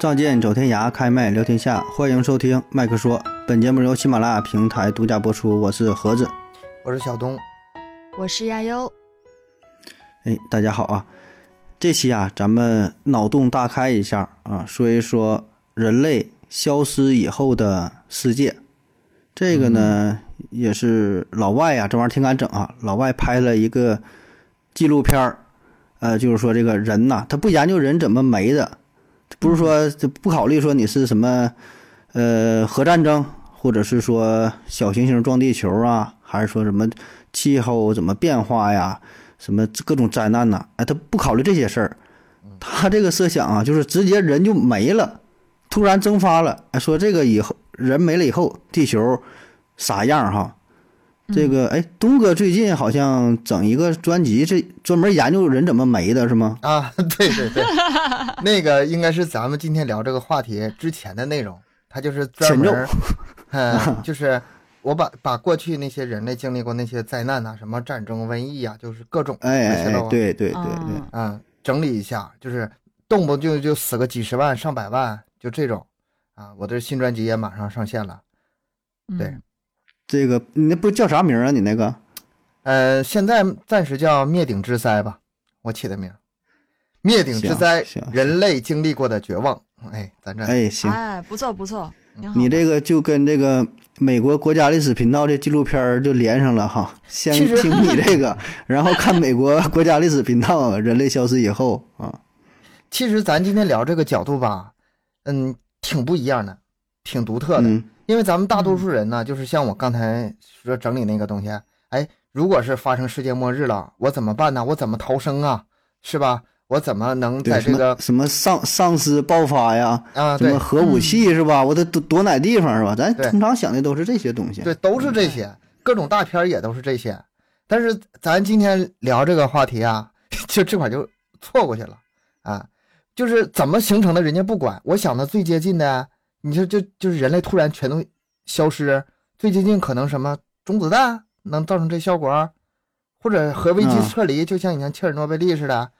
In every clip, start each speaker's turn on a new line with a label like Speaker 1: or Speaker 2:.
Speaker 1: 仗剑走天涯，开麦聊天下，欢迎收听麦克说。本节目由喜马拉雅平台独家播出，我是盒子。
Speaker 2: 我是小东，
Speaker 3: 我是亚优，
Speaker 1: 哎，大家好啊！这期啊，咱们脑洞大开一下啊，说一说人类消失以后的世界。这个呢，也是老外啊，这玩意儿挺敢整啊。老外拍了一个纪录片儿，呃，就是说这个人呐、他不研究人怎么没的，不是说这不考虑说你是什么，呃，核战争，或者是说小行星撞地球啊，还是说什么气候怎么变化呀，什么各种灾难呐、哎，他不考虑这些事儿，他这个设想啊，就是直接人就没了，突然蒸发了。哎，说这个以后人没了以后，地球啥样儿哈？这个哎，东哥最近好像整一个专辑，这专门研究人怎么没的是吗？
Speaker 2: 啊，对对对，那个应该是咱们今天聊这个话题之前的内容，它就是专
Speaker 1: 前
Speaker 2: 门
Speaker 1: 奏，
Speaker 2: 嗯，就是我把把过去那些人类经历过那些灾难呐、什么战争、瘟疫啊，就是各种
Speaker 1: 哎哎
Speaker 2: 这些
Speaker 1: 哎
Speaker 2: 都，
Speaker 1: 对对对对，
Speaker 3: 嗯
Speaker 2: 嗯，整理一下，就是动不动就就死个几十万、上百万，就这种啊。我的新专辑也马上上线了，对
Speaker 3: 嗯
Speaker 1: 这个你那不叫啥名儿啊？你那个
Speaker 2: 呃，现在暂时叫灭顶之灾吧，我起的名儿。灭顶之
Speaker 1: 行
Speaker 2: 灾
Speaker 1: 行，
Speaker 2: 人类经历过的绝望。哎，咱这
Speaker 1: 哎行，
Speaker 3: 哎，不错不错，挺嗯好的。
Speaker 1: 你这个就跟这个美国国家历史频道这纪录片儿就连上了哈，先
Speaker 2: 其实
Speaker 1: 听你这个，然后看美国国家历史频道《人类消失以后》啊，
Speaker 2: 其实咱今天聊这个角度吧，嗯，挺不一样的，挺独特的。
Speaker 1: 嗯
Speaker 2: 因为咱们大多数人呢，就是像我刚才说整理那个东西，哎，如果是发生世界末日了，我怎么办呢？我怎么逃生啊？是吧？我怎么能
Speaker 1: 对
Speaker 2: 在
Speaker 1: 什
Speaker 2: 这
Speaker 1: 么
Speaker 2: 个
Speaker 1: 什么丧丧尸爆发呀，
Speaker 2: 啊？
Speaker 1: 什
Speaker 2: 对
Speaker 1: 么核武器是吧？我得躲躲哪地方是吧？咱
Speaker 2: 对
Speaker 1: 通常想的都是这些东西。
Speaker 2: 对，都是这些，各种大片儿也都是这些。但是咱今天聊这个话题啊， 就这块儿就错过去了啊，就是怎么形成的，人家不管。我想的最接近的，你说就就是人类突然全都消失，最接近可能什么中子弹能造成这效果儿，或者核危机
Speaker 1: 嗯
Speaker 2: 撤离，就像以前切尔诺贝利似的，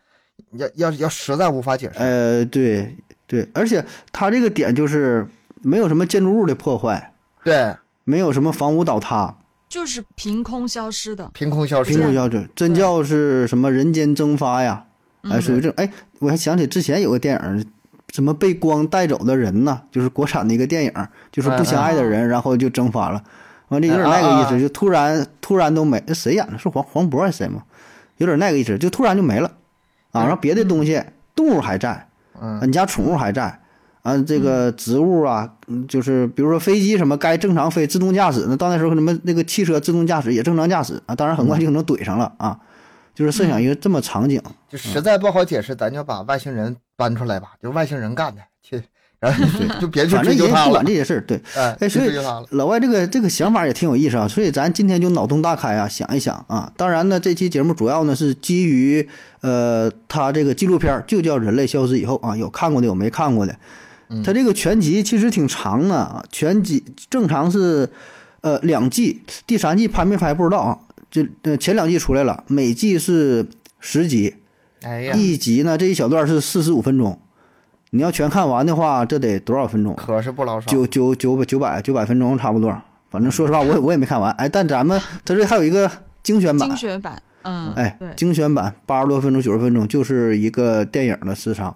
Speaker 2: 要要要实在无法解释。
Speaker 1: 呃，对对，而且它这个点就是没有什么建筑物的破坏，
Speaker 2: 对，
Speaker 1: 没有什么房屋倒塌，
Speaker 3: 就是凭空消失的，
Speaker 2: 凭空消
Speaker 1: 平
Speaker 2: 失
Speaker 1: 谷小镇真叫是什么人间蒸发呀？哎，
Speaker 3: 嗯
Speaker 1: 属于这种。哎，我还想起之前有个电影，什么被光带走的人呐，就是国产的一个电影，就是不相爱的人，然后就蒸发了。完了，有点那个意
Speaker 2: 嗯啊啊
Speaker 1: 思，就突然突然都没，那谁演的？是黄黄渤还是谁吗？有点那个意思，就突然就没了啊。然后别的东西，动物还在，
Speaker 2: 嗯
Speaker 1: 啊，你家宠物还在，啊，这个植物啊，嗯就是比如说飞机什么该正常飞，自动驾驶，那到那时候什么那个汽车自动驾驶也正常驾驶啊，当然很
Speaker 2: 嗯
Speaker 1: 快就能怼上了啊，就是设想一个这么场景，
Speaker 2: 就实在不好解释，咱就把外星人搬出来吧，就是外星人干的，去，然后就就别去
Speaker 1: 反正
Speaker 2: 追
Speaker 1: 也
Speaker 2: 究他
Speaker 1: 不
Speaker 2: 了
Speaker 1: 管，这些事儿，对，
Speaker 2: 哎，
Speaker 1: 哎，
Speaker 2: 别
Speaker 1: 所以
Speaker 2: 追究他了，
Speaker 1: 老外这个这个想法也挺有意思啊，所以咱今天就脑洞大开啊，想一想啊。当然呢，这期节目主要呢是基于呃他这个纪录片儿就叫《人类消失以后》啊，有看过的有没看过的。
Speaker 2: 嗯
Speaker 1: 他这个全集其实挺长的啊，全集正常是呃两季，第三季拍没拍不知道啊。这呃前两季出来了，每季是十集，
Speaker 2: 哎呀，
Speaker 1: 一集呢这一小段是四十五分钟，你要全看完的话，这得多少分钟啊？
Speaker 2: 可是不老少，
Speaker 1: 九九九百九百九百分钟差不多，反正说实话我也我也没看完。哎，但咱们它这还有一个精选版
Speaker 3: 精，选版，嗯，
Speaker 1: 哎
Speaker 3: 对，，
Speaker 1: 精选版八十多分钟九十分钟就是一个电影的时长。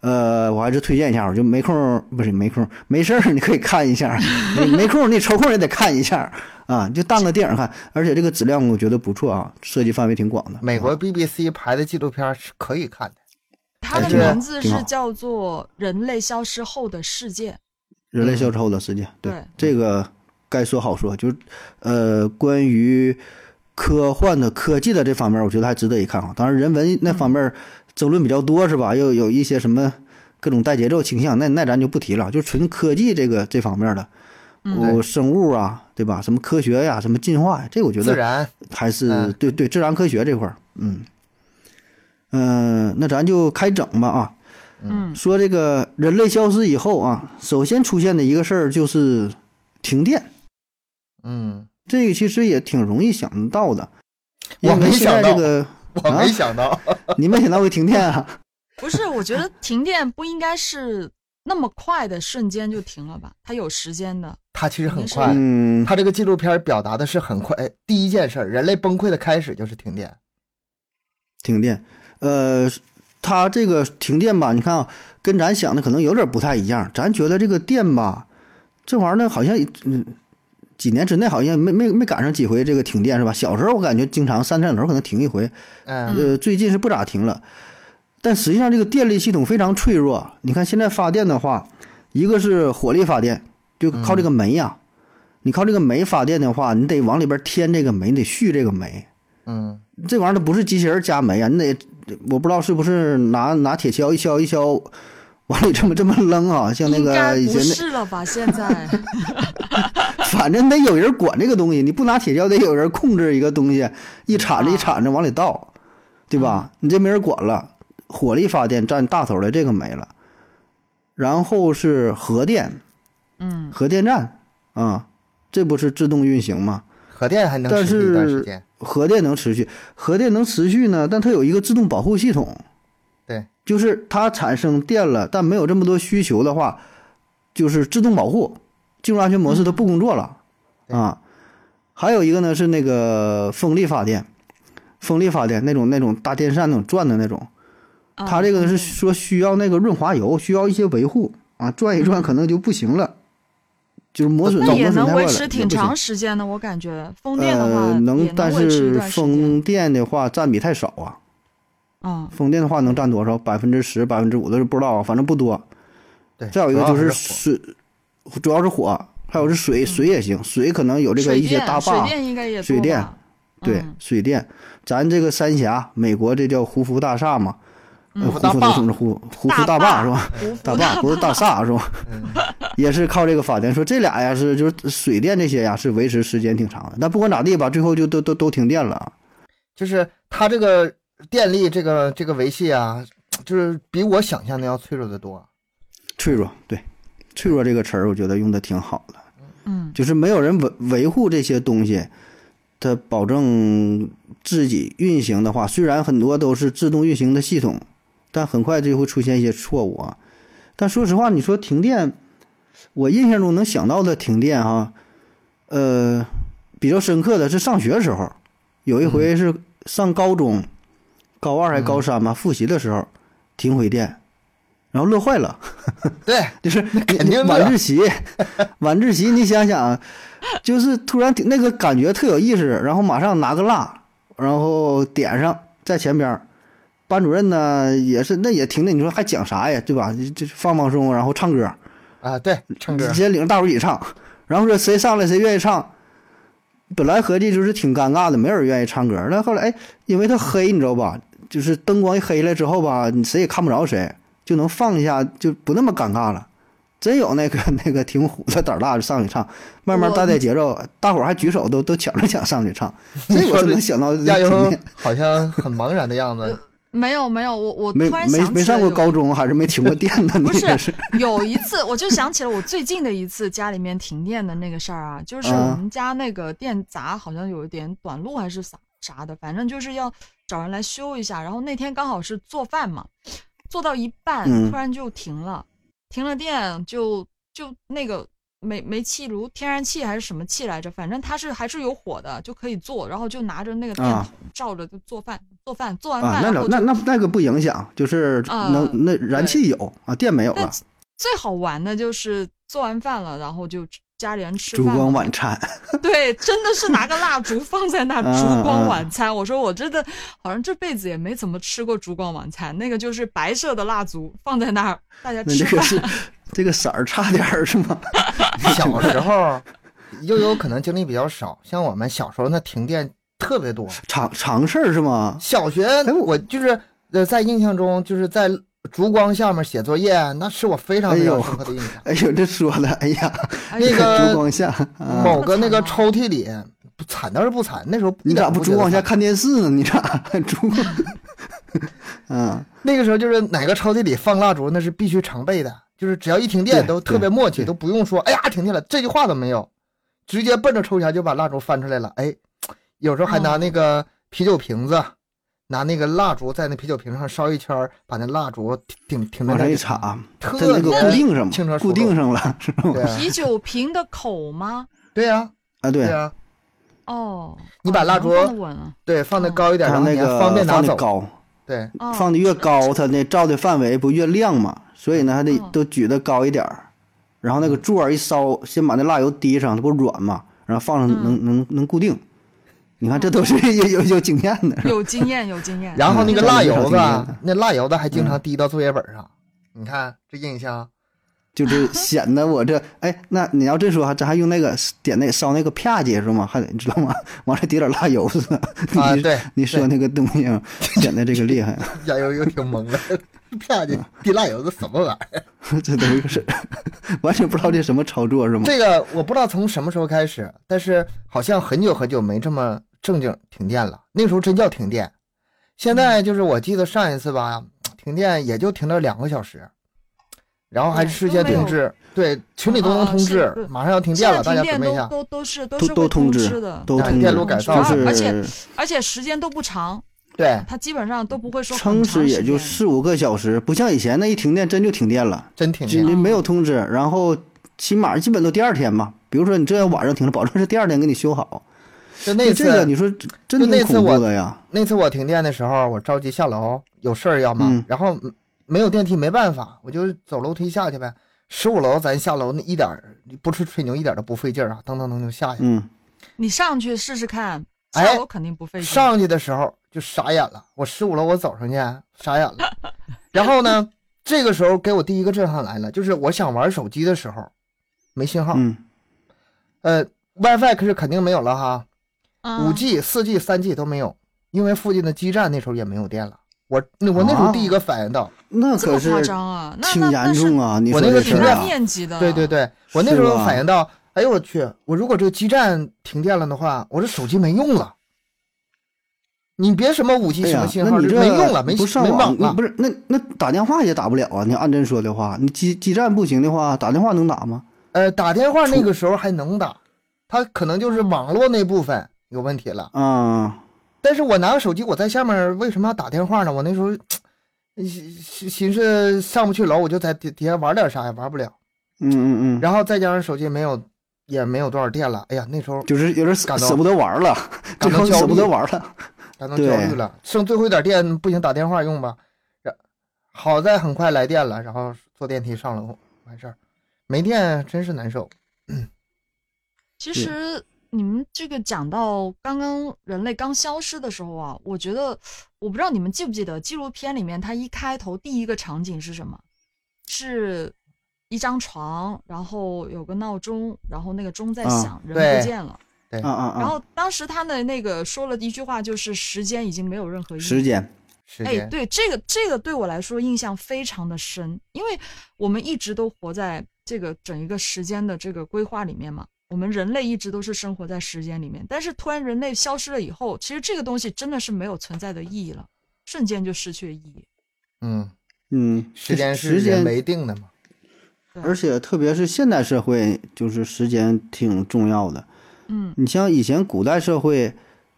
Speaker 1: 呃，我还是推荐一下，我就没空儿，不是没空儿，没事儿你可以看一下，没没空儿你抽空儿也得看一下啊，就当个电影看，而且这个质量我觉得不错啊，涉及范围挺广的。
Speaker 2: 美国 BBC 拍的纪录片是可以看的，
Speaker 3: 它的
Speaker 2: 哎对
Speaker 3: 名字
Speaker 1: 挺好
Speaker 3: 是叫做《人类消失后的世界》，
Speaker 1: 人
Speaker 2: 嗯
Speaker 1: 类消失后的世界，对
Speaker 3: 对
Speaker 1: 这个该说好说，就是呃，关于科幻的科技的这方面，我觉得还值得一看啊。当然，人文那方
Speaker 2: 嗯
Speaker 1: 面争论比较多，是吧？又有一些什么各种带节奏倾向，那那咱就不提了，就纯科技这个这方面的，
Speaker 3: 嗯
Speaker 1: 我生物啊，对吧？什么科学呀、什么进化呀、这我觉
Speaker 2: 自
Speaker 1: 得
Speaker 2: 然，
Speaker 1: 还是、
Speaker 2: 嗯
Speaker 1: 对对自然科学这块儿，嗯嗯、呃那咱就开整吧啊。
Speaker 3: 嗯，
Speaker 1: 说这个人类消失以后啊，首先出现的一个事儿就是停电，
Speaker 2: 嗯，
Speaker 1: 这个其实也挺容易想得到的。
Speaker 2: 我
Speaker 1: 因
Speaker 2: 没想到
Speaker 1: 为现在这个
Speaker 2: 我没 想到，
Speaker 1: 你没想到会停电啊？
Speaker 3: 不是，我觉得停电不应该是那么快的瞬间就停了吧？它有时间的，
Speaker 2: 它其实很
Speaker 3: 没事
Speaker 2: 快，
Speaker 1: 嗯，
Speaker 2: 它这个纪录片表达的是很快。哎第一件事儿，人类崩溃的开始就是停电。
Speaker 1: 停电，呃，它这个停电吧，你看啊，跟咱想的可能有点不太一样。咱觉得这个电吧，这玩意儿呢，好像嗯，几年之内好像没没没赶上几回这个停电是吧？小时候我感觉经常三三两头可能停一回，
Speaker 2: 嗯，
Speaker 1: 呃，最近是不咋停了。但实际上这个电力系统非常脆弱。你看现在发电的话，一个是火力发电，就靠这个煤
Speaker 2: 嗯
Speaker 1: 呀、你靠这个煤发电的话，你得往里边添这个煤，你得蓄这个煤。
Speaker 2: 嗯，
Speaker 1: 这玩意儿它不是机器人加煤啊，你得我不知道是不是拿拿铁锹一锹一锹往里这么这么扔啊，像那
Speaker 3: 应该
Speaker 1: 个以
Speaker 3: 不
Speaker 1: 前
Speaker 3: 是了吧？现在
Speaker 1: 那， 反正得有人管这个东西，你不拿铁锹得有人控制一个东西，一铲子一铲子往里倒，对吧？你这没人管了，火力发电占大头的这个没了，然后是核电，
Speaker 3: 嗯，
Speaker 1: 核电站啊、这不是自动运行吗？
Speaker 2: 核电还能
Speaker 1: 但
Speaker 2: 持续一段时
Speaker 1: 是
Speaker 2: 间。
Speaker 1: 核电能持续，核电能持续呢，但它有一个自动保护系统。
Speaker 2: 对，
Speaker 1: 就是它产生电了，但没有这么多需求的话，就是自动保护进入安全模式，它不工作了、
Speaker 2: 对
Speaker 3: 嗯
Speaker 1: 啊。还有一个呢是那个风力发电，风力发电那种那种大电扇那种转的那种，
Speaker 3: 啊
Speaker 1: 它这个是说需要那个润滑油，需要一些维护啊，转一转可能就不行了，就是磨损
Speaker 3: 嗯那
Speaker 1: 到
Speaker 3: 也
Speaker 1: 磨损
Speaker 3: 能
Speaker 1: 太坏
Speaker 3: 维
Speaker 1: 了，
Speaker 3: 持
Speaker 1: 也
Speaker 3: 挺
Speaker 1: 不行
Speaker 3: 长时间的，我感觉风电的话
Speaker 1: 呃，
Speaker 3: 也
Speaker 1: 能，但
Speaker 3: 维持一
Speaker 1: 是
Speaker 3: 段时间。
Speaker 1: 风电的话占比太少啊。
Speaker 3: 啊，
Speaker 1: 风电的话能占多少？百分之十、百分之五都是不知道啊，反正不多。
Speaker 2: 对，
Speaker 1: 再有一个
Speaker 2: 主
Speaker 1: 就
Speaker 2: 要
Speaker 1: 是
Speaker 2: 还火
Speaker 1: 水，主要是火，还有是水，水也行，水可能有这个
Speaker 3: 嗯水
Speaker 1: 一些
Speaker 3: 电
Speaker 1: 大
Speaker 3: 水
Speaker 1: 坝，
Speaker 3: 电应该也
Speaker 1: 水
Speaker 3: 多
Speaker 1: 电
Speaker 3: 吧
Speaker 1: 对
Speaker 3: 嗯，
Speaker 1: 水电。咱这个三峡，美国这叫胡佛大厦嘛，呃
Speaker 2: 嗯
Speaker 1: 胡
Speaker 2: 大
Speaker 1: 佛
Speaker 2: 坝
Speaker 1: 总是胡胡佛
Speaker 3: 大
Speaker 1: 坝
Speaker 3: 坝
Speaker 1: 是吧？
Speaker 3: 胡
Speaker 1: 大
Speaker 3: 胡
Speaker 1: 坝
Speaker 3: 嗯
Speaker 1: 不是大厦是 吧？也是靠这个发电。说这俩呀是就是水电这些呀是维持时间挺长的，但不管咋地吧，最后就都都都停电了啊。
Speaker 2: 就是它这个电力这个这个维系啊，就是比我想象的要脆弱的多。
Speaker 1: 脆弱，对，脆弱这个词儿我觉得用的挺好的。
Speaker 3: 嗯，
Speaker 1: 就是没有人维维护这些东西，它保证自己运行的话，虽然很多都是自动运行的系统，但很快就会出现一些错误啊。但说实话，你说停电，我印象中能想到的停电哈、呃，比较深刻的是上学时候，有一回是上高中，高二还高三吧，复习的时候停回电，然后乐坏了。
Speaker 2: 对，
Speaker 1: 就是你
Speaker 2: 肯定
Speaker 1: 你
Speaker 2: 的
Speaker 1: 晚自习，晚自习，你想想，就是突然那个感觉特有意思，然后马上拿个蜡，然后点上在前边儿，班主任呢也是那也挺那，你说还讲啥呀，对吧？这这放放松，然后唱歌，
Speaker 2: 啊，对，唱歌
Speaker 1: 直，接领着大伙儿一起唱，然后说谁上来谁愿意唱。本来合计就是挺尴尬的，没有人愿意唱歌。那后来，哎，因为它黑，你知道吧？就是灯光一黑了之后吧，你谁也看不着谁，就能放一下，就不那么尴尬了。真有那个 那个挺虎的胆儿大就上去唱，慢慢
Speaker 3: 我
Speaker 1: 带带节奏，大伙儿还举手都都抢着抢上去 唱。
Speaker 2: 你
Speaker 1: 这我
Speaker 2: 说
Speaker 1: 是
Speaker 2: 这
Speaker 1: 能想到的
Speaker 2: 亚
Speaker 1: 经
Speaker 2: 优
Speaker 1: 历，
Speaker 2: 好像很茫然的样子。
Speaker 3: 没有没有，我我突
Speaker 1: 没
Speaker 3: 然想
Speaker 1: 没
Speaker 3: 起
Speaker 1: 没上
Speaker 3: 了
Speaker 1: 过
Speaker 3: 有
Speaker 1: 高中，还是没停过电呢？你
Speaker 3: 不是啊
Speaker 1: 也是
Speaker 3: 有一次，我就想起了我最近的一次家里面停电的那个事儿啊，就是
Speaker 1: 啊
Speaker 3: 我们家那个电闸好像有一点短路还是啥啥的，反正就是要找人来修一下。然后那天刚好是做饭嘛，做到一半
Speaker 1: 嗯
Speaker 3: 突然就停了，停了电就就那个煤煤气炉、天然气还是什么气来着，反正它是还是有火的，就可以做。然后就拿着那个电
Speaker 1: 啊
Speaker 3: 筒照着就做饭，做饭做完
Speaker 1: 啊，
Speaker 3: 饭
Speaker 1: 那
Speaker 3: 然
Speaker 1: 老
Speaker 3: 后
Speaker 1: 那
Speaker 3: 就
Speaker 1: 那那个不影响，就是
Speaker 3: 啊
Speaker 1: 能、那燃
Speaker 3: 对
Speaker 1: 气有啊，电没有
Speaker 3: 但
Speaker 1: 了。
Speaker 3: 最好玩的就是做完饭了，然后就吃家里人吃
Speaker 1: 烛
Speaker 3: 饭
Speaker 1: 光
Speaker 3: 嘛。
Speaker 1: 晚餐，
Speaker 2: 呃
Speaker 3: 对，真的是拿个蜡烛放在那
Speaker 1: 啊
Speaker 3: 烛光
Speaker 1: 啊
Speaker 3: 晚餐。我说我真的好像这辈子也没怎么吃过烛光晚餐，那个就是白色的蜡烛放在那儿，大家
Speaker 1: 那
Speaker 3: 吃
Speaker 1: 这个
Speaker 3: 饭。
Speaker 1: 是 这个色儿差点儿是吗？
Speaker 2: 小时候，悠悠可能经历比较少，像我们小时候那停电特别多。
Speaker 1: 常常事儿是吗？
Speaker 2: 小学
Speaker 1: 哎
Speaker 2: 我就是呃，在印象中就是在烛光下面写作业，那是我非常非
Speaker 1: 哎
Speaker 2: 常
Speaker 1: 呦
Speaker 2: 深刻的 印象。
Speaker 1: 哎呦，这说的，哎呀，
Speaker 3: 哎
Speaker 2: 那
Speaker 3: 呀
Speaker 2: 个
Speaker 1: 烛光下，啊、
Speaker 2: 某个那个
Speaker 3: 那么惨
Speaker 2: 抽屉里，不惨倒是不惨，那时候
Speaker 1: 你咋不
Speaker 2: 一点
Speaker 1: 烛光
Speaker 2: 觉
Speaker 1: 下
Speaker 2: 得惨？
Speaker 1: 看电视呢？你咋烛光？嗯，
Speaker 2: 那个时候就是哪个抽屉里放蜡烛，那是必须常备的，就是只要一停电
Speaker 1: 对
Speaker 2: 都特别默契，
Speaker 1: 对
Speaker 2: 都不用说哎呀停电了这句话都没有，直接奔着抽匣就把蜡烛翻出来了。哎，有时候还拿那个啤酒瓶子，拿那个蜡烛在那啤酒瓶上烧一圈儿，把那蜡烛顶顶着
Speaker 1: 往
Speaker 2: 那
Speaker 1: 上
Speaker 2: 个
Speaker 1: 一插，它
Speaker 2: 特
Speaker 1: 那个固
Speaker 2: 别
Speaker 1: 定上
Speaker 2: 轻车
Speaker 1: 嘛，
Speaker 2: 熟
Speaker 1: 固定上了， 是吧？
Speaker 2: 对啊
Speaker 3: 啤酒瓶的口吗？
Speaker 2: 对呀，
Speaker 1: 啊，对，
Speaker 2: 呀，
Speaker 3: 哦，
Speaker 2: 你把蜡烛
Speaker 3: 哦能放得稳啊
Speaker 2: 对，放的高一点，
Speaker 1: 它
Speaker 2: 然
Speaker 1: 嗯
Speaker 2: 后
Speaker 1: 那
Speaker 2: 你还
Speaker 1: 个
Speaker 2: 方便拿
Speaker 1: 放的
Speaker 2: 走。
Speaker 1: 高，
Speaker 2: 对，
Speaker 3: 哦
Speaker 1: 放的越高，它那照的范围不越亮嘛，所以呢还得
Speaker 3: 嗯
Speaker 1: 都举得高一点儿，然后那个座儿一烧，先把那蜡油滴上，它不软嘛，然后放上
Speaker 3: 嗯哦
Speaker 1: 能能能固定。你看，这都是 有有有经验的，
Speaker 3: 有经验，有经验。
Speaker 2: 然后那个
Speaker 1: 嗯
Speaker 2: 蜡
Speaker 1: 这个
Speaker 2: 油
Speaker 1: 挺
Speaker 2: 子
Speaker 1: 好
Speaker 2: 啊
Speaker 1: 听的，
Speaker 2: 那蜡油子还经常滴到作业本上，你看这印象。
Speaker 1: 就是显得我这哎，那你要这说还咱还用那个点那烧那个啪结是吗？还得你知道吗？ 往上滴点蜡油似的。
Speaker 2: 啊
Speaker 1: 你
Speaker 2: 对
Speaker 1: 你说那个东西啊显得这个厉害，啊
Speaker 2: 呀又又挺萌的， 啪
Speaker 1: 嗯
Speaker 2: 叽滴蜡油子什么玩意儿？
Speaker 1: 这都是 完全不知道这什么操作是吗？
Speaker 2: 这个我不知道从什么时候开始，但是好像很久很久没这么正经停电了。那时候真叫停电，现在就是我记得上一次吧，停电也就停了两个小时，然后还
Speaker 3: 对
Speaker 2: 事先
Speaker 3: 都哎没有
Speaker 2: 通知，对群里都
Speaker 3: 啊
Speaker 2: 能
Speaker 3: 啊
Speaker 2: 通
Speaker 3: 是
Speaker 2: 知
Speaker 3: 对，
Speaker 2: 马上要停电
Speaker 3: 现在
Speaker 2: 了，大
Speaker 3: 停
Speaker 2: 家准
Speaker 3: 电
Speaker 2: 备一
Speaker 3: 都
Speaker 2: 下。
Speaker 3: 都都是都
Speaker 1: 都
Speaker 3: 是会
Speaker 1: 都通知
Speaker 3: 知的，
Speaker 1: 都
Speaker 2: 对
Speaker 1: 通知，
Speaker 2: 啊电路改造
Speaker 1: 就
Speaker 2: 了
Speaker 1: 是
Speaker 3: 而且而且时间都不长，
Speaker 2: 对，
Speaker 3: 它基本上都不会说很
Speaker 1: 撑
Speaker 3: 长
Speaker 1: 死也就
Speaker 3: 时间
Speaker 1: 四五个小时，不像以前那一停电真就停电了，
Speaker 2: 真停
Speaker 1: 这
Speaker 2: 电。
Speaker 1: 这没有通知，然后起码基本都第二天吧。比如说你这要晚上停了，保证是第二天给你修好。
Speaker 2: 就那
Speaker 1: 这个
Speaker 2: 次
Speaker 1: 你说真
Speaker 2: 就
Speaker 1: 挺
Speaker 2: 那次
Speaker 1: 恐怖
Speaker 2: 我
Speaker 1: 的呀，
Speaker 2: 那次我停电的时候，我着急下楼，有事儿要忙，
Speaker 1: 嗯
Speaker 2: 然后没有电梯，没办法，我就走楼梯下去呗。十五楼咱下楼那一点儿不是吹牛，一点儿都不费劲儿啊，噔噔噔就下去了。
Speaker 1: 嗯，
Speaker 3: 你上去试试看，
Speaker 2: 哎
Speaker 3: 下楼肯定不费劲。
Speaker 2: 上去的时候就傻眼了，我十五楼我走上去傻 眼了。然后呢，这个时候给我第一个震撼来了，就是我想玩手机的时候没信号，
Speaker 1: 嗯
Speaker 2: 呃，WiFi 可是肯定没有了哈，
Speaker 3: 嗯
Speaker 2: 五 G、四 G、三 G 都没有，因为附近的基站那时候也没有电了。我那我那时
Speaker 1: 哦
Speaker 2: 候第一个反应到。
Speaker 1: 那
Speaker 3: 这么
Speaker 1: 可是
Speaker 3: 夸张啊？那
Speaker 1: 挺严重
Speaker 3: 啊！
Speaker 1: 啊！你
Speaker 2: 我
Speaker 1: 说
Speaker 2: 那
Speaker 1: 这
Speaker 2: 个
Speaker 1: 事
Speaker 3: 挺
Speaker 1: 儿
Speaker 2: 停电
Speaker 3: 大
Speaker 1: 啊，
Speaker 3: 面积的，
Speaker 2: 对对对，我那时
Speaker 1: 是
Speaker 2: 候
Speaker 1: 吧
Speaker 2: 反应到，哎呦我去，我如果这个基站停电了的话，我这手机没用了。你别什么五 G
Speaker 1: 哎
Speaker 2: 什么
Speaker 1: 呀，
Speaker 2: 信
Speaker 1: 那
Speaker 2: 号，
Speaker 1: 你
Speaker 2: 就
Speaker 1: 这
Speaker 2: 没用了，没
Speaker 1: 不上
Speaker 2: 没
Speaker 1: 网
Speaker 2: 网
Speaker 1: 你
Speaker 2: 了
Speaker 1: 不。是那那打电话也打不了啊！你按真说的话，你基基站不行的话，打电话能打吗？
Speaker 2: 呃，打电话那个时候还能打，它可能就是网络那部分有问题了。
Speaker 1: 啊，
Speaker 2: 但是我拿个手机，我在下面为什么要打电话呢？我那时候寻寻寻思上不去楼，我就在底底下玩点啥呀，玩不了。
Speaker 1: 嗯嗯嗯，
Speaker 2: 然后再加上手机没有，也没有多少电了。哎呀，那时候
Speaker 1: 就是有点舍
Speaker 2: 感到
Speaker 1: 舍不得玩了，最
Speaker 2: 感到
Speaker 1: 后
Speaker 2: 焦
Speaker 1: 舍不得
Speaker 2: 虑
Speaker 1: 玩了。
Speaker 2: 感到焦虑
Speaker 1: 对
Speaker 2: 了，剩最后一点电，不行打电话用吧。然好在很快来电了，然后坐电梯上楼，完事儿。没电真是难受。
Speaker 3: 其实你们这个讲到刚刚人类刚消失的时候啊，我觉得我不知道你们记不记得纪录片里面它一开头第一个场景是什么？是一张床，然后有个闹钟，然后那个钟在
Speaker 1: 啊
Speaker 3: 响，人
Speaker 2: 嗯对嗯
Speaker 3: 不见了。
Speaker 2: 对
Speaker 1: 啊啊
Speaker 3: 然
Speaker 1: 啊！
Speaker 3: 后当时他的那个说了一句话，就是时间已经没有任何意义。
Speaker 1: 时间，
Speaker 2: 时
Speaker 3: 哎，
Speaker 2: 间、
Speaker 3: 对这个这个对我来说印象非常的深，因为我们一直都活在这个整一个时间的这个规划里面嘛。我们人类一直都是生活在时间里面，但是突然人类消失了以后，其实这个东西真的是没有存在的意义了，瞬间就失去了意义。
Speaker 2: 嗯，
Speaker 1: 嗯，
Speaker 2: 时间是
Speaker 1: 时
Speaker 2: 人
Speaker 1: 间
Speaker 2: 为定的嘛？
Speaker 1: 而且特别是现代社会，就是时间挺重要的。
Speaker 3: 嗯，
Speaker 1: 你像以前古代社会，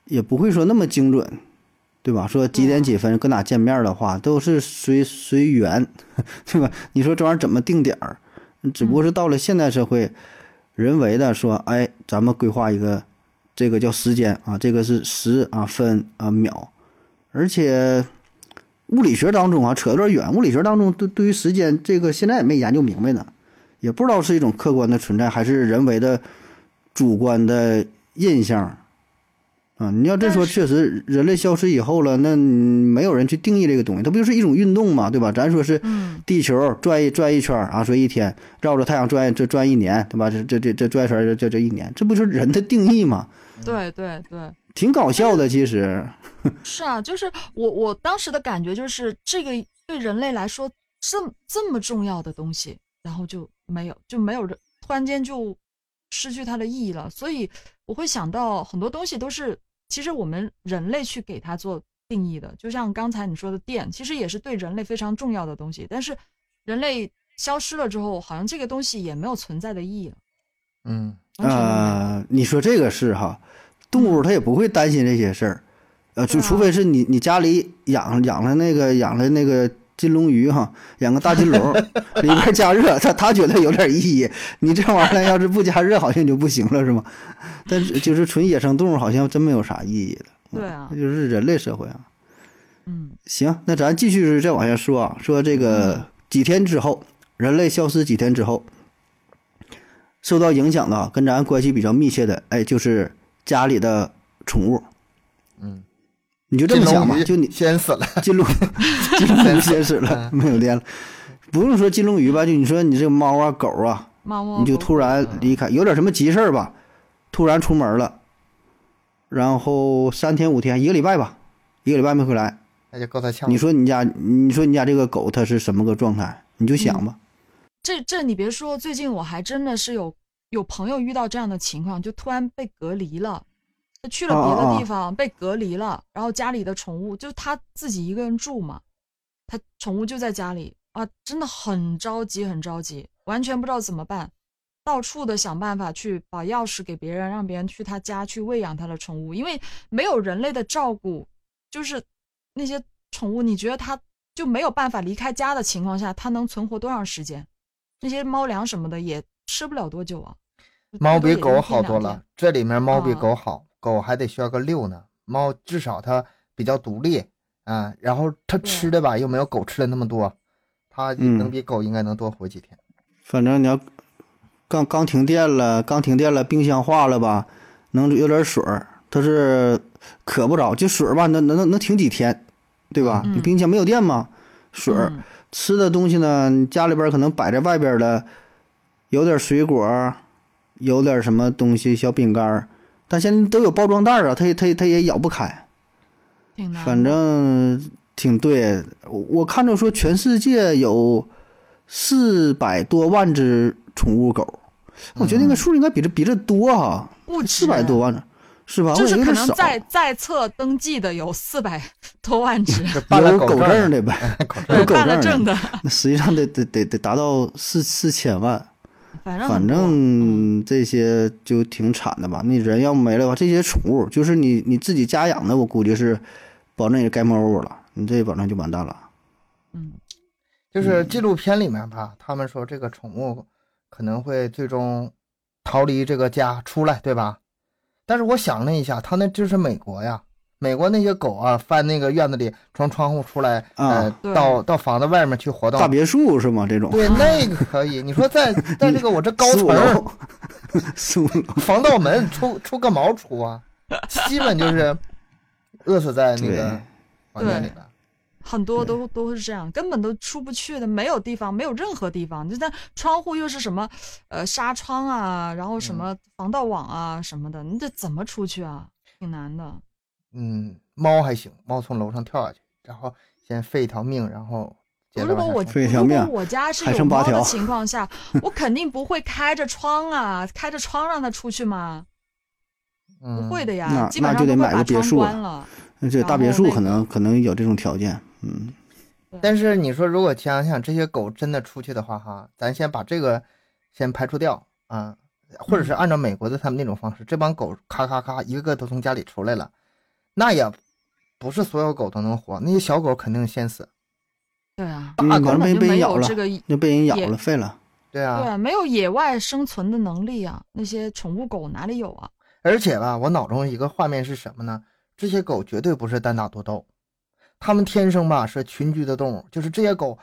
Speaker 1: 也不会说那么精准，对吧？说几
Speaker 3: 对
Speaker 2: 嗯
Speaker 3: 啊
Speaker 1: 点几分跟哪见面的话，都是随随缘， 对吧？你说这玩意儿怎么定点儿？只不过是
Speaker 2: 嗯
Speaker 1: 到了现代社会，人为的说，哎，咱们规划一个，这个叫时间啊，这个是时啊分啊秒，而且。物理学当中啊，扯有点远。物理学当中对对于时间这个现在也没研究明白呢，也不知道是一种客观的存在，还是人为的主观的印象儿啊。你要这
Speaker 3: 但
Speaker 1: 说，
Speaker 3: 是
Speaker 1: 确实人类消失以后了，那你没有人去定义这个东西，它不就是一种运动嘛，对吧？咱说是
Speaker 3: 嗯
Speaker 1: 地球转一转一圈儿啊，说一天绕着太阳转这转一年，对吧？这这这这转一圈儿这这这一年，这不就是人的定义吗？
Speaker 3: 对对对，
Speaker 1: 挺搞笑的，其实。
Speaker 3: 是啊，就是我我当时的感觉就是这个对人类来说这么这么重要的东西，然后就没有就没有人突然间就失去它的意义了。所以我会想到很多东西都是其实我们人类去给它做定义的，就像刚才你说的电，其实也是对人类非常重要的东西，但是人类消失了之后，好像这个东西也没有存在的意义了，
Speaker 2: 嗯，
Speaker 1: 啊
Speaker 3: 完全都没有。
Speaker 1: 呃，你说这个是哈，动物它也不会担心这些事儿，呃，就
Speaker 3: 对啊
Speaker 1: 除非是你你家里养养了那个养了那个金龙鱼哈，养个大金 龙，里边加热，他他觉得有点意义。你这玩意儿要是不加热，好像就不行了，是吗？但 是就是纯野生动物，好像真没有啥意义的。
Speaker 3: 对啊
Speaker 1: 那，就是人类社会啊。
Speaker 3: 嗯
Speaker 1: 行，那咱继续再往下说啊，说这
Speaker 2: 嗯
Speaker 1: 个几天之后，人类消失几天之后，受到影响的啊跟咱关系比较密切的，哎，就是家里的宠物。
Speaker 2: 嗯，
Speaker 1: 你就这么
Speaker 2: 金
Speaker 1: 想
Speaker 2: 龙
Speaker 1: 吧
Speaker 2: 鱼，
Speaker 1: 就 你
Speaker 2: 先死了，
Speaker 1: 金龙金龙鱼先死了，
Speaker 2: 嗯
Speaker 1: 没有电了。不用说金龙鱼吧，就你说你这个猫啊、狗啊，
Speaker 3: 猫猫
Speaker 2: 嗯
Speaker 1: 你就
Speaker 3: 狗
Speaker 1: 突然离开，有点什么急事儿吧，突然出门了，然后三天五天一个礼拜吧，一个礼拜没回来，
Speaker 2: 那就够他呛了。
Speaker 1: 你说你家，你说你家这个狗它是什么个状态？你就想吧，
Speaker 3: 这这你别说，最近我还真的是有有朋友遇到这样的情况，就突然被隔离了，他去了别
Speaker 1: 哦哦
Speaker 3: 的
Speaker 1: 哦
Speaker 3: 地方、被隔离了，然后家里的宠物就他自己一个人住嘛，他宠物就在家里啊，真的很着急，很着急，完全不知道怎么办，到处的想办法去把钥匙给别人，让别人去他家去喂养他的宠物，因为没有人类的照顾，就是那些宠物，你觉得它就没有办法离开家的情况下，它能存活多长时间？那些猫粮什么的也吃不了多久啊。
Speaker 2: 猫
Speaker 3: 最
Speaker 2: 比
Speaker 3: 多也
Speaker 2: 狗
Speaker 3: 就一天
Speaker 2: 好多
Speaker 3: 两
Speaker 2: 了
Speaker 3: 天。，
Speaker 2: 这里面猫比
Speaker 3: 啊
Speaker 2: 狗好，狗还得需要个遛呢。猫至少它比较独立啊，然后它
Speaker 3: 对
Speaker 2: 吃的吧又没有狗吃的那么多，它
Speaker 1: 嗯
Speaker 2: 能比狗应该能多活几天。
Speaker 1: 反正你要刚刚停电了，刚停电了，冰箱化了吧，能有点水儿，它是渴不着，就水儿吧，能能能能停几天，对吧？
Speaker 3: 嗯
Speaker 1: 你冰箱没有电嘛，水儿、
Speaker 3: 嗯
Speaker 1: 吃的东西呢，你家里边儿可能摆在外边儿的，有点水果儿，有点什么东西小饼干儿，但现在都有包装袋儿啊，它也它也它也咬不开。
Speaker 3: 挺难的。
Speaker 1: 反正挺对，我我看着说全世界有四百多万只宠物狗，我觉得那个数应该比这比这多哈、
Speaker 3: 不止
Speaker 1: 四百多，万是吧？我
Speaker 3: 嗯就
Speaker 1: 感觉
Speaker 3: 是
Speaker 1: 有
Speaker 3: 可
Speaker 1: 点
Speaker 3: 能
Speaker 1: 少，
Speaker 3: 在在册登记的有四百 多万只，
Speaker 2: 这办了
Speaker 1: 有
Speaker 2: 狗
Speaker 1: 狗
Speaker 2: 证儿
Speaker 1: 证
Speaker 2: 呢，
Speaker 1: 的呗， 有
Speaker 3: 对，
Speaker 1: 狗
Speaker 3: 办了
Speaker 1: 证
Speaker 3: 证
Speaker 1: 的，
Speaker 3: 的，
Speaker 1: 那实际上得得得得达到四四千万，
Speaker 3: 反正
Speaker 1: 反
Speaker 3: 很多嗯
Speaker 1: 正这些就挺惨的吧。那人要没了吧，这些宠物就是你你自己家养的，我估计是保证也该没落了，你这保证就完蛋了。
Speaker 3: 嗯
Speaker 1: 嗯
Speaker 2: 就是纪录片里面吧，他们说这个宠物可能会最终逃离这个家出来，对吧？但是我想了一下，他那就是美国呀，美国那些狗啊，翻那个院子里从窗户出来，呃
Speaker 1: 啊，
Speaker 3: 对
Speaker 2: 到到房子外面去活动
Speaker 1: 大，别墅是吗？这种
Speaker 2: 对，那个可以。你 说在在这个我这高
Speaker 1: 十
Speaker 2: 层
Speaker 1: 五
Speaker 2: 儿
Speaker 1: 楼， 十五楼，
Speaker 2: 防盗门出出个毛出啊，基 本就是饿死在那个
Speaker 1: 对
Speaker 2: 房间里了。
Speaker 3: 很多都都是这样，根本都出不去的，没有地方，没有任何地方。就那窗户又是什么，呃，纱窗啊，然后什
Speaker 1: 嗯
Speaker 3: 么防盗网啊什么的，你这怎么出去啊？挺难的。
Speaker 2: 嗯，猫还行，猫从楼上跳下去，然后先废一条命，然后接着
Speaker 3: 如果
Speaker 2: 往下
Speaker 3: 我
Speaker 2: 冲
Speaker 1: 费一条
Speaker 3: 如
Speaker 1: 命
Speaker 3: 果我家是
Speaker 1: 还
Speaker 3: 有
Speaker 1: 剩八
Speaker 3: 猫的
Speaker 1: 条
Speaker 3: 情 况下，我肯定不会开着窗啊，开着窗让它出去嘛，不
Speaker 2: 嗯，
Speaker 3: 会的呀，
Speaker 1: 那
Speaker 3: 基本
Speaker 1: 那
Speaker 3: 上
Speaker 1: 就
Speaker 3: 都
Speaker 1: 得
Speaker 3: 会
Speaker 1: 买
Speaker 3: 把
Speaker 1: 个别
Speaker 3: 窗
Speaker 1: 墅
Speaker 3: 关
Speaker 1: 了
Speaker 3: 了。
Speaker 1: 这
Speaker 3: 然
Speaker 1: 大别
Speaker 3: 后
Speaker 1: 墅
Speaker 3: 那
Speaker 1: 可
Speaker 3: 个
Speaker 1: 能可能有这种条件，嗯，
Speaker 2: 但是你说，如果想想这些狗真的出去的话，哈，咱先把这个先排除掉啊，或
Speaker 3: 嗯
Speaker 2: 者是按照美国的他们那种方式，这帮狗咔咔咔一个个都从家里出来了，那也不是所有狗都能活，那些小狗肯定先死。
Speaker 3: 对啊，
Speaker 1: 嗯
Speaker 3: 根
Speaker 1: 可能被
Speaker 3: 本就
Speaker 1: 被人
Speaker 3: 没
Speaker 1: 咬
Speaker 3: 有
Speaker 1: 了
Speaker 3: 这个
Speaker 1: 那被人咬
Speaker 3: 也
Speaker 1: 了，废了。
Speaker 2: 对啊，
Speaker 3: 对啊，没有野外生存的能力啊！那些宠物狗哪里有啊？
Speaker 2: 而且吧，我脑中一个画面是什么呢？这些狗绝对不是单打独斗，它们天生吧是群居的动物，就是这些狗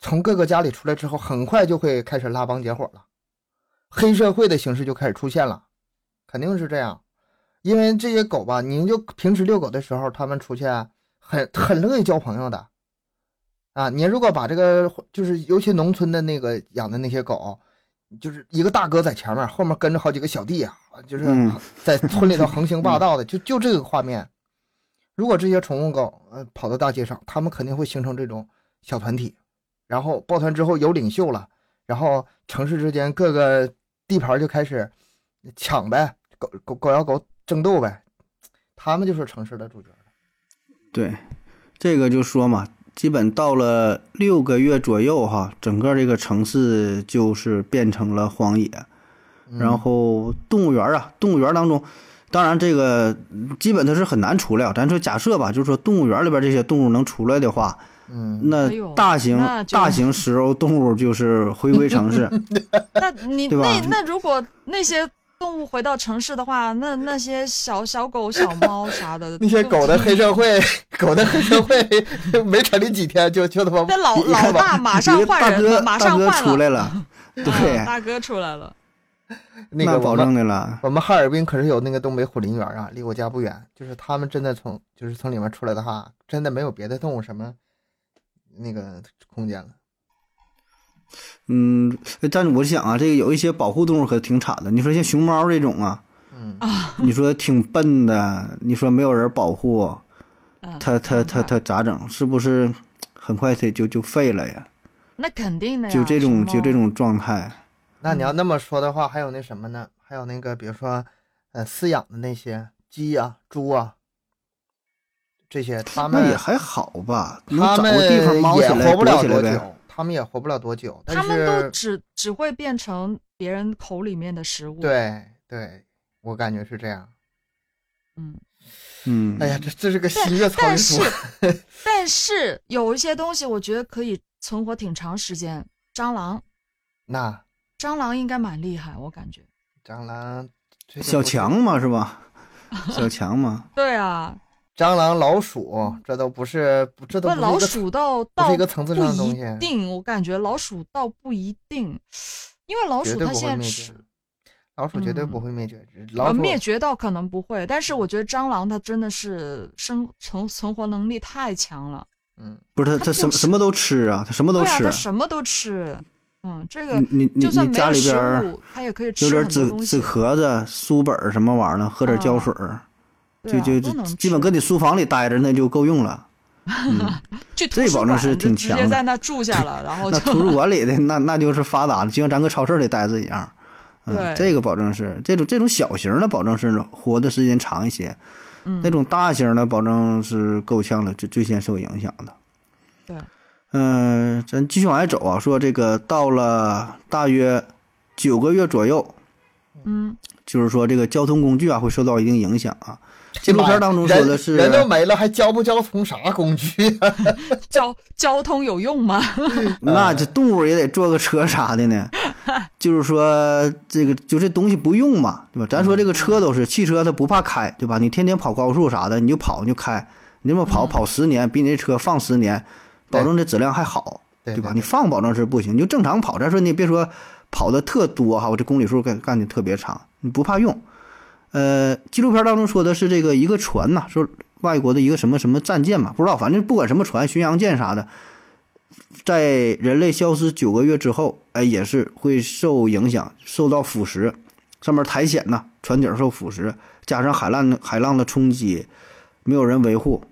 Speaker 2: 从各个家里出来之后，很快就会开始拉帮结伙了，黑社会的形式就开始出现了，肯定是这样。因为这些狗吧，你就平时遛狗的时候，它们出去啊很很乐意交朋友的，啊，你如果把这个就是尤其农村的那个养的那些狗，就是一个大哥在前面，后面跟着好几个小弟啊，就是
Speaker 1: 嗯
Speaker 2: 在村里头横行霸道的，就就这个画面。如果这些宠物狗呃跑到大街上，它们肯定会形成这种小团体，然后抱团之后有领袖了，然后城市之间各个地盘就开始抢呗，狗狗狗咬狗争斗呗，他们就是城市的主角。
Speaker 1: 对，这个就说嘛，基本到了六个月左右哈，整个这个城市就是变成了荒野，
Speaker 2: 嗯
Speaker 1: 然后动物园啊，动物园当中，当然，这个嗯基本它是很难除了。咱说假设吧，就是说动物园里边这些动物能出来的话，
Speaker 2: 嗯，，
Speaker 1: 那
Speaker 3: 哎呦
Speaker 1: 大型、
Speaker 3: 那就
Speaker 1: 大型食肉动物就是回归城 市，
Speaker 3: 那你
Speaker 1: 对吧
Speaker 3: 那那如果那些动物回到城市的话，那那些小小狗、小猫啥的
Speaker 2: 那些狗的黑
Speaker 3: 就
Speaker 2: 社会，狗的黑社会没成立几天就就他妈
Speaker 3: 那老
Speaker 1: 你
Speaker 3: 老
Speaker 1: 看
Speaker 3: 大马上
Speaker 1: 一个
Speaker 3: 换
Speaker 1: 大
Speaker 3: 人了，
Speaker 1: 哥
Speaker 3: 马
Speaker 1: 大
Speaker 3: 上
Speaker 1: 哥出
Speaker 3: 换
Speaker 1: 来
Speaker 3: 了，
Speaker 1: 了，
Speaker 3: 啊
Speaker 1: 对，
Speaker 3: 大哥出来了，
Speaker 2: 那个
Speaker 1: 保
Speaker 2: 我们
Speaker 1: 证的了。
Speaker 2: 我们哈尔滨可是有那个东北虎林园啊，离我家不远。就是他们真的从就是从里面出来的话，真的没有别的动物什么那个空间了。
Speaker 1: 嗯，但是我想啊，这个有一些保护动物可挺惨的。你说像熊猫这种啊，
Speaker 2: 嗯，
Speaker 3: 哦
Speaker 1: 你说挺笨的，你说没有人保护，
Speaker 3: 嗯，
Speaker 1: 它它它它咋整？是不是很快它就就废了呀？
Speaker 3: 那肯定哎的呀，
Speaker 1: 就这种
Speaker 3: 熊猫
Speaker 1: 就这，种状态，
Speaker 2: 那你要那么说的话，还有那什么呢？还有那个比如说，呃，饲养的那些鸡啊、猪啊，这些他
Speaker 1: 那
Speaker 2: 们
Speaker 1: 也还好吧，能
Speaker 2: 他
Speaker 1: 找
Speaker 2: 们
Speaker 1: 个地方猫起
Speaker 2: 也
Speaker 1: 来
Speaker 2: 活不
Speaker 1: 躲
Speaker 2: 了
Speaker 1: 起来
Speaker 2: 多
Speaker 1: 呗。
Speaker 2: 久，他们也活不了多久。但
Speaker 3: 他们都
Speaker 2: 是
Speaker 3: 只只会变成别人口里面的食物，，
Speaker 2: 对对，我感觉是这样。
Speaker 3: 嗯，
Speaker 1: 嗯，
Speaker 2: 哎呀，这这是个
Speaker 3: 但
Speaker 2: 新月草
Speaker 3: 但
Speaker 2: 莓
Speaker 3: 是
Speaker 2: 书。
Speaker 3: 但是有一些东西，我觉得可以存活挺长时间，蟑螂，
Speaker 2: 那
Speaker 3: 蟑螂应该蛮厉害，我感觉。
Speaker 2: 蟑螂，这个
Speaker 1: 小
Speaker 2: 不是
Speaker 1: 强嘛是吧？小强嘛，
Speaker 3: 对啊，
Speaker 2: 蟑螂、老鼠，这都不是，不这都
Speaker 3: 那
Speaker 2: 不是
Speaker 3: 老
Speaker 2: 一个
Speaker 3: 鼠倒
Speaker 2: 不
Speaker 3: 倒
Speaker 2: 是一个层次上的
Speaker 3: 不
Speaker 2: 东
Speaker 3: 一
Speaker 2: 西，
Speaker 3: 定，我感觉老鼠倒不一定，因为老
Speaker 2: 绝
Speaker 3: 鼠
Speaker 2: 对
Speaker 3: 它
Speaker 2: 不会
Speaker 3: 现在
Speaker 2: 灭
Speaker 3: 吃
Speaker 2: 绝。老鼠绝对不
Speaker 3: 嗯
Speaker 2: 会灭绝，只
Speaker 3: 呃
Speaker 2: 老鼠
Speaker 3: 灭绝倒可能不会，但是我觉得蟑螂它真的是生存存活能力太强了，
Speaker 2: 嗯，
Speaker 1: 不是他他
Speaker 3: 它
Speaker 1: 什么
Speaker 3: 就是
Speaker 1: 什么都吃啊，他什么都
Speaker 3: 对啊，
Speaker 1: 吃
Speaker 3: 它。什么都吃，嗯，这个
Speaker 1: 你你你
Speaker 3: 就算
Speaker 1: 你
Speaker 3: 没
Speaker 1: 家
Speaker 3: 有
Speaker 1: 里
Speaker 3: 食
Speaker 1: 边儿
Speaker 3: 物，它也可以
Speaker 1: 有
Speaker 3: 吃
Speaker 1: 点
Speaker 3: 很多
Speaker 1: 纸
Speaker 3: 东
Speaker 1: 纸
Speaker 3: 西，啊
Speaker 1: 壳子、书本儿什么玩意儿的，喝点胶水儿，
Speaker 3: 对
Speaker 1: 就
Speaker 3: 啊
Speaker 1: 就
Speaker 3: 都能
Speaker 1: 就
Speaker 3: 吃
Speaker 1: 基本跟你书房里待着那就够用了。嗯
Speaker 3: 去图
Speaker 1: 这
Speaker 3: 书
Speaker 1: 保证
Speaker 3: 馆
Speaker 1: 是
Speaker 3: 就
Speaker 1: 挺
Speaker 3: 直
Speaker 1: 强
Speaker 3: 接
Speaker 1: 的
Speaker 3: 在那住下了，然 后
Speaker 1: 那
Speaker 3: 哦就
Speaker 1: 图书馆里的那那就是发达了，就像咱搁超市里待着一样。嗯
Speaker 3: 对，
Speaker 1: 这个保证是这种这种小型的，保证是活的时间长一些。
Speaker 3: 嗯
Speaker 1: 那种大型的，保证是够呛了，最最先受影响的。
Speaker 3: 对，
Speaker 1: 嗯、咱继续往外走啊，说这个到了大约九个月左右，
Speaker 3: 嗯，
Speaker 1: 就是说这个交通工具啊会受到一定影响啊。纪录
Speaker 2: 妈呀
Speaker 1: 片当中说
Speaker 2: 人
Speaker 1: 的是，
Speaker 2: 人都没了，还交不交从啥工具啊？
Speaker 3: 交交通有用吗？
Speaker 1: 那
Speaker 2: 嗯
Speaker 1: 这动物也得坐个车啥的 呢？就是说这个就这东西不用嘛，对吧？咱说这个车都是汽车，它不怕开，对吧？你天天跑高速啥的，你就跑你就开，你这么跑跑十年，比你这车放十年，
Speaker 2: 嗯对
Speaker 1: 保证这质量还好，
Speaker 2: 对
Speaker 1: 对吧？
Speaker 2: 对
Speaker 1: 你放保证是不行，你就正常跑。咱说你别说跑的特多哈，我这公里数干干的特别长，你不怕用。呃，纪录片当中说的是这个一个船呐、说外国的一个什么什么战舰嘛，不知道，反正不管什么船，巡洋舰啥的，在人类消失九个月之后，哎，也是会受影响，受到腐蚀，上面苔藓呐、船底儿受腐蚀，加上海浪海浪的冲击，没有人维护，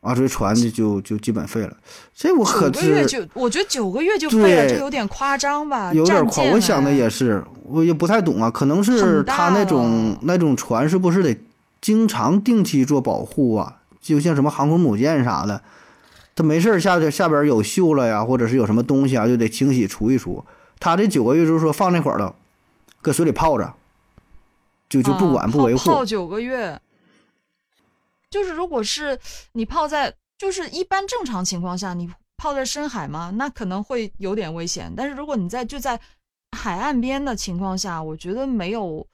Speaker 1: 啊，这船就就就基本废了。这我
Speaker 3: 九
Speaker 1: 可
Speaker 3: 个
Speaker 1: 是
Speaker 3: 月就，我觉得九个月就废了，
Speaker 1: 对
Speaker 3: 这有点夸张吧？
Speaker 1: 有点
Speaker 3: 啊战
Speaker 1: 狂，
Speaker 3: 舰
Speaker 1: 我想的
Speaker 3: 哎
Speaker 1: 也是，我也不太懂啊，可能是
Speaker 3: 很大哦
Speaker 1: 他那种
Speaker 3: 了
Speaker 1: 那种船是不是得经常定期做保护啊？就像什么航空母舰啥的，他没事儿下下边有锈了呀，或者是有什么东西啊，就得清洗除一除。他这九个月就是说放那会儿了，搁水里泡着，就就不
Speaker 3: 啊
Speaker 1: 管、不
Speaker 3: 泡
Speaker 1: 维护
Speaker 3: 泡。九个月，就是如果是你泡在，就是一般正常情况下，你泡在深海嘛，那可能会有点危险。但是如果你在就在海岸边的情况下，我觉得没有，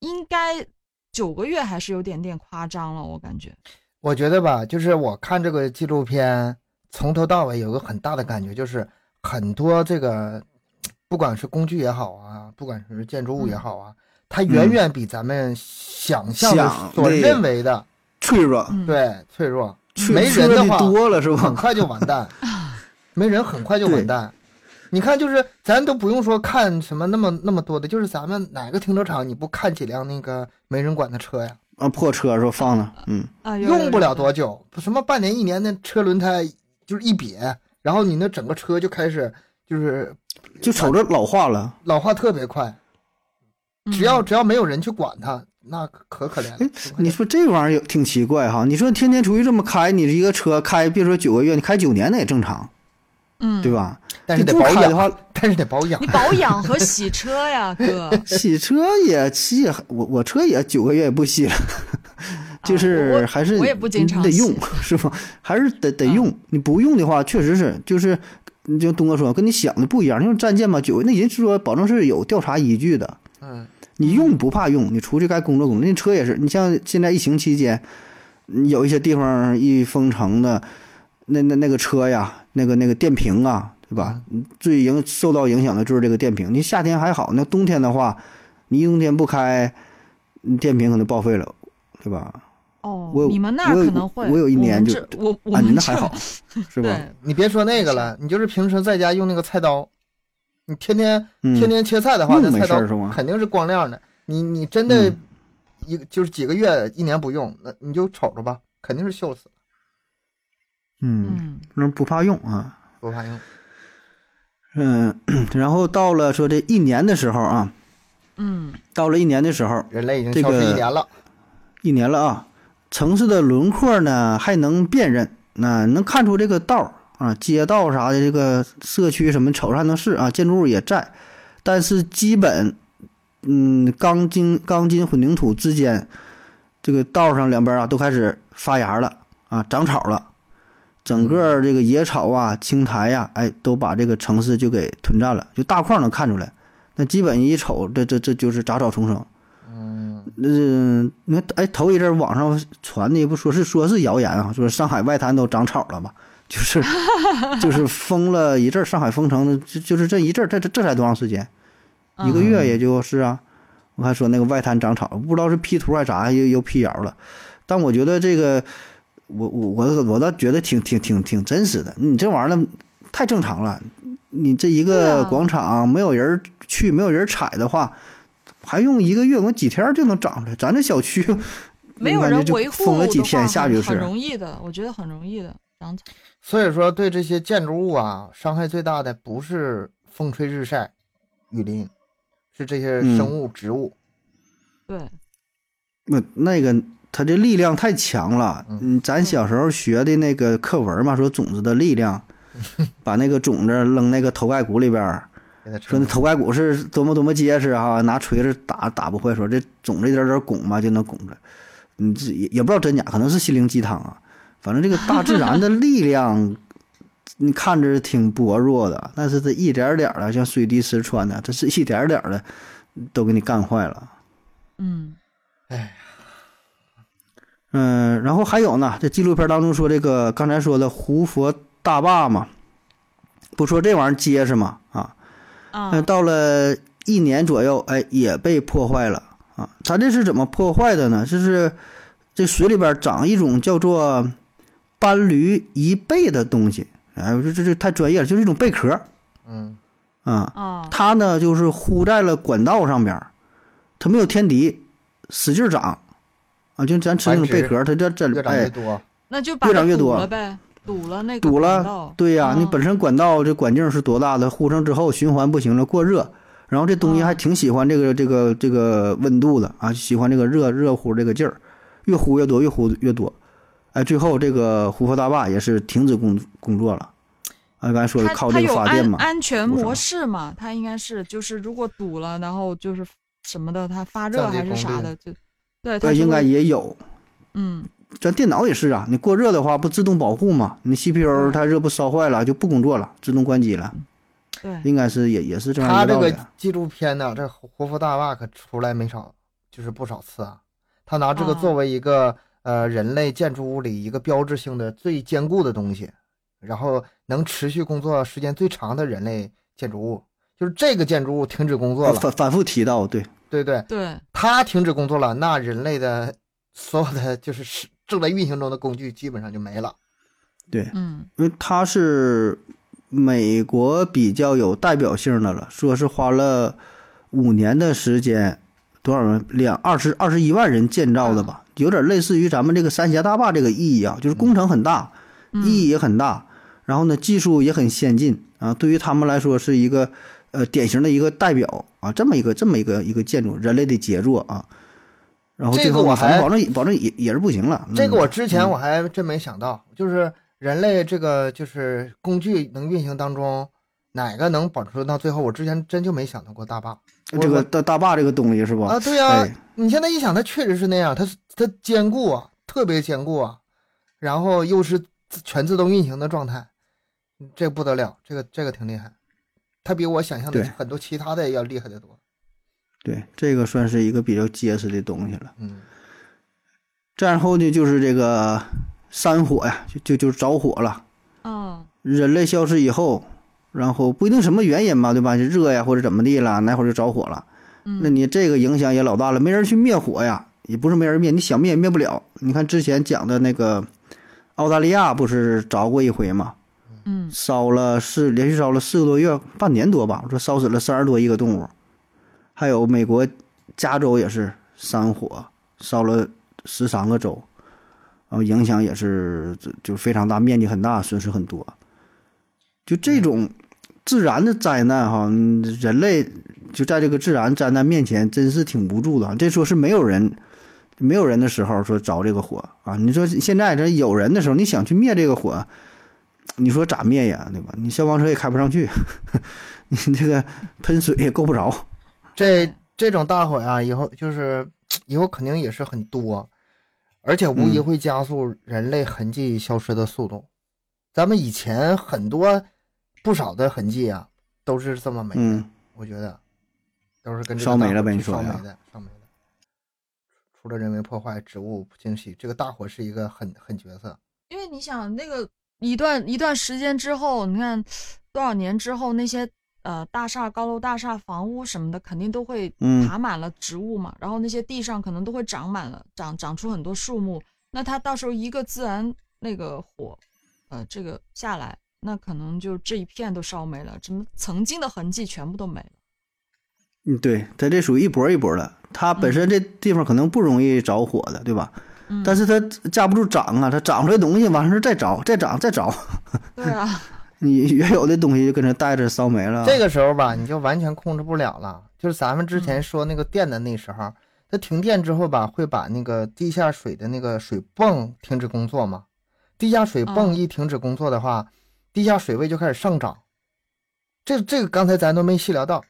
Speaker 3: 应该九个月还是有点点夸张了，我感觉。
Speaker 2: 我觉得吧，就是我看这个纪录片从头到尾有个很大的感觉，就是很多这个不管是工具也好啊，不管是建筑物也好啊，它远
Speaker 1: 嗯
Speaker 2: 远比咱们想象的
Speaker 1: 想
Speaker 2: 所
Speaker 1: 的
Speaker 2: 认为的
Speaker 1: 脆弱，
Speaker 3: 嗯，
Speaker 2: 啊对脆弱，
Speaker 1: 脆
Speaker 2: 没
Speaker 1: 脆
Speaker 2: 人
Speaker 1: 弱
Speaker 2: 的
Speaker 1: 的
Speaker 2: 话
Speaker 1: 多了是
Speaker 2: 很
Speaker 1: 吧？
Speaker 2: 快就完蛋，没人很快就完蛋。你看，就是咱都不用说看什么那么那么多的，就是咱们哪个停车场你不看几辆那个没人管的车呀？
Speaker 1: 啊，破车说放那，嗯，
Speaker 3: 啊，有
Speaker 2: 用不了。
Speaker 3: 有有
Speaker 2: 多久，什么半年一年的车轮胎就是一瘪，然后你那整个车就开始就是
Speaker 1: 就瞅着老化了。
Speaker 2: 老化特别快。只要
Speaker 3: 嗯
Speaker 2: 只要没有人去管它，那可可怜了。
Speaker 1: 你说这玩意儿有挺奇怪哈？你说天天出去这么开，你一个车开，别说九个月，你开九年那也正常，
Speaker 3: 嗯，
Speaker 1: 对吧？
Speaker 2: 但是
Speaker 1: 你
Speaker 2: 得
Speaker 1: 不
Speaker 2: 保
Speaker 1: 开的
Speaker 2: 养
Speaker 1: 话，
Speaker 2: 但是得保养
Speaker 3: 你。保养和洗车呀，哥。
Speaker 1: 洗车也洗也，我我车也九个月也不洗了， 就是、
Speaker 3: 啊我我
Speaker 1: 还是
Speaker 3: 我也不经常
Speaker 1: 你得
Speaker 3: 洗 嗯
Speaker 1: 用是吧？还是得得用，你不用的话，确实是就是，你就东哥说跟你想的不一样，因为战舰嘛，九那人说保证是有调查依据的，
Speaker 2: 嗯，
Speaker 1: 你用不怕用，你出去该工作工作。那车也是，你像现在疫情期间，嗯有一些地方一封城的，那那那个车呀，那个那个电瓶啊，对吧？最影受到影响的就是这个电瓶。你夏天还好，那冬天的话，你一冬天不开，嗯电瓶可能报废了，对吧？
Speaker 3: 哦
Speaker 1: 我，有
Speaker 3: 你们那儿
Speaker 1: 我有
Speaker 3: 可能会。
Speaker 1: 我有一年
Speaker 3: 们
Speaker 1: 就
Speaker 3: 这我我
Speaker 1: 啊，你
Speaker 3: 们
Speaker 1: 那
Speaker 3: 这
Speaker 1: 还好， 是吧？
Speaker 3: 对，
Speaker 2: 你别说那个了，你就是平时在家用那个菜刀，你天天
Speaker 1: 嗯
Speaker 2: 天天切菜的话，
Speaker 1: 用
Speaker 2: 那
Speaker 1: 没
Speaker 2: 菜
Speaker 1: 事儿是
Speaker 2: 刀
Speaker 1: 吗
Speaker 2: 肯定是光亮的。你你真的
Speaker 1: 嗯
Speaker 2: 一个就是几个月一年不用，那你就瞅着吧，肯定是锈死了，
Speaker 1: 嗯，
Speaker 3: 嗯，
Speaker 1: 那不怕用啊。
Speaker 2: 不怕用。
Speaker 1: 嗯， 然后到了说这一年的时候啊，
Speaker 3: 嗯，
Speaker 1: 到了一年的时候，
Speaker 2: 人类已经
Speaker 1: 这
Speaker 2: 消失
Speaker 1: 个
Speaker 2: 一年了，
Speaker 1: 一年了啊，城市的轮廓呢还能辨认，那、能看出这个道儿啊、街道啥的，这个社区什么瞅着还能是啊，建筑物也在，但是基本，嗯，钢筋钢筋混凝土之间，这个道上两边啊都开始发芽了啊，长草了，整个这个野草啊、青苔呀、哎，都把这个城市就给吞占了，就大框能看出来，那基本一瞅，这这这就是杂草丛生。
Speaker 2: 嗯，
Speaker 1: 嗯，你看，哎，头一阵儿网上传的不说是说是谣言啊，说上海外滩都长草了嘛，就是 就是封了一阵儿，上海封城的，就就是这一阵儿，这这这才多长时间？一个
Speaker 3: 嗯
Speaker 1: 月也就是啊。我还说那个外滩长草，不知道是 P 图还是啥，又又辟谣了。但我觉得这个，我我我我倒觉得挺挺挺挺真实的。你这玩意儿太正常了，你这一
Speaker 3: 对
Speaker 1: 个
Speaker 3: 啊
Speaker 1: 广场没有人去，没有人踩的话，还用一个月，我几天就能长出来。咱这小区，
Speaker 3: 没有
Speaker 1: 我感觉
Speaker 3: 人
Speaker 1: 就
Speaker 3: 维护
Speaker 1: 封了
Speaker 3: 的
Speaker 1: 几
Speaker 3: 话
Speaker 1: 天下
Speaker 3: 很
Speaker 1: 就
Speaker 3: 很
Speaker 1: 是，
Speaker 3: 容易的，我觉得很容易的。长草
Speaker 2: 所以说对这些建筑物啊，伤害最大的不是风吹日晒、雨淋，是这些
Speaker 1: 嗯
Speaker 2: 生物、植物。
Speaker 3: 对，
Speaker 1: 那那个它这力量太强了。嗯，咱小时候学的那个课文嘛，说种子的力 量，把那个种子扔那个头盖骨里边儿，
Speaker 2: 给它
Speaker 1: 说
Speaker 2: 撑
Speaker 1: 那
Speaker 2: 着
Speaker 1: 头盖骨是多么多么结实啊，拿锤子打打不坏，说这种子一点点拱嘛就能拱着。你这也也不知道真假，可能是心灵鸡汤啊。反正这个大自然的力量， 你看着挺薄弱的，但是这一点点的，像水滴石穿的，这是一点点的，都给你干坏了。
Speaker 3: 嗯，
Speaker 1: 嗯，然后还有呢，这纪录片当中说这个刚才说的胡佛大坝嘛，不说这玩意儿结实嘛啊，
Speaker 3: 啊
Speaker 1: 那，到了一年左右，哎，也被破坏了啊。咱这是怎么破坏的呢？就是这水里边长一种叫做斑驴贻贝的东西，哎，这这这太专业了，就是一种贝壳
Speaker 2: 嗯，
Speaker 1: 啊。
Speaker 3: 啊，
Speaker 1: 它呢就是糊在了管道上边儿，它没有天敌，使劲儿长啊，就咱吃那种
Speaker 2: 繁殖
Speaker 1: 贝壳，它这这
Speaker 2: 越长越
Speaker 1: 哎
Speaker 2: 多。
Speaker 3: 那就把
Speaker 1: 越
Speaker 3: 它
Speaker 1: 长越
Speaker 3: 堵
Speaker 1: 多
Speaker 3: 了呗，堵了那个
Speaker 1: 堵
Speaker 3: 管
Speaker 1: 了
Speaker 3: 道，
Speaker 1: 对呀、
Speaker 3: 啊
Speaker 1: 你本身管道这管径是多大的，呼上之后循环不行了，过热，然后这东西
Speaker 3: 啊
Speaker 1: 还挺喜欢这个这个这个温度的啊，喜欢这个热热乎这个劲儿，越呼越多，越呼越多，哎，最后这个胡佛大坝也是停止工工作了，啊，刚才说的
Speaker 3: 它
Speaker 1: 靠
Speaker 3: 它
Speaker 1: 这个
Speaker 3: 有
Speaker 1: 发电
Speaker 3: 安
Speaker 1: 嘛，
Speaker 3: 安全
Speaker 1: 多
Speaker 3: 模
Speaker 1: 少
Speaker 3: 式嘛，它应该是就是如果堵了，然后就是什么的，它发热
Speaker 2: 降低
Speaker 3: 还是
Speaker 2: 功
Speaker 3: 啥
Speaker 2: 率
Speaker 3: 的，就对，它
Speaker 1: 哎，
Speaker 3: 就
Speaker 1: 应
Speaker 3: 会
Speaker 1: 该也有，
Speaker 3: 嗯
Speaker 1: 咱电脑也是啊，你过热的话不自动保护嘛，你
Speaker 3: 嗯
Speaker 1: CPU 它热不烧坏了就不工作了，自动关机了，
Speaker 3: 对，
Speaker 1: 应该是也也是这样
Speaker 2: 他
Speaker 1: 一个
Speaker 2: 这
Speaker 1: 道理
Speaker 2: 个
Speaker 1: 啊。
Speaker 2: 纪录片呢，这活佛大坝可出来没少，就是不少次啊。他拿这个
Speaker 3: 啊
Speaker 2: 作为一个、呃人类建筑物里一个标志性的最坚固的东西，然后能持续工作时间最长的人类建筑物，就是这个建筑物停止工作了，
Speaker 1: 反反复提到，对，
Speaker 2: 对对，
Speaker 3: 对，
Speaker 2: 它停止工作了，那人类的 所有的就是是正在运行中的工具基本上就没了。
Speaker 3: 嗯
Speaker 1: 因为它是美国比较有代表性的了，说是花了五年的时间，多少人两二十二十一万人建造的吧，有点类似于咱们这个三峡大坝这个意义啊，就是工程很大，
Speaker 3: 嗯
Speaker 1: 意义也很大，然后呢技术也很先进啊，对于他们来说是一个呃典型的一个代表啊，这么一个这么一个一个建筑，人类的杰作啊。然后
Speaker 2: 这
Speaker 1: 最
Speaker 2: 个
Speaker 1: 后
Speaker 2: 我
Speaker 1: 呢，反正
Speaker 2: 还
Speaker 1: 保证保证也也是不行了。
Speaker 2: 这个我之前
Speaker 1: 嗯
Speaker 2: 我还真没想到，就是人类这个就是工具能运行当中，哪个能保存到最后？我之前真就没想到过大坝。我
Speaker 1: 嗯这个大大坝这个东西是吧？
Speaker 2: 啊，对呀、
Speaker 1: 哎
Speaker 2: 你现在一想，它确实是那样，它是它坚固啊，特别坚固啊，然后又是自全自动运行的状态，嗯这不得了，这个这个挺厉害，它比我想象的
Speaker 1: 对
Speaker 2: 很多其他的要厉害得多。
Speaker 1: 对，这个算是一个比较结实的东西了。
Speaker 2: 嗯
Speaker 1: 战后呢，就是这个山火呀，就就就着火了。
Speaker 3: 嗯，
Speaker 1: 人类消失以后，然后不一定什么原因吧，对吧？就热呀或者怎么地了，那会儿就着火了。那你这个影响也老大了，没人去灭火呀，也不是没人灭，你想灭也灭不了。你看之前讲的那个澳大利亚不是着过一回吗？
Speaker 3: 嗯，
Speaker 1: 烧了四连续烧了四个多月，半年多吧，我说烧死了三十多亿个动物。还有美国加州也是山火，烧了十三个州，然后影响也是就就非常大，面积很大，损失很多。就这种自然的灾难哈，嗯人类就在这个自然灾难面前，真是挺无助的啊。这说是没有人。没有人的时候说着这个火啊，你说现在这有人的时候，你想去灭这个火，你说咋灭呀，对吧？你消防车也开不上去， 你这个喷水也够不着。
Speaker 2: 这这种大火啊，以后就是以后肯定也是很多，而且无疑
Speaker 1: 嗯
Speaker 2: 会加速人类痕迹消失的速度。咱们以前很多不少的痕迹啊，都是这么没的，
Speaker 1: 嗯，
Speaker 2: 我觉得都是跟这个
Speaker 1: 烧没
Speaker 2: 大
Speaker 1: 了
Speaker 2: 火
Speaker 1: 呗
Speaker 2: 去
Speaker 1: 你说
Speaker 2: 烧没
Speaker 1: 呀
Speaker 2: 的，烧没的。除了人为破坏、植物不清洗，这个大火是一个狠狠角色。
Speaker 3: 因为你想那个一段一段时间之后，你看多少年之后，那些呃大厦、高楼大厦、房屋什么的，肯定都会
Speaker 1: 嗯
Speaker 3: 爬满了植物嘛，然后那些地上可能都会长满了长长出很多树木。那它到时候一个自然那个火，呃，这个下来，那可能就这一片都烧没了，什么曾经的痕迹全部都没了。
Speaker 1: 嗯，对，它这属于一波一波的。它本身这地方可能不容易着火的，对吧？
Speaker 3: 嗯
Speaker 1: 但是它架不住长啊，它长出来东西完事儿再着，再长，再着，
Speaker 3: 对啊，
Speaker 1: 你原有的东西就跟着带着烧没了。
Speaker 2: 这个时候吧，你就完全控制不了了。就是咱们之前说那个电的那时候，它停电之后吧，会把那个地下水的那个水泵停止工作嘛。地下水泵
Speaker 3: 嗯
Speaker 2: 一停止工作的话，地下水位就开始上涨。这这个刚才咱都没细聊到，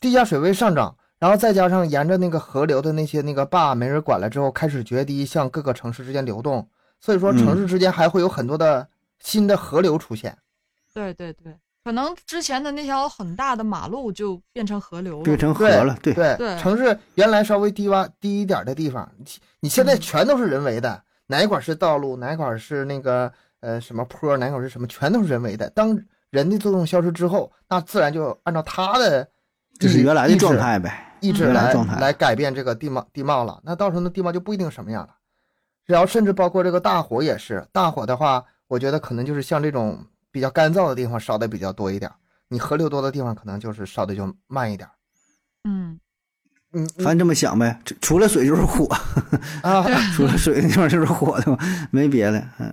Speaker 2: 地下水位上涨，然后再加上沿着那个河流的那些那个坝没人管了之后，开始决堤向各个城市之间流动。所以说，城市之间还会有很多的新的河流出现。
Speaker 3: 对对对，可能之前的那条很大的马路就变成河流
Speaker 1: 变
Speaker 3: 了。
Speaker 1: 成河
Speaker 2: 对
Speaker 1: 了，对，
Speaker 2: 对
Speaker 3: 对
Speaker 2: 城市原来稍微低洼低一点的地方，你你现在
Speaker 3: 嗯
Speaker 2: 全都是人为的，哪一块是道路，哪一块是那个呃什么坡，哪一块是什么，全都是人为的。当人的作用消失之后，那自然就按照他的
Speaker 1: 就是
Speaker 2: 意
Speaker 1: 原来的
Speaker 2: 意志
Speaker 1: 状态呗。
Speaker 2: 意志
Speaker 3: 原来
Speaker 2: 来
Speaker 1: 状态
Speaker 2: 来改变这个地貌地貌了。那到时候那地貌就不一定什么样了。然后甚至包括这个大火也是，大火的话，我觉得可能就是像这种比较干燥的地方烧的比较多一点儿，你河流多的地方可能就是烧的就慢一点儿。
Speaker 3: 嗯，
Speaker 2: 嗯
Speaker 1: 反正这么想呗，除除了水就是火，
Speaker 2: 啊，
Speaker 1: 除了水的地方 就是火的嘛，没别的。嗯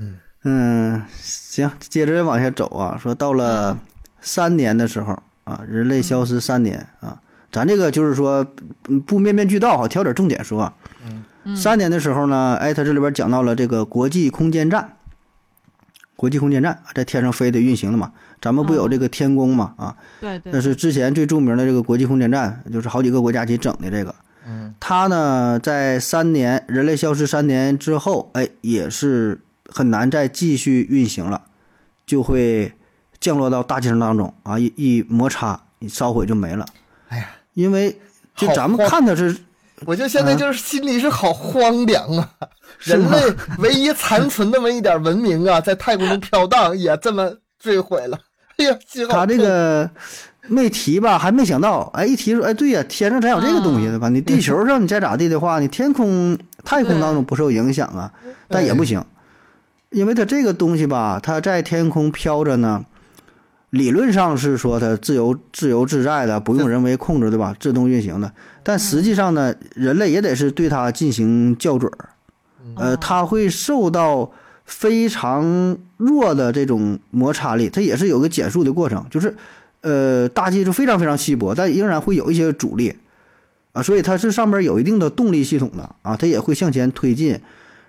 Speaker 2: 嗯
Speaker 1: 嗯，行，接着往下走啊，说到了三年的时候啊，人类消失三年啊，咱这个就是说嗯不面面俱到哈，挑点重点说啊。
Speaker 2: 嗯
Speaker 3: 嗯
Speaker 1: 三年的时候呢，哎，它这里边讲到了这个国际空间站，国际空间站啊在天上飞的运行的嘛，咱们不有这个天宫嘛啊，
Speaker 3: 对对
Speaker 1: 这是之前最著名的这个国际空间站，就是好几个国家一起整的这个。
Speaker 2: 嗯。
Speaker 1: 它呢，在三年人类消失三年之后，哎，也是很难再继续运行了，就会降落到大气层当中啊，一一摩擦，一烧毁就没了。
Speaker 2: 哎呀，
Speaker 1: 因为就
Speaker 2: 好
Speaker 1: 咱们
Speaker 2: 荒
Speaker 1: 看它是
Speaker 2: 我就现在就是心里是好荒凉啊！人类唯一残存那么一点文明啊，在太空中飘荡也这么坠毁了。 哎呀，心好
Speaker 1: 他这
Speaker 2: 痛
Speaker 1: 个没提吧，还没想到。哎，一提说，哎，对呀、天上才有这个东西
Speaker 3: 嗯
Speaker 1: 对吧？你地球上你再咋地的话，你天空太空当中不受影响啊，但也不行，因为它这个东西吧，它在天空飘着呢。理论上是说它自由自由自在的，不用人为控制，对吧？自动运行的。但实际上呢，人类也得是对它进行校准儿
Speaker 2: 嗯
Speaker 3: 哦
Speaker 1: 呃，它会受到非常弱的这种摩擦力，它也是有个减速的过程，就是呃，大气是非常非常稀薄，但仍然会有一些阻力啊，所以它是上面有一定的动力系统的啊，它也会向前推进，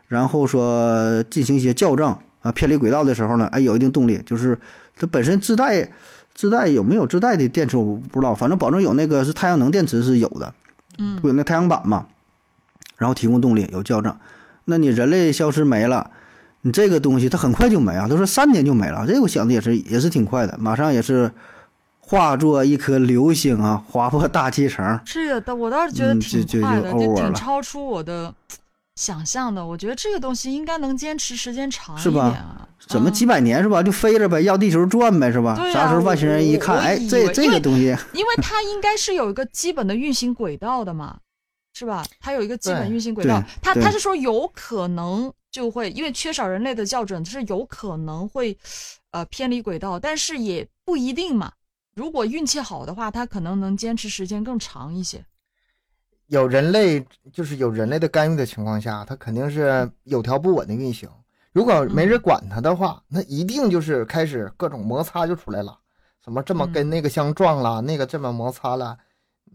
Speaker 1: 然后说进行一些校正啊，偏离轨道的时候呢，哎，有一定动力，就是它本身自带自带有没有自带的电池我不知道，反正保证有那个是太阳能电池是有的，
Speaker 3: 嗯
Speaker 1: 不有那太阳板嘛，然后提供动力有校正。那你人类消失没了，你这个东西它很快就没啊，都说三年就没了，这个我想的也是也是挺快的，马上也是化作一颗流星啊， 划破大气层。
Speaker 3: 是的，但我倒是觉得
Speaker 1: 嗯
Speaker 3: 挺
Speaker 1: 这
Speaker 3: 快
Speaker 1: 就
Speaker 3: 的，
Speaker 1: 就 over
Speaker 3: 挺
Speaker 1: 了
Speaker 3: 超出我的想象的。我觉得这个东西应该能坚持时间长一
Speaker 1: 是
Speaker 3: 点
Speaker 1: 吧
Speaker 3: 啊。
Speaker 1: 怎么
Speaker 3: 嗯
Speaker 1: 几百年是吧？就飞着呗，绕地球转呗是吧？
Speaker 3: 对啊
Speaker 1: 啥时候外星人一看，
Speaker 3: 我我
Speaker 1: 哎
Speaker 3: 以，
Speaker 1: 这
Speaker 3: 为
Speaker 1: 这
Speaker 3: 因为
Speaker 1: 个东西，
Speaker 3: 因为它应该是有一个基本的运行轨道的嘛，是吧？它有一个基本
Speaker 2: 对
Speaker 3: 运行轨道
Speaker 1: 对，
Speaker 3: 它
Speaker 1: 对
Speaker 3: 它是说有可能就会因为缺少人类的校准，是有可能会呃偏离轨道，但是也不一定嘛。如果运气好的话，它可能能坚持时间更长一些。
Speaker 2: 有人类就是有人类的干预的情况下，它肯定是有条不紊的运行。如果没人管它的话，那一定就是开始各种摩擦就出来了，什么这么跟那个相撞了，那个这么摩擦了，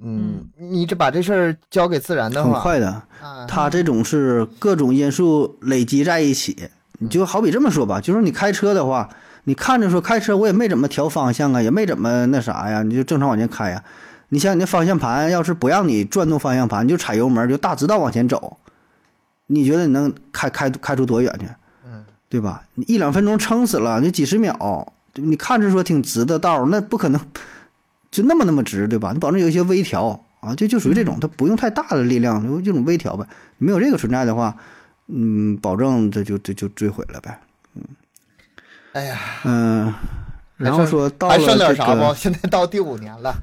Speaker 2: 嗯，你这把这事儿交给自然的
Speaker 1: 很
Speaker 2: 话，
Speaker 1: 快的。
Speaker 2: 啊，
Speaker 1: 它这种是各种因素累积在一起，你就好比这么说吧，就是你开车的话，你看着说开车我也没怎么调方向啊，也没怎么那啥呀，你就正常往前开呀。你想你那方向盘要是不让你转动方向盘，你就踩油门就大直道往前走，你觉得你能开开开出多远去？
Speaker 2: 嗯，
Speaker 1: 对吧？你一两分钟撑死了，你几十秒，对你看着说挺直的道儿，那不可能就那么那么直，对吧？你保证有一些微调啊，就就属于这种，它不用太大的力量，就这种微调呗。没有这个存在的话，嗯，保证这就这就坠毁了呗。
Speaker 2: 哎呀，
Speaker 1: 嗯、然后说到了
Speaker 2: 还剩点
Speaker 1: 这
Speaker 2: 啥不？
Speaker 1: 个，
Speaker 2: 现在到第五年了，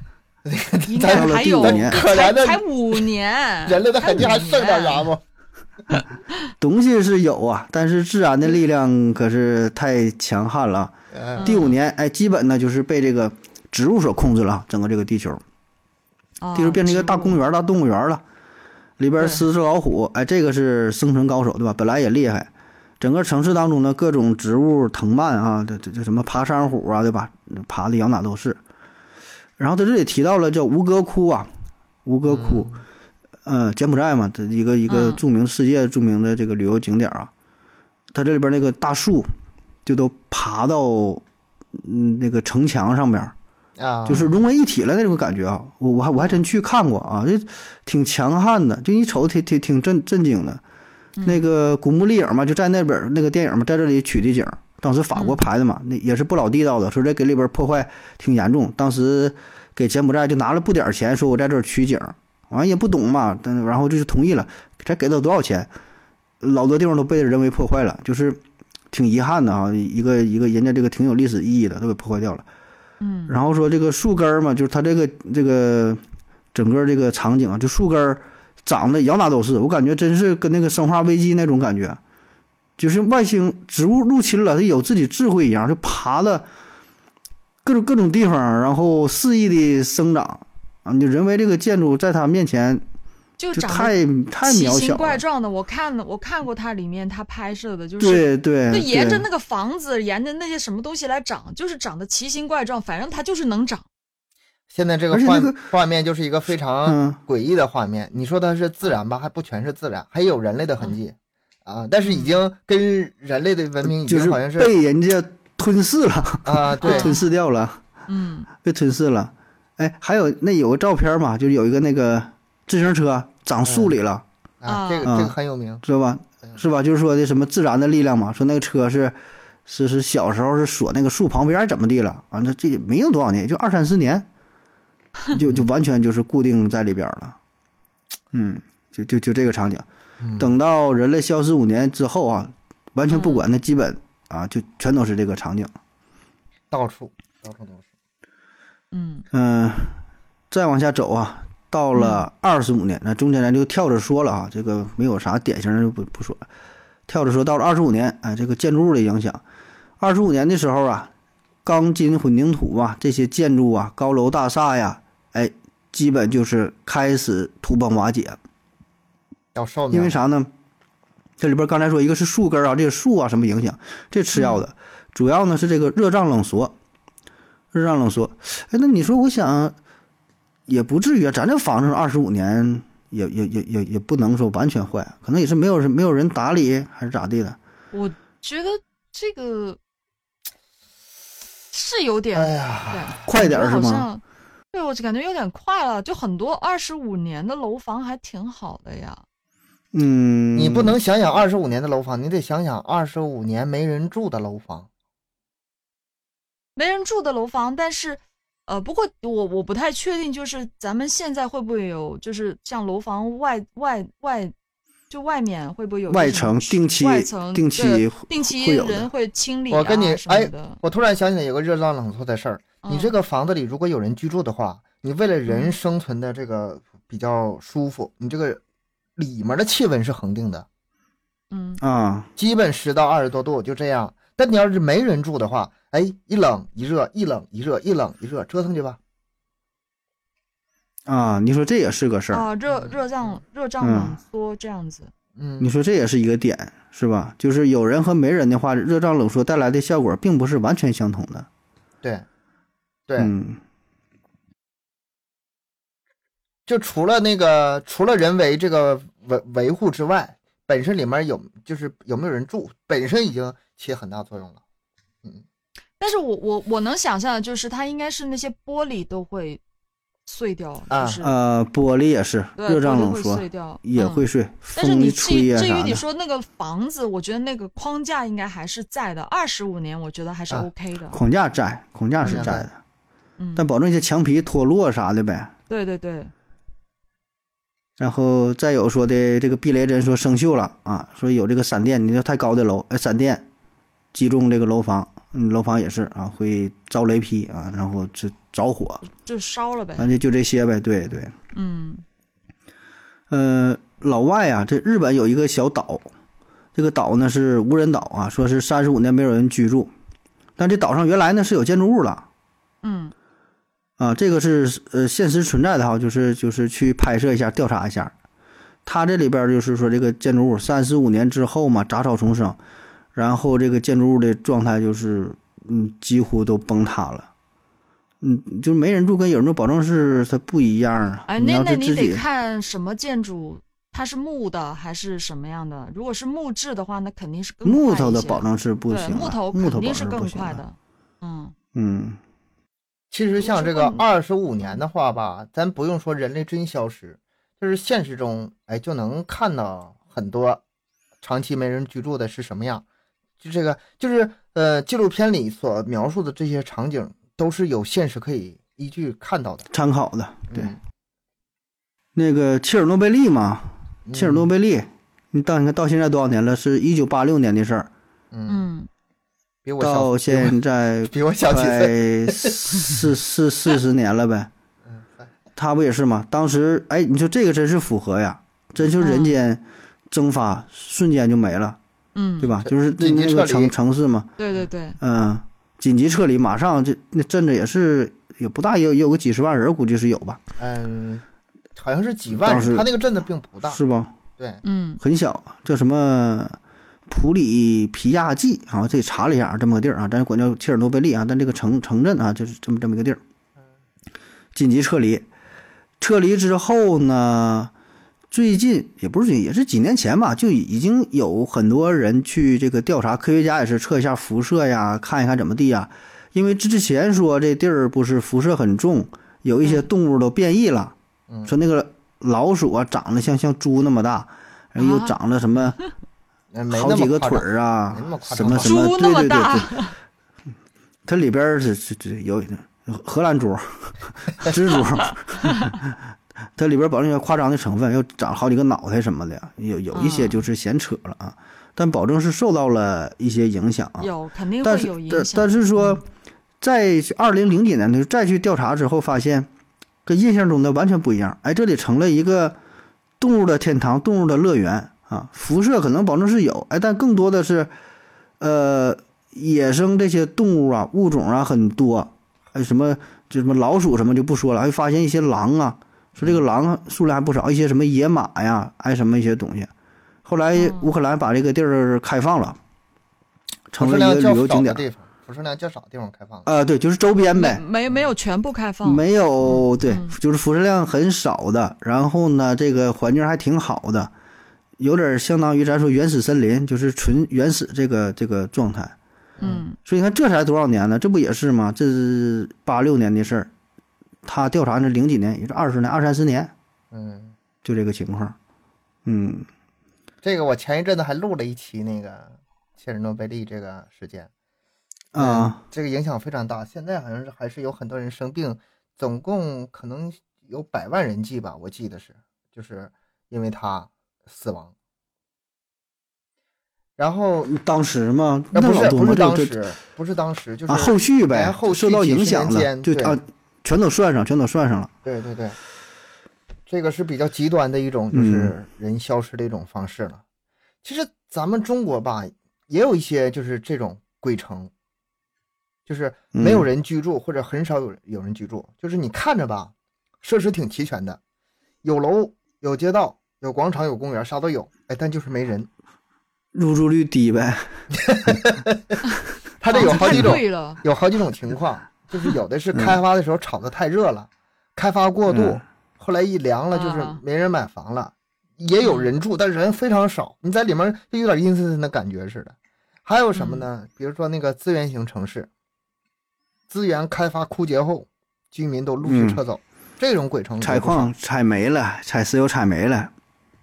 Speaker 3: 应该
Speaker 1: 到了
Speaker 3: 还
Speaker 1: 第
Speaker 3: 有
Speaker 1: 五年
Speaker 2: 可怜的
Speaker 3: 才才五年，
Speaker 2: 人类的痕迹还剩点啥
Speaker 3: 吗？
Speaker 2: 不？
Speaker 1: 东西是有啊，但是自然的力量可是太强悍了啊。
Speaker 2: 嗯，
Speaker 1: 第五年，哎，基本呢就是被这个植物所控制了啊，整个这个地球。
Speaker 3: 啊
Speaker 1: 地球变成一个大
Speaker 3: 植物
Speaker 1: 公园、大动物园了，里边
Speaker 3: 对
Speaker 1: 狮子、老虎，哎，这个是生存高手，对吧？本来也厉害。整个城市当中呢，各种植物、藤蔓啊，这这这什么爬山虎啊，对吧？爬的摇哪都是。然后在这里提到了叫吴哥窟啊，吴哥窟，呃，柬埔寨嘛，这一个一个
Speaker 3: 嗯
Speaker 1: 著名世界著名的这个旅游景点啊，它这里边那个大树就都爬到嗯那个城墙上面，
Speaker 2: 啊，
Speaker 1: 就是融为一体了那种感觉啊！我我还我还真去看过啊，这挺强悍的，就一瞅挺挺挺震震惊的。那个《古墓丽影》嘛，就在那边儿那个电影嘛，在这里取的景儿，当时法国拍的嘛，那也是不老地道的，说这给里边破坏挺严重。当时给柬埔寨就拿了不点儿钱，说我在这儿取景儿，完也不懂嘛，但然后就是同意了，才给了多少钱，老多地方都被人为破坏了，就是挺遗憾的啊，一个一个人家这个挺有历史意义的都给破坏掉了。
Speaker 3: 嗯
Speaker 1: 然后说这个树根儿嘛，就是它这个这个整个这个场景啊，就树根儿长得摇哪都是，我感觉真是跟那个《生化危机》那种感觉，就是外星植物入侵了，它有自己智慧一样，就爬了各种各种地方，然后肆意的生长啊！你就人为这个建筑在它面前
Speaker 3: 就
Speaker 1: 就
Speaker 3: 长得
Speaker 1: 太太
Speaker 3: 奇
Speaker 1: 渺
Speaker 3: 形
Speaker 1: 小
Speaker 3: 怪
Speaker 1: 了，
Speaker 3: 状的。我看了，我看过它里面它拍摄的，就是
Speaker 1: 对对
Speaker 3: 就
Speaker 1: 对，
Speaker 3: 沿着那个房子，沿着那些什么东西来长，就是长得奇形怪状，反正它就是能长。
Speaker 2: 现在这个
Speaker 1: 而且
Speaker 2: 画
Speaker 1: 那个
Speaker 2: 画面就是一个非
Speaker 1: 嗯
Speaker 2: 常诡异的画面。你说它是自然吧，还不全是自然，还有人类的痕迹
Speaker 3: 嗯
Speaker 2: 啊。但是已经跟人类的文明已
Speaker 1: 就是
Speaker 2: 经好像是
Speaker 1: 被人家吞噬了，
Speaker 2: 啊，对，
Speaker 1: 吞噬掉了。
Speaker 3: 嗯，
Speaker 1: 被吞噬了。哎，还有那有个照片嘛，就是有一个那个自行车长树里了，
Speaker 2: 啊，这个
Speaker 1: 啊
Speaker 2: 这个很有名。
Speaker 1: 知道吧？是吧？就是说的什么自然的力量嘛，说那个车是是是小时候是锁那个树旁边怎么地了，完了这也没有多少年，也就二三十年，就就完全就是固定在里边了。嗯，就就就这个场景，等到人类消失五年之后啊，完全不管，那基本啊就全都是这个场景。
Speaker 2: 到处到处都是。
Speaker 3: 嗯，
Speaker 1: 嗯，再往下走啊，到了二十五年，那中间咱就跳着说了啊，这个没有啥典型的就不不说了。跳着说，到了二十五年，哎，这个建筑物的影响，二十五年的时候啊，钢筋混凝土啊，这些建筑啊，高楼大厦呀，哎，基本就是开始土崩瓦解，
Speaker 2: 要寿命，
Speaker 1: 因为啥呢？这里边刚才说一个是树根儿啊，这个树啊什么影响？这吃药
Speaker 2: 嗯
Speaker 1: 的，主要呢是这个热胀冷缩，热胀冷缩。哎，那你说，我想也不至于啊，咱这房子二十五年也也也也也不能说完全坏，可能也是没有人没有人打理还是咋地的。
Speaker 3: 我觉得这个是有点，
Speaker 2: 哎呀，
Speaker 3: 对，
Speaker 1: 快点儿是
Speaker 3: 好
Speaker 1: 吗？
Speaker 3: 像，对我就感觉有点快了，就很多二十五年的楼房还挺好的呀。
Speaker 1: 嗯，
Speaker 2: 你不能想想二十五年的楼房，你得想想二十五年没人住的楼房。
Speaker 3: 没人住的楼房，但是，呃，不过我我不太确定，就是咱们现在会不会有，就是像楼房外外外，就外面会不会有
Speaker 1: 外
Speaker 3: 这种
Speaker 1: 层定期
Speaker 3: 外层
Speaker 1: 定
Speaker 3: 对
Speaker 1: 期
Speaker 3: 定期
Speaker 1: 会有的
Speaker 3: 人会清理、啊、
Speaker 2: 我跟你哎
Speaker 3: 什么的，
Speaker 2: 我突然想起来有个热浪冷错的事儿，你这
Speaker 3: 嗯
Speaker 2: 个房子里如果有人居住的话，你为了人
Speaker 3: 嗯
Speaker 2: 生存的这个比较舒服，你这个里面的气温是恒定的，
Speaker 3: 嗯
Speaker 1: 啊，
Speaker 2: 基本十到二十多度就这样。但你要是没人住的话，哎，一冷一热，一冷一热，一冷一热，折腾去吧。
Speaker 1: 啊，你说这也是个事儿，
Speaker 3: 啊热热胀热胀
Speaker 1: 嗯
Speaker 3: 冷缩这样子，
Speaker 2: 嗯，
Speaker 1: 你说这也是一个点，是吧？就是有人和没人的话，热胀冷缩带来的效果并不是完全相同的。
Speaker 2: 对，对，
Speaker 1: 嗯
Speaker 2: 就除了那个除了人为这个维维护之外，本身里面有就是有没有人住，本身已经起很大作用了。
Speaker 3: 但是我我我能想象的就是它应该是那些玻璃都会碎掉，
Speaker 2: 啊
Speaker 3: 就是、
Speaker 1: 呃，玻璃也是
Speaker 3: 嗯对
Speaker 1: 热胀
Speaker 3: 玻璃
Speaker 1: 冷
Speaker 3: 会
Speaker 1: 缩
Speaker 3: 碎，掉
Speaker 1: 也
Speaker 3: 嗯
Speaker 1: 会碎，
Speaker 3: 但是
Speaker 1: 风一
Speaker 3: 你至
Speaker 1: 吹
Speaker 3: 于
Speaker 1: 呀
Speaker 3: 至于
Speaker 1: 啥
Speaker 3: 你
Speaker 1: 的。
Speaker 3: 说那个房子，我觉得那个框架应该还是在的，二十五年我觉得还是
Speaker 2: 啊
Speaker 3: OK 的。
Speaker 1: 框架摘，框架是
Speaker 2: 框
Speaker 1: 摘
Speaker 2: 架
Speaker 1: 的，
Speaker 3: 嗯，
Speaker 1: 但保证一些墙皮脱落啥的呗。
Speaker 3: 对对对，
Speaker 1: 然后再有说的这个避雷针说生锈了啊，说有这个闪电，你这太高的楼，呃，闪电击中这个楼房，嗯，楼房也是啊，会遭雷劈啊，然后这着火，
Speaker 3: 就烧了呗。
Speaker 1: 反正就这些呗，对对。
Speaker 3: 嗯
Speaker 1: 呃，老外啊，这日本有一个小岛，这个岛呢是无人岛啊，说是三十五年没有人居住，但这岛上原来呢是有建筑物了
Speaker 3: 嗯
Speaker 1: 啊，这个是呃现实存在的哈，就是就是去拍摄一下调查一下。它这里边儿就是说这个建筑物三十五年之后嘛，杂草丛生，然后这个建筑物的状态就是嗯几乎都崩塌了。嗯，就没人住跟有人住，保证是它不一样啊。
Speaker 3: 哎，
Speaker 1: 你
Speaker 3: 那
Speaker 1: 要
Speaker 3: 那
Speaker 1: 是
Speaker 3: 你
Speaker 1: 自己
Speaker 3: 得看什么建筑，它是木的还是什么样的？如果是木质的话，那肯定是更
Speaker 1: 木
Speaker 3: 快
Speaker 1: 头
Speaker 3: 一
Speaker 1: 的
Speaker 3: 些
Speaker 1: 保证是不
Speaker 3: 对
Speaker 1: 行的，
Speaker 3: 木头
Speaker 1: 木头保
Speaker 3: 肯定
Speaker 1: 证
Speaker 3: 是
Speaker 1: 不
Speaker 3: 更
Speaker 1: 行
Speaker 3: 快
Speaker 1: 的。
Speaker 3: 的。嗯
Speaker 1: 嗯
Speaker 2: 其实像这个
Speaker 3: 如果
Speaker 2: 二十五年的话吧，咱不用说人类真消失，就是现实中，哎，就能看到很多长期没人居住的是什么样。就这个，就是呃，纪录片里所描述的这些场景，都是有现实可以依据看到的。，
Speaker 1: 参考的。对，
Speaker 2: 嗯，
Speaker 1: 那个切尔诺贝利嘛，
Speaker 2: 嗯
Speaker 1: 切尔诺，贝利，你到你看到现在多少年了？是一九八六年的事儿，
Speaker 2: 嗯，
Speaker 3: 嗯，
Speaker 2: 比我小，
Speaker 1: 到现在
Speaker 2: 比我小几岁。
Speaker 1: 快四四四十年了呗。
Speaker 2: 嗯，
Speaker 1: 他不也是吗？当时哎，你说这个真是符合呀，真就人间蒸发，瞬间就没了，
Speaker 3: 嗯，
Speaker 1: 对吧？
Speaker 2: 这
Speaker 1: 就是那
Speaker 2: 紧急
Speaker 1: 那个
Speaker 2: 撤离
Speaker 1: 城城市嘛，
Speaker 3: 对对对，
Speaker 1: 嗯，紧急撤离，马上这那镇子也是也不大，也有也有个几十万人，估计是有吧，
Speaker 2: 嗯，好像是几万
Speaker 1: 当时
Speaker 2: 人，他那个镇子并不大。
Speaker 1: 是吧？
Speaker 2: 对，
Speaker 3: 嗯
Speaker 1: 很小，叫什么普里皮亚季啊？这查了一下，这么个地儿啊，咱管叫切尔诺贝利啊，但这个城城镇啊，就是这么这么一个地儿。紧急撤离，撤离之后呢，最近也不是最近，也是几年前吧，就已经有很多人去这个调查，科学家也是测一下辐射呀，看一看怎么地呀。因为之前说这地儿不是辐射很重，有一些动物都变异了，
Speaker 2: 嗯
Speaker 1: 说那个老鼠啊长得像像猪那么大，然后又
Speaker 3: 啊
Speaker 1: 哎长了什么
Speaker 2: 嗯没
Speaker 1: 好
Speaker 2: 那
Speaker 1: 几
Speaker 2: 么
Speaker 1: 个
Speaker 2: 夸
Speaker 1: 腿
Speaker 2: 张。
Speaker 1: 儿啊
Speaker 2: 没那么，夸
Speaker 1: 什
Speaker 2: 张
Speaker 1: 么
Speaker 2: 吧
Speaker 1: 什么，
Speaker 3: 猪
Speaker 1: 对
Speaker 3: 那么
Speaker 1: 对对
Speaker 3: 大
Speaker 1: 对，它里边儿是是是有荷兰 猪、蜘蛛，它里边儿保证有夸张的成分，又长好几个脑袋什么的，有有一些
Speaker 3: 啊
Speaker 1: 就是闲扯了啊，但保证是受到了一些影响啊。
Speaker 3: 有肯定
Speaker 1: 但
Speaker 3: 会
Speaker 1: 是
Speaker 3: 有影
Speaker 1: 但
Speaker 3: 响嗯
Speaker 1: 但。是说，在二零零几年的时候再去调查之后，发现跟印象中的完全不一样。哎，这里成了一个动物的天堂，动物的乐园啊！辐射可能保证是有，哎，但更多的是，呃，野生这些动物啊物种啊很多，哎，什么就什么老鼠什么就不说了，还发现一些狼啊，说这个狼啊数量还不少，一些什么野马呀，哎，什么一些东西。后来
Speaker 3: 嗯
Speaker 1: 乌克兰把这个地儿开放了，成
Speaker 2: 辐
Speaker 1: 了
Speaker 2: 射
Speaker 1: 一个
Speaker 2: 量较
Speaker 1: 旅游
Speaker 2: 少
Speaker 1: 景
Speaker 2: 的
Speaker 1: 点。
Speaker 3: 哦
Speaker 2: 地方，辐射量较少的地方开放的。
Speaker 1: 啊，对，就是周边
Speaker 3: 没
Speaker 1: 呗，
Speaker 3: 没没有全部开嗯放，
Speaker 1: 没有对
Speaker 3: 嗯，
Speaker 1: 就是辐射量很少的，然后呢，这个环境还挺好的，有点相当于咱说原始森林，就是纯原始这个这个状态。
Speaker 3: 嗯
Speaker 1: 所以你看这才多少年了，这不也是吗？这是八六年的事儿，他调查那零几年，也是二十年、二三十年，
Speaker 2: 嗯，
Speaker 1: 就这个情况。嗯，
Speaker 2: 这个我前一阵子还录了一期那个切尔诺贝利这个事件嗯
Speaker 1: 啊，
Speaker 2: 这个影响非常大。现在好像是还是有很多人生病，总共可能有百万人计吧，我记得是，就是因为它死亡。然后
Speaker 1: 当时嘛，
Speaker 2: 嗯那
Speaker 1: 那
Speaker 2: 不
Speaker 1: 老
Speaker 2: 是
Speaker 1: 多
Speaker 2: 不
Speaker 1: 嘛，
Speaker 2: 是当
Speaker 1: 这这
Speaker 2: 时，不是当时，就是
Speaker 1: 啊后续呗
Speaker 2: 哎，后续
Speaker 1: 受到
Speaker 2: 几
Speaker 1: 影
Speaker 2: 十
Speaker 1: 响
Speaker 2: 年
Speaker 1: 了，
Speaker 2: 间
Speaker 1: 就
Speaker 2: 对
Speaker 1: 啊，全都算上，全都算上了。
Speaker 2: 对对对，这个是比较极端的一种，就是人消失的一种方式了。其实咱们中国吧，也有一些就是这种鬼城，就是没有
Speaker 1: 嗯
Speaker 2: 人居住或者很少有有人居住，就是你看着吧，设施挺齐全的，有楼、有街道、有广场、有公园，啥都有，哎，但就是没人。
Speaker 1: 入住率低呗，
Speaker 2: 它这有
Speaker 3: 房子
Speaker 2: 好几
Speaker 3: 太
Speaker 2: 种，
Speaker 3: 贵了，
Speaker 2: 有好几种 情况，就是有的是开发的时候炒得太热了，开发过度，
Speaker 1: 嗯
Speaker 2: 后来一凉了就是
Speaker 3: 啊
Speaker 2: 没人买房了，也有人
Speaker 1: 嗯
Speaker 2: 住，但人非常少，你在里面就有点阴森森的感觉似的。还有什么呢？
Speaker 1: 嗯
Speaker 2: 比如说那个资源型城市，资源开发枯竭后，居民都陆续
Speaker 1: 嗯
Speaker 2: 撤走，这种鬼城
Speaker 1: 采
Speaker 2: 也不少
Speaker 1: 矿采没了，采石油采没了，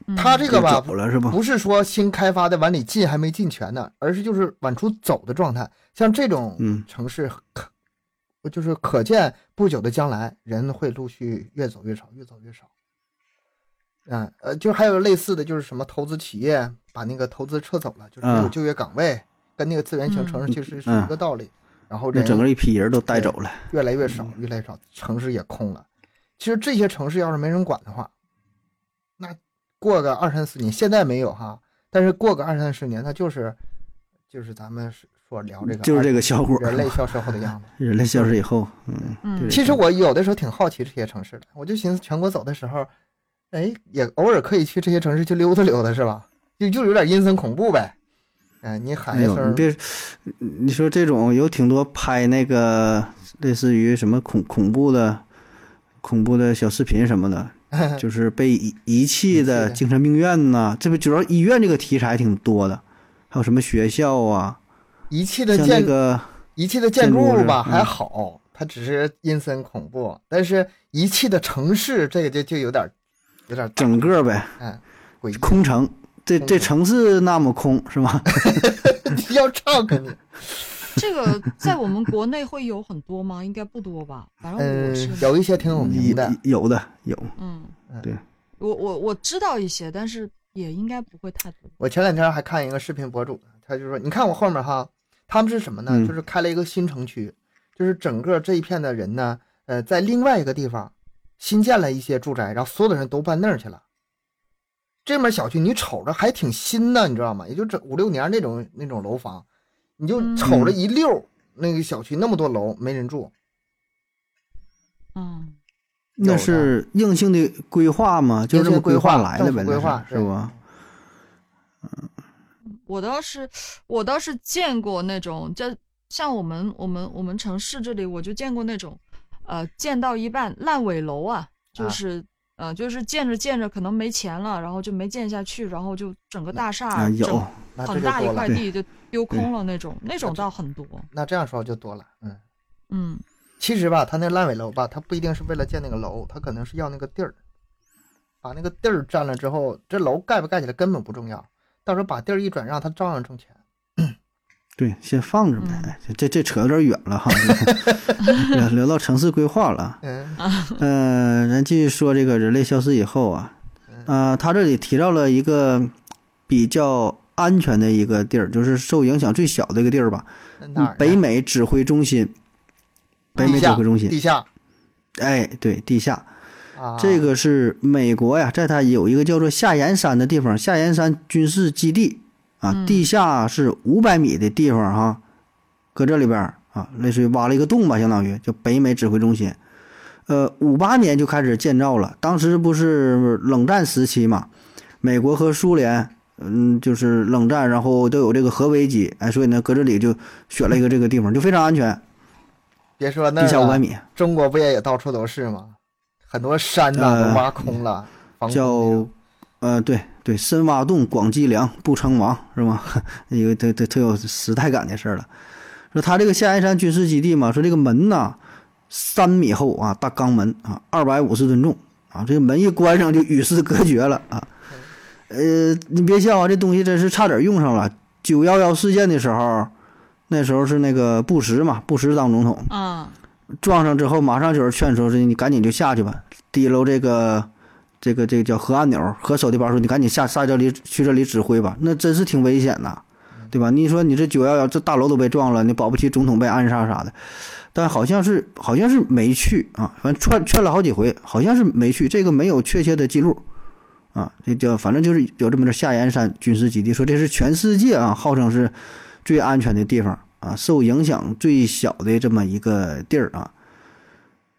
Speaker 3: 嗯
Speaker 2: 它这个
Speaker 1: 就
Speaker 2: 吧
Speaker 1: 走了是不？
Speaker 2: 不是说新开发的往里进还没进全呢，而是就是往出走的状态。像这种
Speaker 1: 嗯
Speaker 2: 城市可，就是可见不久的将来，人会陆续越走越少，越走越少。嗯，呃，就还有类似的就是什么投资企业把那个投资撤走了，就是没有
Speaker 1: 嗯
Speaker 2: 就业岗位，跟那个资源型城市其实是一个道理。然后
Speaker 1: 嗯那
Speaker 2: 人
Speaker 1: 整个一批人都带走了。
Speaker 2: 越来越
Speaker 1: 嗯
Speaker 2: 少，越来越少，城市也空了。其实这些城市要是没人管的话，那过个二三十年，现在没有哈，但是过个二三十年，它就是就是咱们说聊这个，
Speaker 1: 就是这个效果
Speaker 2: 人类消失后的样子。
Speaker 1: 人类消失以后，嗯，
Speaker 3: 嗯
Speaker 1: 对
Speaker 2: 其实我有的时候挺好奇这些城市的，我就寻思全国走的时候，哎，也偶尔可以去这些城市去溜达溜达，是吧？就就有点阴森恐怖呗。哎，你喊
Speaker 1: 哎
Speaker 2: 一
Speaker 1: 呦，
Speaker 2: 声
Speaker 1: 你，别，你说这种有挺多拍那个类似于什么恐恐怖的、恐怖的小视频什么的， 就是被遗遗弃
Speaker 2: 嗯遗弃的
Speaker 1: 的精神病院呐、这不主要医院这个题材挺多的，还有什么学校啊，
Speaker 2: 遗弃的
Speaker 1: 像
Speaker 2: 建
Speaker 1: 那个
Speaker 2: 遗弃的建筑
Speaker 1: 建筑
Speaker 2: 物
Speaker 1: 是
Speaker 2: 吧
Speaker 1: 嗯
Speaker 2: 还好，它只是阴森恐怖，但是遗弃的城市这个就就有点，有点
Speaker 1: 整个呗
Speaker 2: 哎诡异，
Speaker 1: 空城，这
Speaker 2: 空
Speaker 1: 这
Speaker 2: 城
Speaker 1: 城市那么空是吧？
Speaker 2: 要唱给你，
Speaker 3: 这个在我们国内会有很多吗？应该不多吧，反正我是
Speaker 2: 嗯，有一呃些挺有名的，
Speaker 1: 有有的有，
Speaker 3: 嗯，
Speaker 1: 对，
Speaker 3: 我我我知道一些，但是也应该不会太多。
Speaker 2: 我前两天还看一个视频博主，他就说，你看我后面哈，他们是什么呢？
Speaker 1: 嗯
Speaker 2: 就是开了一个新城区，就是整个这一片的人呢，呃，在另外一个地方新建了一些住宅，然后所有的人都搬那儿去了。这面小区你瞅着还挺新呢，你知道吗？也就这五六年那种那种楼房，你就
Speaker 3: 嗯
Speaker 2: 瞅着一溜儿那个小区那么多楼没人住，
Speaker 3: 嗯，
Speaker 2: 有
Speaker 1: 那
Speaker 2: 的
Speaker 1: 是硬性的规划嘛，就
Speaker 2: 硬
Speaker 1: 这么
Speaker 2: 性规
Speaker 1: 划来的
Speaker 2: 政
Speaker 1: 呗，
Speaker 2: 府
Speaker 1: 那
Speaker 2: 规划
Speaker 1: 是是吧？？
Speaker 3: 我倒是我倒是见过那种，就像我们我们我们城市这里，我就见过那种，呃，建到一半烂尾楼啊，
Speaker 2: 啊
Speaker 3: 就是、呃就是建着建着可能没钱了，然后就没建下去，然后就整个大厦、
Speaker 1: 啊，有
Speaker 3: 整
Speaker 2: 对那这
Speaker 3: 很
Speaker 2: 就
Speaker 3: 大一
Speaker 2: 多了
Speaker 3: 块，
Speaker 1: 对
Speaker 3: 地就丢空了那种，那种
Speaker 2: 这
Speaker 3: 倒很多。
Speaker 2: 那这样说就多了，嗯。
Speaker 3: 嗯，
Speaker 2: 其实吧，他那烂尾楼吧，他不一定是为了建那个楼，他可能是要那个地儿，把那个地儿占了之后，这楼盖不盖起来根本不重要，到时候把地儿一转让，他照样挣钱。
Speaker 1: 对，先放着呗。
Speaker 3: 嗯
Speaker 1: 哎这这这扯有点远了哈，聊聊到城市规划了。
Speaker 2: 嗯
Speaker 1: 呃，咱继续说这个人类消失以后啊，
Speaker 2: 嗯
Speaker 1: 呃，他这里提到了一个比较安全的一个地儿，就是受影响最小的一个地儿吧，
Speaker 2: 那哪儿呢？
Speaker 1: 北美指挥中心。北美
Speaker 2: 地
Speaker 1: 指
Speaker 2: 下
Speaker 1: 挥中心，
Speaker 2: 地下
Speaker 1: 哎，对，地下。
Speaker 2: 啊，
Speaker 1: 这个是美国呀，在它有一个叫做夏延山的地方，夏延山军事基地
Speaker 2: 嗯
Speaker 1: 啊，地下是五百米的地方哈、搁这里边儿啊，类似于挖了一个洞吧，相当于叫北美指挥中心。呃，五八年就开始建造了，当时不是冷战时期嘛，美国和苏联，嗯，就是冷战，然后都有这个核危机，哎，所以呢，搁这里就选了一个这个地方，就非常安全，
Speaker 2: 别说那
Speaker 1: 地
Speaker 2: 儿
Speaker 1: 下五百
Speaker 2: 了，
Speaker 1: 米，
Speaker 2: 中国不也也到处都是吗？很多山呐、
Speaker 1: 呃
Speaker 2: 都挖空了，防空那
Speaker 1: 叫
Speaker 2: 种
Speaker 1: 呃，对对， 深挖洞，广积粮，不称王，是吗？一个特特特有时代感的事儿了。说他这个象牙山军事基地嘛，说这个门呐三米厚啊，大钢门啊，二百五十吨重啊，这个门一关上就与世隔绝了啊。呃，你别笑啊，这东西真是差点用上了。九幺幺事件的时候，那时候是那个布什嘛，布什当总统，
Speaker 3: 啊，
Speaker 1: 撞上之后，马上就有人劝说说你赶紧就下去吧，提溜这个这个这个叫核按钮，核手提包说你赶紧下下这里去这里指挥吧，那真是挺危险呐，对吧？你说你这九幺幺这大楼都被撞了，你保不齐总统被暗杀啥的，但好像是好像是没去啊，反正劝劝了好几回，好像是没去，这个没有确切的记录。啊，这叫反正就是有这么个夏延山军事基地，说这是全世界啊，号称是最安全的地方啊，受影响最小的这么一个地儿啊。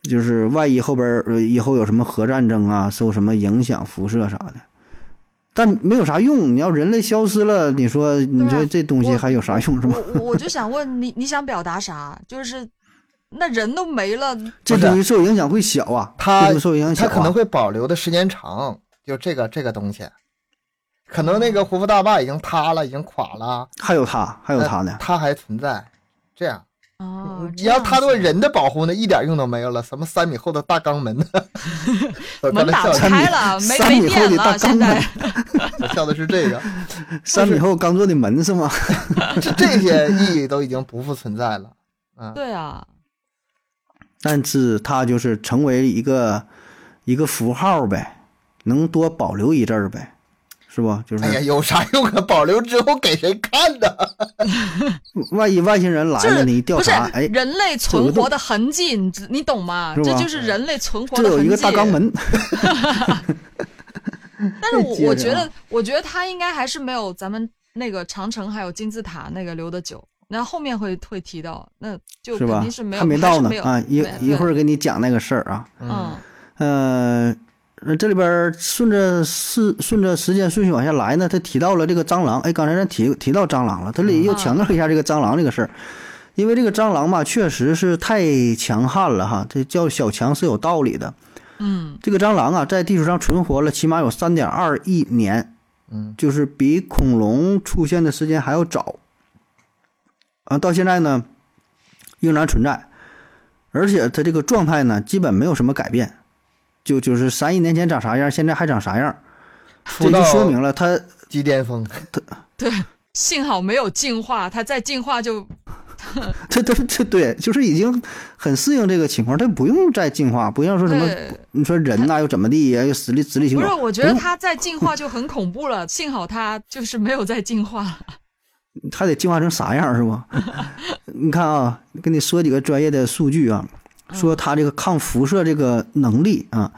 Speaker 1: 就是万一后边儿呃以后有什么核战争啊，受什么影响、辐射啥的，但没有啥用。你要人类消失了，你说你说这东西还有啥用是吗？
Speaker 3: 我我我就想问你，你想表达啥？就是那人都没了，
Speaker 1: 这东西受影响会小啊，
Speaker 2: 它
Speaker 1: 这东西受影响小、
Speaker 2: 它
Speaker 1: 啊，
Speaker 2: 可能会保留的时间长，就这个这个东西，可能那个胡夫大坝已经塌了，已经垮了，
Speaker 1: 还有它，还有它呢
Speaker 2: 呃。它还存在。这样，
Speaker 1: 嗯
Speaker 3: 哦，
Speaker 2: 你要它
Speaker 3: 他
Speaker 2: 对人的保护呢，一点用都没有了。什么三米厚的大钢 门呢？我刚
Speaker 3: 门
Speaker 2: 才
Speaker 3: 打
Speaker 2: 笑的
Speaker 3: 不开 了，没
Speaker 1: 三米三米
Speaker 3: 没
Speaker 1: 厚
Speaker 3: 电
Speaker 1: 的大
Speaker 3: 了，现
Speaker 1: 钢板
Speaker 3: 在
Speaker 2: 我 笑的是这个，
Speaker 3: 哎
Speaker 1: 三米厚刚做的门是吗？
Speaker 2: 这这些意义都已经不复存在了。嗯，
Speaker 3: 对啊，
Speaker 1: 但是它就是成为一个一个符号呗，能多保留一阵儿呗，是不？就是、
Speaker 2: 哎呀，有啥用啊？保留之后给谁看呢？
Speaker 1: 万一外星人来
Speaker 3: 就
Speaker 1: 了，
Speaker 3: 是
Speaker 1: 你一 调
Speaker 3: 不是
Speaker 1: 查，哎，
Speaker 3: 人类存活的痕迹，你知你懂吗？
Speaker 1: 是
Speaker 3: 这
Speaker 1: 吧
Speaker 3: 就是人类存活
Speaker 1: 这
Speaker 3: 的痕
Speaker 1: 有
Speaker 3: 迹。
Speaker 1: 一个大肛门，
Speaker 3: 但是
Speaker 1: 接
Speaker 3: 我
Speaker 1: 着
Speaker 3: 我觉
Speaker 1: 啊
Speaker 3: 得，我觉得他应该还是没有咱们那个长城还有金字塔那个留的久。那后面会会提到，那就是肯
Speaker 1: 吧
Speaker 3: 定是？没有，
Speaker 1: 还没
Speaker 3: 还
Speaker 1: 到
Speaker 3: 是
Speaker 1: 呢
Speaker 3: 没有
Speaker 1: 啊，一
Speaker 3: 对
Speaker 1: 一会
Speaker 3: 对
Speaker 1: 儿给你讲那个事儿啊。
Speaker 3: 嗯，
Speaker 1: 呃，那这里边儿顺着是顺着时间顺序往下来呢，他提到了这个蟑螂，哎，刚才咱提提到蟑螂了，他这里又强调一下这个蟑螂这个事儿，因为这个蟑螂吧，确实是太强悍了哈，这叫小强是有道理的。
Speaker 3: 嗯，
Speaker 1: 这个蟑螂啊，在地球上存活了起码有三点二亿年，
Speaker 2: 嗯，
Speaker 1: 就是比恐龙出现的时间还要早，啊，到现在呢，仍然存在，而且它这个状态呢，基本没有什么改变，就就是三亿年前长啥样，现在还长啥样，这
Speaker 2: 出
Speaker 1: 就
Speaker 2: 道
Speaker 1: 说明了它
Speaker 2: 极巅峰，
Speaker 3: 幸好没有进化，它再进化就
Speaker 1: 它它它对，就是已经很适应这个情况，它不用再进化，不像说什么
Speaker 3: 对，
Speaker 1: 你说人呐、又怎么地呀，又实力直立行
Speaker 3: 不
Speaker 1: 走
Speaker 3: 是，，我觉得
Speaker 1: 不用
Speaker 3: 它再进化就很恐怖了。幸好它就是没有再进化。
Speaker 1: 它得进化成啥样是吧？ 你看啊，跟你说几个专业的数据啊，说它这个抗辐射这个能力啊，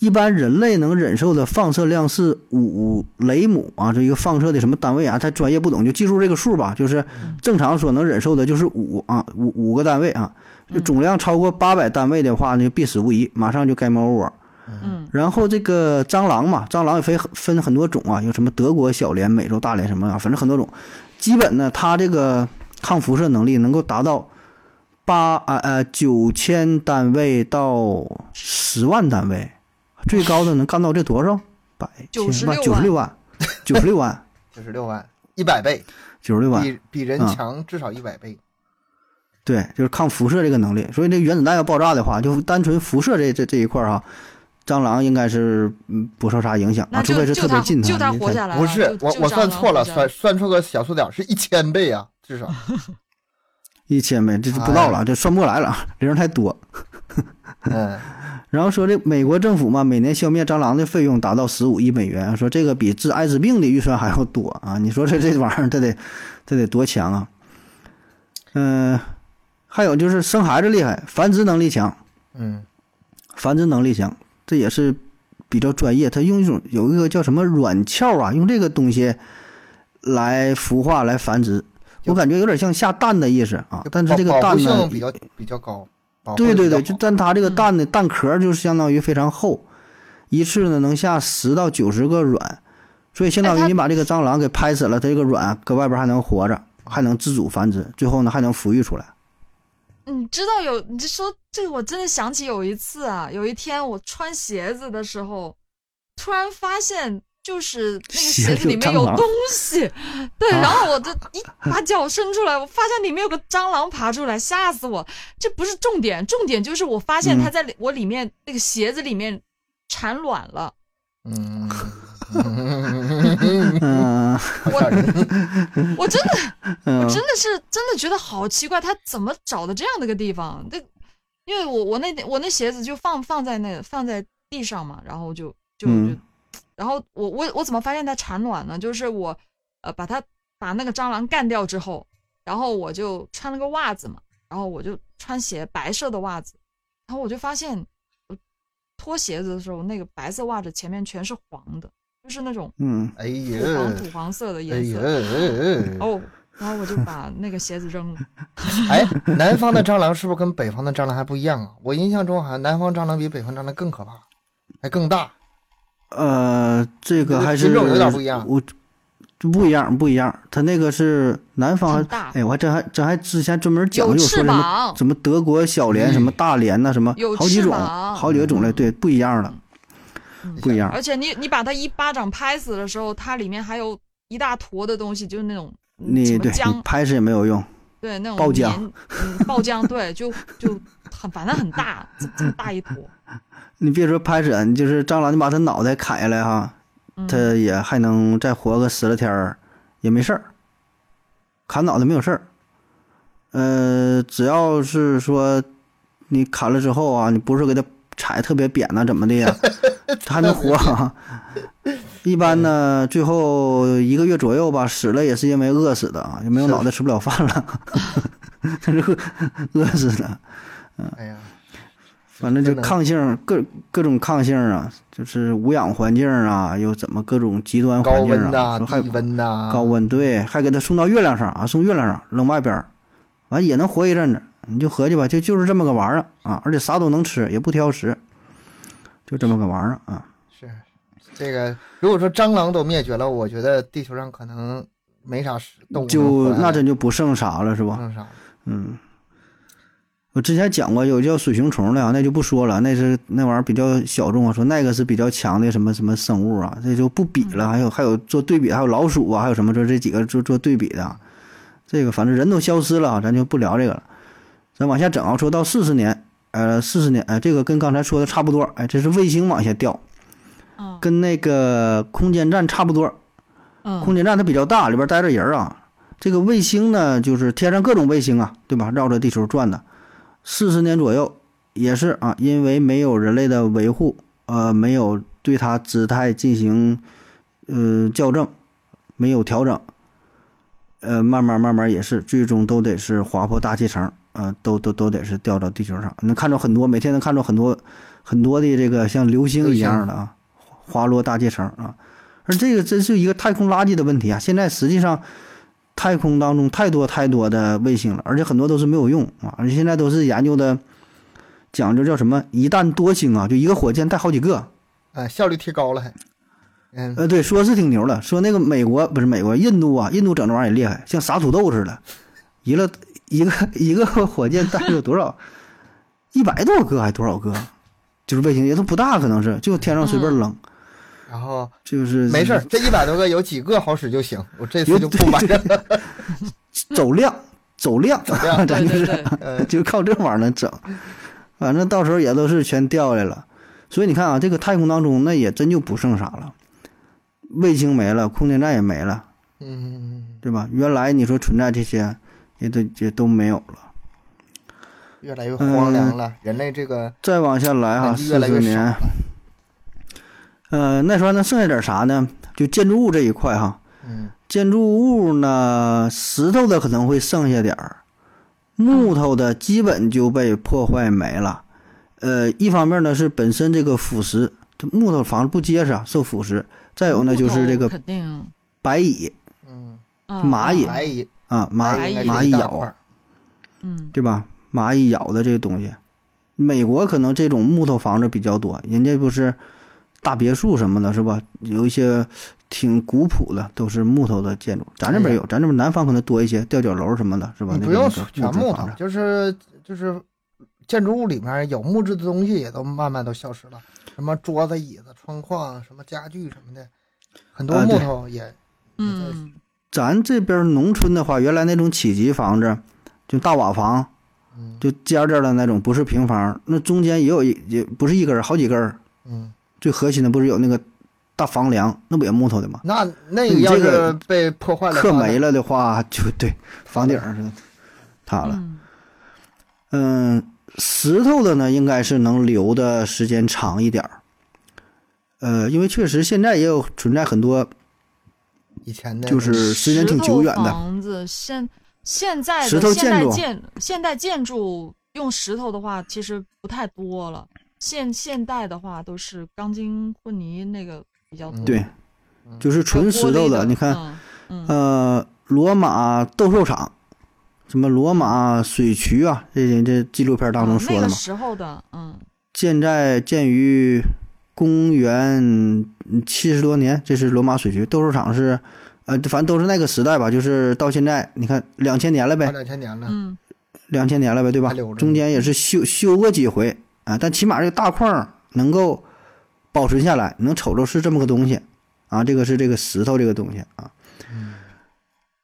Speaker 1: 一般人类能忍受的放射量是五雷姆啊，这一个放射的什么单位啊？他专业不懂，就记住这个数吧。就是正常所能忍受的就是五啊，五五个单位啊。就总量超过八百单位的话，那就必死无疑，马上就该猫窝。
Speaker 3: 嗯
Speaker 1: 然后这个蟑螂嘛，蟑螂也分分很多种啊，有什么德国小蠊、美洲大蠊什么啊，反正很多种。基本呢，它这个抗辐射能力能够达到八啊呃九千单位到十万单位，最高的能干到这多少？百千万九十
Speaker 3: 96
Speaker 1: 六万，九十六万，
Speaker 2: 九十六万，一百倍，
Speaker 1: 九十六万。
Speaker 2: 比比人
Speaker 1: 嗯
Speaker 2: 强至少一百倍。
Speaker 1: 对，就是抗辐射这个能力。所以这原子弹要爆炸的话，就单纯辐射这这这一块儿、啊、蟑螂应该是嗯不受啥影响啊，
Speaker 3: 那
Speaker 1: 除
Speaker 3: 就
Speaker 1: 非是
Speaker 3: 就
Speaker 1: 特别
Speaker 3: 它
Speaker 1: 近
Speaker 3: 就它
Speaker 1: 你
Speaker 3: 活
Speaker 1: 才
Speaker 3: 下来了。
Speaker 2: 不是
Speaker 3: 就
Speaker 2: 我
Speaker 3: 就
Speaker 2: 我
Speaker 3: 蟑
Speaker 2: 算
Speaker 3: 螂
Speaker 2: 错了，
Speaker 3: 活下
Speaker 2: 算
Speaker 3: 来
Speaker 2: 算出个小数点是一千倍啊，至 少。
Speaker 1: 一千呗，这就不
Speaker 2: 哎
Speaker 1: 到了，这算不过来了，人太多。
Speaker 2: 嗯，
Speaker 1: 然后说这美国政府嘛，每年消灭蟑螂的费用达到十五亿美元，说这个比治艾滋病的预算还要多啊！你说这这玩意儿，这得这得多强啊！嗯、还有就是生孩子厉害，繁殖能力强，
Speaker 2: 嗯，
Speaker 1: 繁殖能力强，这也是比较专业。它用一种有一个叫什么软壳啊，用这个东西来孵化来繁殖，我感觉有点像下蛋的意思啊
Speaker 2: 就，
Speaker 1: 但是
Speaker 2: 保
Speaker 1: 这个
Speaker 2: 保护
Speaker 1: 蛋呢
Speaker 2: 性比较比较高，保护
Speaker 1: 对
Speaker 2: 性
Speaker 1: 对
Speaker 2: 哦比
Speaker 1: 对，
Speaker 2: 较
Speaker 1: 就
Speaker 2: 好
Speaker 1: 但它这个蛋的蛋壳就是相当于非常厚，一次呢能下十到九十个卵，所以相当
Speaker 3: 哎
Speaker 1: 于
Speaker 3: 它
Speaker 1: 你把这个蟑螂给拍死了，它这个卵搁外边还能活着，还能自主繁殖，最后呢还能孵育出来。
Speaker 3: 你知道有你说这个，我真的想起有一次啊，有一天我穿鞋子的时候，突然发现就是那个
Speaker 1: 鞋
Speaker 3: 鞋
Speaker 1: 有
Speaker 3: 子里面
Speaker 1: 蟑
Speaker 3: 有
Speaker 1: 螂
Speaker 3: 东西，对，
Speaker 1: 啊
Speaker 3: 然后我就一把脚伸出来，我发现里面有个蟑螂爬出来，吓死我！这不是重点，重点就是我发现它在里我里面那个鞋子里面产卵了，
Speaker 2: 嗯，
Speaker 1: 嗯
Speaker 3: 我
Speaker 2: 吓人
Speaker 3: 我真的
Speaker 1: 嗯
Speaker 3: 真的是真的觉得好奇怪，他怎么找的这样的一个地方？那因为我我那我那鞋子就放放在那放在地上嘛，然后就就就，
Speaker 1: 嗯
Speaker 3: 然后我我我怎么发现它产卵呢？就是我呃把它把那个蟑螂干掉之后，然后我就穿了个袜子嘛，然后我就穿鞋白色的袜子，然后我就发现呃脱鞋子的时候，那个白色袜子前面全是黄的，就是那种
Speaker 1: 嗯，
Speaker 2: 哎
Speaker 3: 土
Speaker 2: 呀，
Speaker 3: 黄土黄色的
Speaker 2: 哎
Speaker 3: 颜色。
Speaker 2: 呀，
Speaker 3: 哦，然后我就把那个鞋子 扔了。
Speaker 2: 哎，南方的蟑螂是不是跟北方的蟑螂还不一样啊？我印象中好像南方蟑螂比北方蟑螂更可怕，还更大。
Speaker 1: 呃，这个还是
Speaker 2: 品种有点不一样
Speaker 1: 我不一样，不一样。他那个是南方
Speaker 3: 很大，
Speaker 1: 哎，我还真还真还之前专门讲
Speaker 3: 有
Speaker 1: 究
Speaker 3: 翅
Speaker 1: 说什么
Speaker 3: 膀
Speaker 1: 什么德国小蠊、
Speaker 2: 嗯
Speaker 1: 什么大蠊呐、什么
Speaker 3: 有
Speaker 1: 好几
Speaker 3: 翅
Speaker 1: 种，
Speaker 3: 膀
Speaker 1: 好几个种类，对，不一样了，不一样。
Speaker 3: 而且你你把它一巴掌拍死的时候，它里面还有一大坨的东西，就是那种嗯什
Speaker 1: 你
Speaker 3: 么
Speaker 1: 对你
Speaker 3: 浆，
Speaker 1: 拍死也没有用，
Speaker 3: 对那种
Speaker 1: 爆浆
Speaker 3: 黏，嗯，爆浆，对，就就很反正很大，这这么大一坨，
Speaker 1: 你别说拍死，你就是蟑螂，你把它脑袋砍下来哈，
Speaker 3: 嗯，
Speaker 1: 它也还能再活个十来天儿，也没事儿，砍脑袋没有事儿。呃，只要是说你砍了之后啊，你不是给它踩特别扁呐、怎么的 呀，它还能活、一般
Speaker 3: 嗯
Speaker 1: 呢，最后一个月左右吧，死了也是因为饿死的啊，也没有
Speaker 2: 是
Speaker 1: 脑袋吃不了饭 了， 它是饿饿死的。嗯
Speaker 2: 哎呀，
Speaker 1: 反正就
Speaker 2: 真的
Speaker 1: 抗性各各种抗性啊，就是无氧环境啊，又怎么各种极端
Speaker 2: 高
Speaker 1: 环境
Speaker 2: 温
Speaker 1: 啊，
Speaker 2: 呐、
Speaker 1: 说还
Speaker 2: 低温呐、
Speaker 1: 高温对，还给他送到月亮上啊，送月亮上扔外边儿，完也能活一阵子。你就合计吧，就就是这么个玩意儿啊，而且啥都能吃，也不挑食，就这么个玩意儿啊。
Speaker 2: 是这个。如果说蟑螂都灭绝了，我觉得地球上可能没啥食动物能活
Speaker 1: 就
Speaker 2: 下来
Speaker 1: 那真就不剩啥了，是
Speaker 2: 不
Speaker 1: 吧？
Speaker 2: 剩啥了。
Speaker 1: 嗯，我之前讲过有叫水熊虫的啊，那就不说了，那是那玩意儿比较小众啊，说那个是比较强的什么什么生物啊，这就不比了。还有还有做对比，还有老鼠啊，还有什么说这几个做做对比的啊，这个反正人都消失了啊，咱就不聊这个了，咱往下整啊，说到四十年，呃，四十年，哎，这个跟刚才说的差不多，哎，这是卫星往下掉，
Speaker 3: 嗯
Speaker 1: 跟那个空间站差不多，空
Speaker 3: 嗯
Speaker 1: 间站它比较大，里边待着人啊。这个卫星呢，就是天上各种卫星啊，对吧？绕着地球转的，四十年左右也是啊，因为没有人类的维护，呃，没有对它姿态进行呃校正，没有调整，呃，慢慢慢慢也是，最终都得是划破大气层，呃，都都都得是掉到地球上。能看到很多，每天能看到很多很多的这个像流星一样的啊，滑落大气层啊。而这个真是一个太空垃圾的问题啊！现在实际上，太空当中太多太多的卫星了，而且很多都是没有用啊！而且现在都是研究的，讲究叫什么“一弹多星”啊，就一个火箭带好几个。
Speaker 2: 哎，效率提高了还。嗯，
Speaker 1: 呃，对，说是挺牛的，说那个美国不是美国，印度啊，印度整这玩意儿也厉害，像撒土豆似的，一个一个一个火箭带着多少，一百多个还多少个，就是卫星也都不大，可能是就天上随
Speaker 3: 嗯
Speaker 1: 便扔，
Speaker 2: 然后
Speaker 1: 就是
Speaker 2: 没事儿，这一百多个有几个好使就行，我这次就不买了。
Speaker 1: 走量走量，
Speaker 2: 量
Speaker 1: 咱就是
Speaker 3: 对对对
Speaker 2: 呃，
Speaker 1: 就靠这玩意儿能整。反正到时候也都是全掉下来了。所以你看啊，这个太空当中那也真就不剩啥了，卫星没了，空间站也没了，
Speaker 2: 嗯，
Speaker 1: 对吧？原来你说存在这些，也都也都没有了。
Speaker 2: 越来越荒凉了，
Speaker 1: 嗯
Speaker 2: 人类这个
Speaker 1: 再往下来哈，
Speaker 2: 感觉越
Speaker 1: 四
Speaker 2: 来
Speaker 1: 十
Speaker 2: 越少
Speaker 1: 年
Speaker 2: 了，。
Speaker 1: 呃，那时候那剩下点啥呢？就建筑物这一块哈，
Speaker 2: 嗯，
Speaker 1: 建筑物呢，石头的可能会剩下点儿，木头的基本就被破坏没了。呃，一方面呢是本身这个腐蚀，这木头房子不结实啊，受腐蚀；再有呢就是这
Speaker 3: 木头
Speaker 1: 个
Speaker 3: 肯定
Speaker 1: 白蚁
Speaker 2: 嗯，
Speaker 3: 嗯
Speaker 1: 蚂蚁
Speaker 2: 蚂蚁，
Speaker 1: 啊，蚂
Speaker 3: 蚁
Speaker 1: 蚁
Speaker 2: 应该
Speaker 1: 蚂
Speaker 2: 是
Speaker 1: 蚁
Speaker 2: 一大块
Speaker 1: 咬，
Speaker 2: 儿，
Speaker 3: 嗯
Speaker 1: 对吧？蚂蚁咬的这个东西，美国可能这种木头房子比较多，人家不是大别墅什么的，是吧？有一些挺古朴的，都是木头的建筑。咱这边有，咱这边南方可能多一些吊脚楼什么的，是吧？
Speaker 2: 你
Speaker 1: 那
Speaker 2: 不
Speaker 1: 个
Speaker 2: 用
Speaker 1: 那个
Speaker 2: 全木
Speaker 1: 房
Speaker 2: 头
Speaker 1: 子，
Speaker 2: 就是就是建筑物里面有木质的东西也都慢慢都消失了，什么桌子、椅子、窗框、什么家具什么的，很多
Speaker 1: 啊
Speaker 2: 木
Speaker 1: 对
Speaker 2: 头也，
Speaker 3: 嗯，
Speaker 1: 咱这边农村的话，原来那种起级房子，就大瓦房，
Speaker 2: 嗯
Speaker 1: 就尖尖的那种，不是平房，那中间也有一也不是一根儿，好几根儿。
Speaker 2: 嗯，
Speaker 1: 最核心的不是有那个大房梁，那不也木头的吗？
Speaker 2: 那那个
Speaker 1: 你
Speaker 2: 要
Speaker 1: 这个
Speaker 2: 是被破坏了，
Speaker 1: 刻没了的话，就对，房顶儿是塌了。
Speaker 3: 嗯
Speaker 1: 嗯，石头的呢，应该是能留的时间长一点儿。呃，因为确实现在也有存在很多
Speaker 2: 以前的
Speaker 1: 就是时间挺
Speaker 3: 石头
Speaker 1: 久远的，
Speaker 3: 房子现现在的
Speaker 1: 石头
Speaker 3: 现代
Speaker 1: 建筑
Speaker 3: 建现代建筑用石头的话，其实不太多了。现现代的话都是钢筋混凝那个比较多，
Speaker 2: 嗯
Speaker 1: 对，就是
Speaker 3: 还有
Speaker 1: 纯石
Speaker 3: 玻
Speaker 1: 头
Speaker 3: 璃
Speaker 1: 的。
Speaker 3: 的。
Speaker 1: 你看，
Speaker 3: 嗯，
Speaker 1: 呃，罗马斗兽场，什么罗马水渠啊，这这纪录片当中
Speaker 3: 啊
Speaker 1: 说的
Speaker 3: 那个
Speaker 1: 嘛，
Speaker 3: 时候的，嗯
Speaker 1: 现在建于公元七十多年，这是罗马水渠斗兽场是，呃，反正都是那个时代吧，就是到现在你看两千年了呗，
Speaker 2: 两千年了，
Speaker 3: 嗯
Speaker 1: 两千年了呗，对吧
Speaker 2: 还留着？呢
Speaker 1: 中间也是修修过几回啊，但起码这个大块儿能够保存下来，能瞅着是这么个东西啊，这个是这个石头这个东西啊。
Speaker 2: 嗯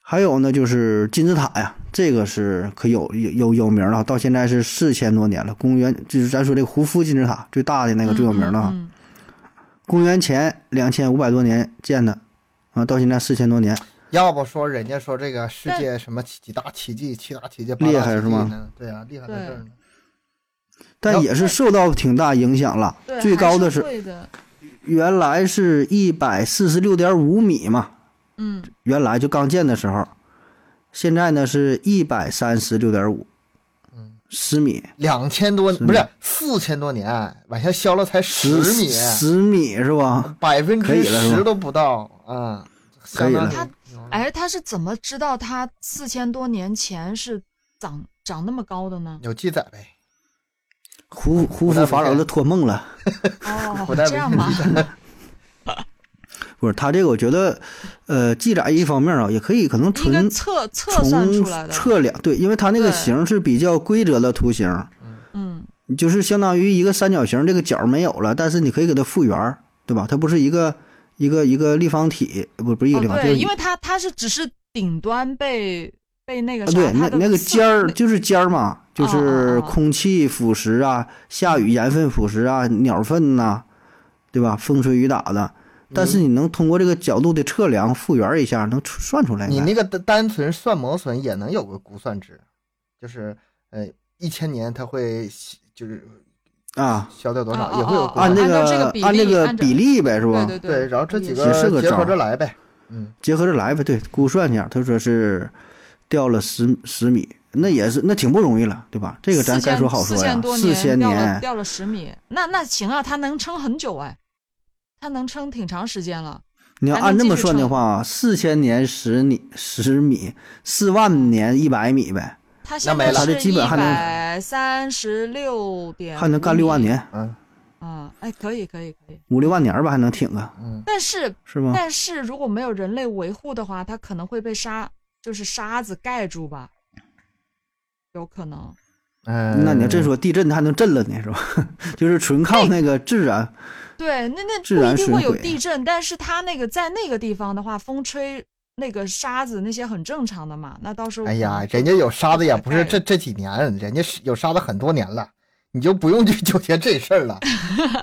Speaker 1: 还有呢，就是金字塔呀，这个是可有有有有名了，到现在是四千多年了。公元就是咱说这个胡夫金字塔最大的那个最有名的啊，
Speaker 3: 嗯
Speaker 1: 公元前两千五百多年建的啊，到现在四千多年。
Speaker 2: 要不说人家说这个世界什么几几大奇迹、七大奇迹、八
Speaker 1: 厉
Speaker 2: 大
Speaker 1: 害
Speaker 2: 奇
Speaker 1: 是
Speaker 2: 迹
Speaker 1: 吗
Speaker 2: 呢？对啊，厉害在这儿呢。
Speaker 1: 但也是受到挺大影响了
Speaker 3: 对，，
Speaker 1: 最高
Speaker 3: 还
Speaker 1: 的
Speaker 3: 是
Speaker 1: 是
Speaker 3: 贵的，
Speaker 1: 原来是一百四十六点五米嘛，
Speaker 3: 嗯，
Speaker 1: 原来就刚建的时候，现在呢是一百三十六点五，
Speaker 2: 嗯，
Speaker 1: 十米，
Speaker 2: 两千多
Speaker 1: 是
Speaker 2: 不是四千多年，往下削了才十米，
Speaker 1: 十米是吧？
Speaker 2: 百分
Speaker 1: 可
Speaker 2: 之
Speaker 1: 以了是吧
Speaker 2: 十都不到啊，
Speaker 1: 可以了
Speaker 2: 相当于
Speaker 3: 哎，他是怎么知道他四千多年前是长长那么高的 呢？
Speaker 2: 有记载呗。
Speaker 1: 胡胡夫法老都托梦了，
Speaker 3: 哦
Speaker 2: 古代，
Speaker 3: 这样
Speaker 2: 文
Speaker 3: 吧，
Speaker 1: 不是他这个，我觉得，呃，记载一方面啊，也可以可能
Speaker 3: 应该
Speaker 1: 纯
Speaker 3: 测测算
Speaker 1: 从
Speaker 3: 出来的，
Speaker 1: 测量，对，因为它那个
Speaker 3: 对
Speaker 1: 形是比较规则的图形，
Speaker 3: 嗯
Speaker 1: 就是相当于一个三角形，这个角没有了，但是你可以给它复原儿，对吧？它不是一个一个一个立方体，不不是一个
Speaker 3: 哦
Speaker 1: 立方，就
Speaker 3: 对，
Speaker 1: 是
Speaker 3: 因为它它是只是顶端被被那个
Speaker 1: 啊，
Speaker 3: 啥，
Speaker 1: 对，那
Speaker 3: 它的
Speaker 1: 那个
Speaker 3: 四
Speaker 1: 尖儿就是尖儿嘛，就
Speaker 3: 哦哦
Speaker 1: 是
Speaker 3: 哦
Speaker 1: 空气腐蚀啊，下雨盐分腐蚀啊，鸟粪呐、对吧？风吹雨打的，但
Speaker 3: 嗯
Speaker 1: 是你能通过这个角度的测量复原一下，能出算哎出来
Speaker 2: 你
Speaker 1: 应该。
Speaker 2: 那个单单纯算磨损也能有个估算值，就是呃一千年它会就是
Speaker 1: 啊
Speaker 2: 消掉多
Speaker 3: 哦
Speaker 2: 少，
Speaker 3: 哦
Speaker 2: 也会有估
Speaker 3: 哦
Speaker 1: 按
Speaker 2: 算
Speaker 1: 那
Speaker 3: 按照这个比
Speaker 1: 按那
Speaker 3: 例
Speaker 1: 个
Speaker 3: 按照
Speaker 1: 比例呗，是吧？
Speaker 3: 对对对，
Speaker 2: 对，然后这几
Speaker 1: 也是
Speaker 2: 个
Speaker 1: 个
Speaker 2: 结
Speaker 1: 招
Speaker 2: 合
Speaker 1: 儿
Speaker 2: 着来呗。嗯，
Speaker 1: 结合着来呗，对，估算一下，他说是掉了十十米，那也是那挺不容易了，对吧？这个咱该说好说
Speaker 3: 四
Speaker 1: 呀
Speaker 3: 千，多
Speaker 1: 四千
Speaker 3: 掉了
Speaker 1: 年，
Speaker 3: 掉了十米，那那行啊，它能撑很久哎，它能撑挺长时间了。
Speaker 1: 你要
Speaker 3: 还能
Speaker 1: 按这
Speaker 3: 继
Speaker 1: 么
Speaker 3: 续
Speaker 1: 算的
Speaker 3: 乘
Speaker 1: 话，四千年十米十米，四万年一百米呗，
Speaker 3: 它现
Speaker 2: 没
Speaker 3: 在
Speaker 2: 了
Speaker 1: 它这
Speaker 3: 是
Speaker 1: 基本还能
Speaker 3: 百三十六点，
Speaker 1: 还能干六万年，
Speaker 2: 嗯
Speaker 3: 啊！哎，可以可以可以，
Speaker 1: 五六万年吧，还能挺啊，
Speaker 2: 嗯，
Speaker 3: 但是
Speaker 1: 是吗？
Speaker 3: 但是如果没有人类维护的话，它可能会被沙，就是沙子盖住吧，有可能。
Speaker 2: 哎
Speaker 1: 那你要真说地震，它还能震了呢，是吧？ 就是纯靠那个啊自然，
Speaker 3: 对，那那
Speaker 1: 自
Speaker 3: 不
Speaker 1: 然
Speaker 3: 一定
Speaker 1: 损
Speaker 3: 会有
Speaker 1: 毁
Speaker 3: 地震，但是它那个在那个地方的话，风吹那个沙子那些很正常的嘛。那到时候
Speaker 2: 哎呀，
Speaker 3: 可
Speaker 2: 人
Speaker 3: 能
Speaker 2: 家有沙子也不
Speaker 3: 哎
Speaker 2: 是这这几年，人家是有沙子很多年了，你就不用去纠结这事 儿了，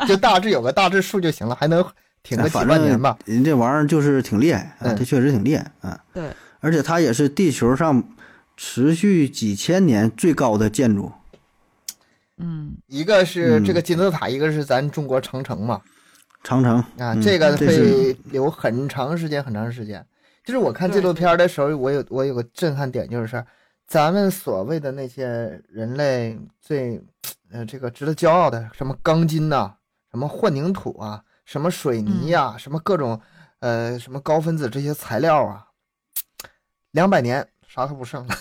Speaker 2: 就大致有个大致数就行了，还能挺个
Speaker 1: 哎
Speaker 2: 几
Speaker 1: 反
Speaker 2: 万年
Speaker 1: 正
Speaker 2: 吧。
Speaker 1: 人这玩意儿就是挺厉害，啊，
Speaker 2: 嗯
Speaker 1: 它确实挺厉害啊。
Speaker 3: 对，
Speaker 1: 而且它也是地球上持续几千年最高的建筑，
Speaker 3: 嗯，
Speaker 2: 一个是
Speaker 1: 嗯
Speaker 2: 这个金字塔，一个是咱中国长城嘛，
Speaker 1: 长城
Speaker 2: 啊，
Speaker 1: 嗯
Speaker 2: 这个
Speaker 1: 这是
Speaker 2: 会留很长时间，很长时间。就是我看纪
Speaker 3: 对
Speaker 2: 录片的时候，我有我有个震撼点，就是咱们所谓的那些人类最呃这个值得骄傲的，什么钢筋呐、什么混凝土啊，什么水
Speaker 3: 嗯
Speaker 2: 泥呀、什么各种呃什么高分子这些材料啊，两百年啥都不剩了，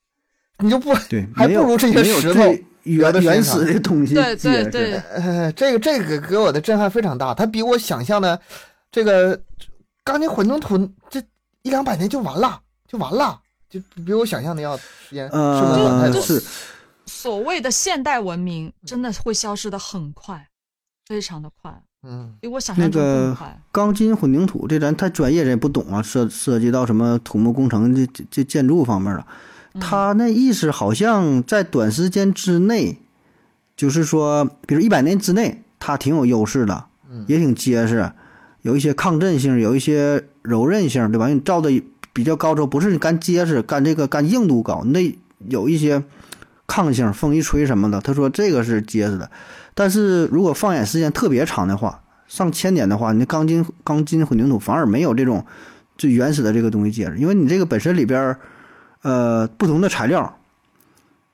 Speaker 2: 你就不
Speaker 1: 对，
Speaker 2: 还
Speaker 1: 没
Speaker 2: 不
Speaker 1: 有
Speaker 2: 如这些
Speaker 1: 没有最
Speaker 2: 石头留得
Speaker 1: 原原
Speaker 2: 时间长
Speaker 1: 始的东西
Speaker 3: 对
Speaker 1: 结
Speaker 3: 对
Speaker 1: 实
Speaker 3: 对，
Speaker 2: 呃，这个这个给我的震撼非常大，它比我想象的这个钢筋混凝土这一两百年就完了，就完了，就比我想象的要时间是不是短太
Speaker 1: 呃，
Speaker 2: 多了？
Speaker 1: 是
Speaker 3: 所谓的现代文明真的会消失的很快，非常的快。
Speaker 2: 嗯
Speaker 3: 比我想
Speaker 1: 那
Speaker 3: 象中
Speaker 1: 个
Speaker 3: 更快。啊
Speaker 1: 钢筋混凝土这咱太专业，咱也不懂啊，涉涉及到什么土木工程这这这建筑方面了。他那意思好像在短时间之内，就是说，比如一百年之内，它挺有优势的，也挺结实，有一些抗震性，有一些柔韧性，对吧？因为你造的比较高之后，不是干结实，干这个干硬度高，你得有一些抗性，风一吹什么的。他说这个是结实的，但是如果放眼时间特别长的话，上千年的话，你的钢筋钢筋混凝土反而没有这种最原始的这个东西结实，因为你这个本身里边儿，呃，不同的材料，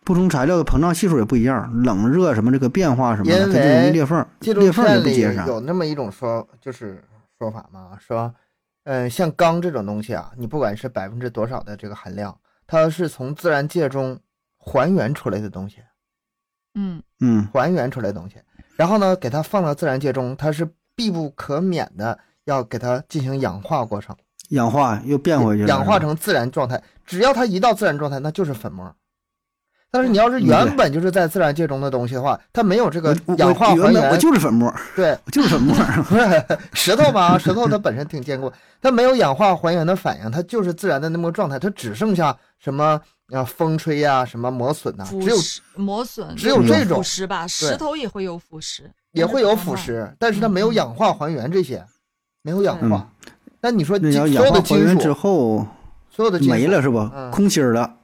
Speaker 1: 不同材料的膨胀系数也不一样，冷热什么这个变化什么的，
Speaker 2: 因
Speaker 1: 它就容
Speaker 2: 为
Speaker 1: 易裂缝，
Speaker 2: 纪录
Speaker 1: 裂缝就
Speaker 2: 片
Speaker 1: 不
Speaker 2: 里
Speaker 1: 结实啊。
Speaker 2: 有那么一种说，就是说法嘛，说，嗯，像钢这种东西啊，你不管是百分之多少的这个含量，它是从自然界中还原出来的东西，
Speaker 3: 嗯
Speaker 1: 嗯
Speaker 2: 还原出来的东西。然后呢，给它放到自然界中，它是必不可免的，要给它进行氧化过程，
Speaker 1: 氧化又变回去了，
Speaker 2: 氧化
Speaker 1: 是吧
Speaker 2: 成自然状态。只要它一到自然状态，那就是粉末。但是你要是原本就是在自然界中的东西的话，它没有这个
Speaker 1: 嗯我
Speaker 2: 氧化
Speaker 1: 我我
Speaker 2: 还
Speaker 1: 原本我
Speaker 2: 原，
Speaker 1: 就是粉末，
Speaker 2: 对，
Speaker 1: 我就是 粉末。
Speaker 2: 不是石头嘛，石头它本身挺坚固，它没有氧化还原的反应，它就是自然的那么个状态，它只剩下什么啊风吹呀、什么磨损呐、啊
Speaker 3: 腐
Speaker 2: 只有
Speaker 3: 蚀磨损，
Speaker 2: 只有
Speaker 3: 就是
Speaker 2: 这种
Speaker 3: 腐蚀吧，石头也会有腐蚀，
Speaker 2: 也会有
Speaker 3: 但是不
Speaker 2: 腐
Speaker 3: 太慢。
Speaker 1: 嗯
Speaker 2: 蚀，但是它没有氧化还原这些，没有氧化。那你说
Speaker 1: 那
Speaker 2: 金
Speaker 1: 你要氧
Speaker 2: 所有
Speaker 1: 化
Speaker 2: 的
Speaker 1: 还
Speaker 2: 金
Speaker 1: 原之
Speaker 2: 属，
Speaker 1: 后
Speaker 2: 所有的金属
Speaker 1: 没了是吧？
Speaker 2: 嗯
Speaker 1: 空心儿了，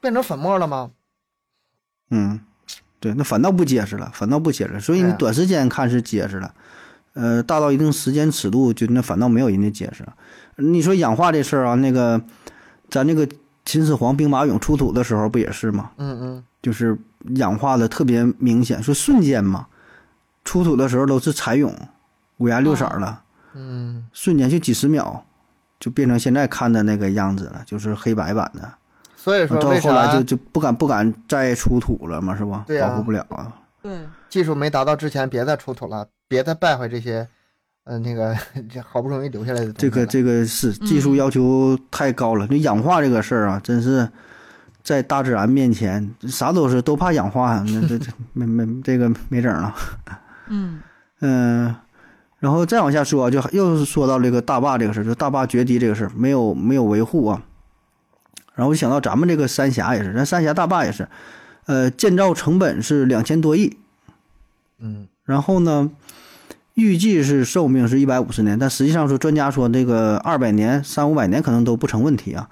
Speaker 2: 变成粉末了吗？
Speaker 1: 嗯，对，那反倒不结实了，反倒不结实了。所以
Speaker 2: 对
Speaker 1: 你
Speaker 2: 啊
Speaker 1: 短时间看是结实了，呃，大到一定时间尺度，就那反倒没有人家结实。你说氧化这事儿啊，那个咱那个秦始皇兵马俑出土的时候不也是吗？
Speaker 2: 嗯嗯，
Speaker 1: 就是氧化的特别明显，说瞬间嘛，出土的时候都是彩俑，五颜六色儿了，
Speaker 2: 嗯，
Speaker 1: 瞬间就几十秒就变成现在看的那个样子了，就是黑白版的。
Speaker 2: 所以说
Speaker 1: 到
Speaker 2: 为
Speaker 1: 后来就
Speaker 2: 啥
Speaker 1: 就不敢不敢再出土了嘛，是吧？
Speaker 2: 对啊
Speaker 1: 保护不了啊。
Speaker 3: 对，
Speaker 2: 技术没达到之前，别再出土了，别再败坏这些，呃，那个 这好不容易留下来的东西
Speaker 1: 这个
Speaker 2: 了
Speaker 1: 这个是技术要求太高了，这、氧化这个事儿啊，真是在大自然面前啥都是都怕氧化，那这这没没这个没整了。
Speaker 3: 嗯
Speaker 1: 嗯，然后再往下说啊，就又是说到这个大坝这个事儿，就大坝决堤这个事儿，没有没有维护啊。然后我想到咱们这个三峡也是，咱三峡大坝也是，呃，建造成本是两千多亿，
Speaker 2: 嗯
Speaker 1: 然后呢，预计是寿命是一百五十年，但实际上说专家说这个二百年、三五百年可能都不成问题啊。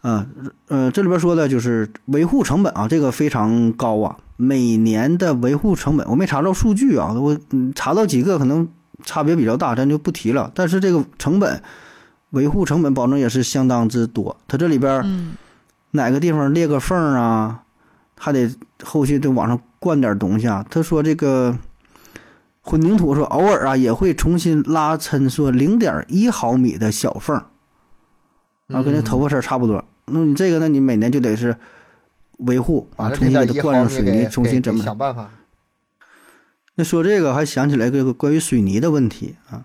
Speaker 1: 呃呃，这里边说的就是维护成本啊，这个非常高啊，每年的维护成本我没查到数据啊，我嗯查到几个可能差别比较大，咱就不提了。但是这个成本，维护成本保证也是相当之多，它这里边儿
Speaker 3: 嗯
Speaker 1: 哪个地方裂个缝儿啊，还得后续得往上灌点东西啊。他说这个混凝土说偶尔啊也会重新拉抻，说零点一毫米的小缝儿，啊，跟那
Speaker 2: 嗯
Speaker 1: 头发丝儿差不多。那你这个呢，你每年就得是维护
Speaker 2: 把
Speaker 1: 啊，
Speaker 2: 这
Speaker 1: 重新
Speaker 2: 点
Speaker 1: 给
Speaker 2: 一
Speaker 1: 它
Speaker 2: 毫
Speaker 1: 灌上
Speaker 2: 米
Speaker 1: 水
Speaker 2: 给
Speaker 1: 泥，重新
Speaker 2: 给
Speaker 1: 怎么
Speaker 2: 给想办法？
Speaker 1: 那说这个还想起来这个关于水泥的问题啊，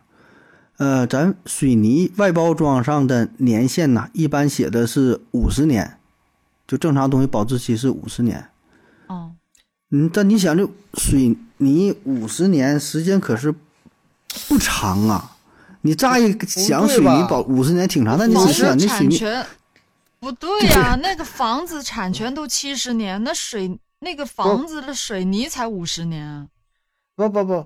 Speaker 1: 呃，咱水泥外包装上的年限呐，一般写的是五十年，就正常东西保质期是五十年。
Speaker 3: 哦，
Speaker 1: 嗯，但你想这水泥五十年时间可是不长啊，你乍一想水泥保五十年挺长，但你
Speaker 3: 房
Speaker 1: 仔细
Speaker 3: 子
Speaker 1: 想，那水
Speaker 3: 产
Speaker 1: 泥
Speaker 3: 权不对呀、那个房子产权都七十年，那水那个房子的水泥才五十年啊。
Speaker 2: 不不不，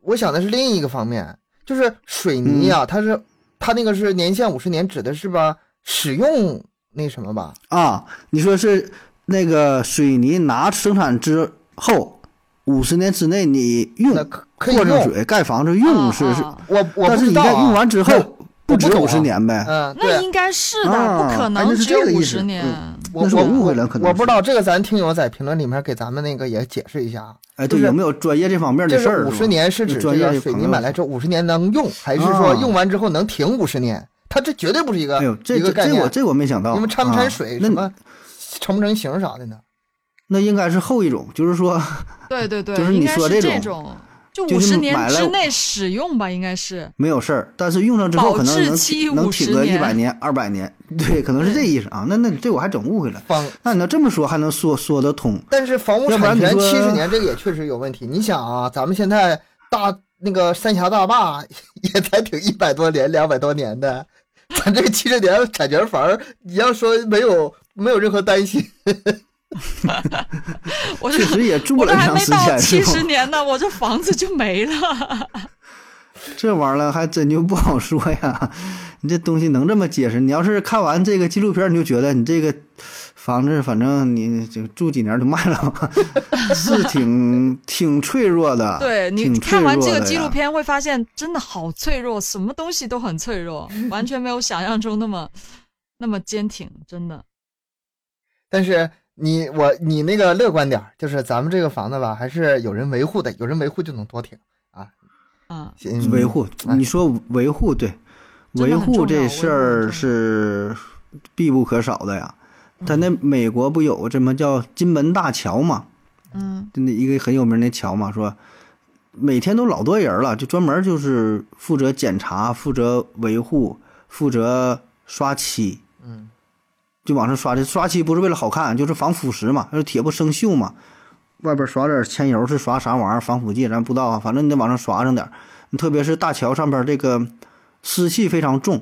Speaker 2: 我想的是另一个方面，就是水
Speaker 1: 嗯
Speaker 2: 泥啊，它是它那个是年限五十年，指的是吧使用那什么吧？
Speaker 1: 啊，你说是那个水泥拿生产之后五十年之内你用
Speaker 2: 那可可以
Speaker 1: 过上
Speaker 2: 用。
Speaker 1: 水盖房子用是是，
Speaker 3: 啊啊
Speaker 2: 我我不
Speaker 1: 但是
Speaker 2: 知
Speaker 1: 你
Speaker 2: 道、
Speaker 1: 在
Speaker 2: 啊、
Speaker 1: 用完之
Speaker 2: 那
Speaker 1: 后不止
Speaker 2: 我不懂啊
Speaker 1: 五十年呗，
Speaker 2: 嗯，
Speaker 3: 那
Speaker 2: 对，
Speaker 3: 应该是的，
Speaker 1: 啊
Speaker 3: 不可
Speaker 1: 哎那
Speaker 3: 能
Speaker 1: 是
Speaker 3: 只有
Speaker 1: 这个意
Speaker 3: 五
Speaker 1: 思嗯
Speaker 3: 十年。
Speaker 2: 我
Speaker 1: 那是
Speaker 2: 我
Speaker 1: 我误会了可能
Speaker 2: 我不
Speaker 1: 是
Speaker 2: 知道这个，咱听友在评论里面给咱们那个也解释一下啊。
Speaker 1: 哎，
Speaker 2: 就
Speaker 1: 对，
Speaker 2: 是
Speaker 1: 有没有专业这方面
Speaker 2: 这
Speaker 1: 的事
Speaker 2: 是
Speaker 1: 儿？
Speaker 2: 五十年是指这
Speaker 1: 专业
Speaker 2: 个
Speaker 1: 的
Speaker 2: 水
Speaker 1: 朋
Speaker 2: 泥
Speaker 1: 友
Speaker 2: 买来之后五十年能用，还是
Speaker 1: 啊
Speaker 2: 说用完之后能停五十年？它这绝对不是一个、
Speaker 1: 哎呦，这
Speaker 2: 一个
Speaker 1: 这
Speaker 2: 概
Speaker 1: 这
Speaker 2: 念。
Speaker 1: 我这我没想到，
Speaker 2: 你们掺不掺
Speaker 1: 啊
Speaker 2: 水、
Speaker 1: 那
Speaker 2: 什么成不成型啥的呢？
Speaker 1: 那应该是后一种，就是说
Speaker 3: 对对对，
Speaker 1: 就是你
Speaker 3: 应该
Speaker 1: 说
Speaker 3: 是
Speaker 1: 这
Speaker 3: 这
Speaker 1: 种
Speaker 3: 种，就
Speaker 1: 就
Speaker 3: 五
Speaker 1: 是
Speaker 3: 十年
Speaker 1: 买来
Speaker 3: 之
Speaker 1: 我
Speaker 3: 内使用吧，应该是。
Speaker 1: 没有事儿，但是用上之后
Speaker 3: 保
Speaker 1: 可能
Speaker 3: 质
Speaker 1: 能
Speaker 3: 期
Speaker 1: 挺能挺个
Speaker 3: 50
Speaker 1: 一
Speaker 3: 年
Speaker 1: 百年、二百年，对，可能是这意思啊。那那这我还整误会了。
Speaker 2: 方
Speaker 1: 那你要这么说，还能说说得通？
Speaker 2: 但是房屋
Speaker 1: 要不然
Speaker 2: 产
Speaker 1: 你
Speaker 2: 权
Speaker 1: 说
Speaker 2: 七十年这个也确实有问题。你想啊，咱们现在大那个三峡大坝也才挺一百多年、两百多年的，咱这个七十年产权反而你要说没有没有任何担心，
Speaker 3: 我就
Speaker 1: 确实也住
Speaker 3: 我
Speaker 1: 了
Speaker 3: 这还
Speaker 1: 长
Speaker 3: 没
Speaker 1: 时
Speaker 3: 到
Speaker 1: 间，
Speaker 3: 七
Speaker 1: 是
Speaker 3: 十
Speaker 1: 吧？
Speaker 3: 年呢，我这房子就没了。
Speaker 1: 这玩意儿还真就不好说呀。 你这东西能这么解释？你要是看完这个纪录片，你就觉得你这个房子，反正你就住几年就卖了吧， 是挺挺脆弱的。
Speaker 3: 对
Speaker 1: 啊
Speaker 3: 你
Speaker 1: 挺脆
Speaker 3: 看完这
Speaker 1: 弱
Speaker 3: 个
Speaker 1: 的
Speaker 3: 纪录
Speaker 1: 呀
Speaker 3: 片，会发现真的好脆弱，什么东西都很脆弱，完全没有想象中那么那么坚挺，真的。
Speaker 2: 但是你我你那个乐观点儿，就是咱们这个房子吧，还是有人维护的，有人维护就能多挺啊。
Speaker 3: 啊，
Speaker 2: 嗯
Speaker 1: 维护，
Speaker 2: 哎
Speaker 1: 你说维护对，
Speaker 3: 真
Speaker 1: 维
Speaker 3: 的很重要
Speaker 1: 护这事
Speaker 3: 维护很重
Speaker 1: 儿
Speaker 3: 要
Speaker 1: 是必不可少的呀。在那美国不有这么叫金门大桥嘛？
Speaker 3: 嗯
Speaker 1: 就那一个很有名的桥嘛，说每天都老多人了，就专门就是负责检查、负责维护、负责刷漆，
Speaker 2: 嗯，
Speaker 1: 就往上刷的。刷漆不是为了好看，就是防腐蚀嘛，就是铁不生锈嘛。外边刷点铅油是刷啥玩意儿？防腐剂咱不知道啊，反正你得往上刷上点儿。你特别是大桥上边这个湿气非常重，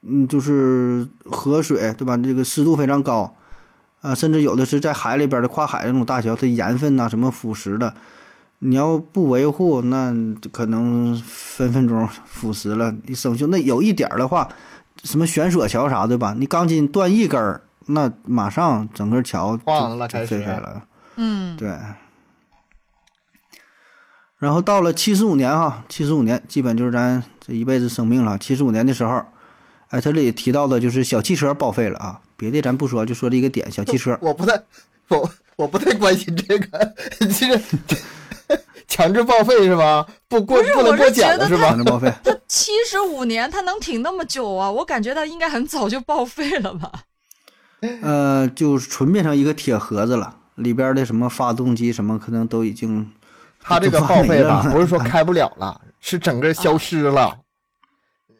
Speaker 1: 嗯，就是河水对吧？这个湿度非常高，啊，甚至有的是在海里边的跨海的那种大桥，它盐分呐、什么腐蚀的，你要不维护，那可能分分钟腐蚀了，一生锈。那有一点儿的话，什么悬索桥啥对吧？你钢筋断一根儿，那马上整个桥就
Speaker 2: 晃了
Speaker 1: 就
Speaker 2: 开始
Speaker 1: 废开了。
Speaker 3: 嗯，
Speaker 1: 对。然后到了七十五年哈，七十五年基本就是咱这一辈子生命了。七十五年的时候，哎，这里提到的就是小汽车报废了啊，别的咱不说，就说这一个点，小汽 车。
Speaker 2: 我不太我我不太关心这个，就是 强制报废是吧？不过
Speaker 3: 不是
Speaker 2: 不能
Speaker 3: 我是
Speaker 2: 过检
Speaker 3: 觉
Speaker 2: 了
Speaker 3: 得
Speaker 2: 是
Speaker 1: 反
Speaker 2: 吧？
Speaker 1: 正报废，
Speaker 3: 他七十五年，他能挺那么久啊？我感觉他应该很早就报废了吧？
Speaker 1: 呃，就纯变成一个铁盒子了，里边的什么发动机什么可能都已经
Speaker 2: 他这个
Speaker 1: 就
Speaker 2: 报
Speaker 1: 发霉
Speaker 2: 废吧，
Speaker 1: 了
Speaker 2: 不是说开不了了，是整个
Speaker 3: 啊
Speaker 2: 消失了。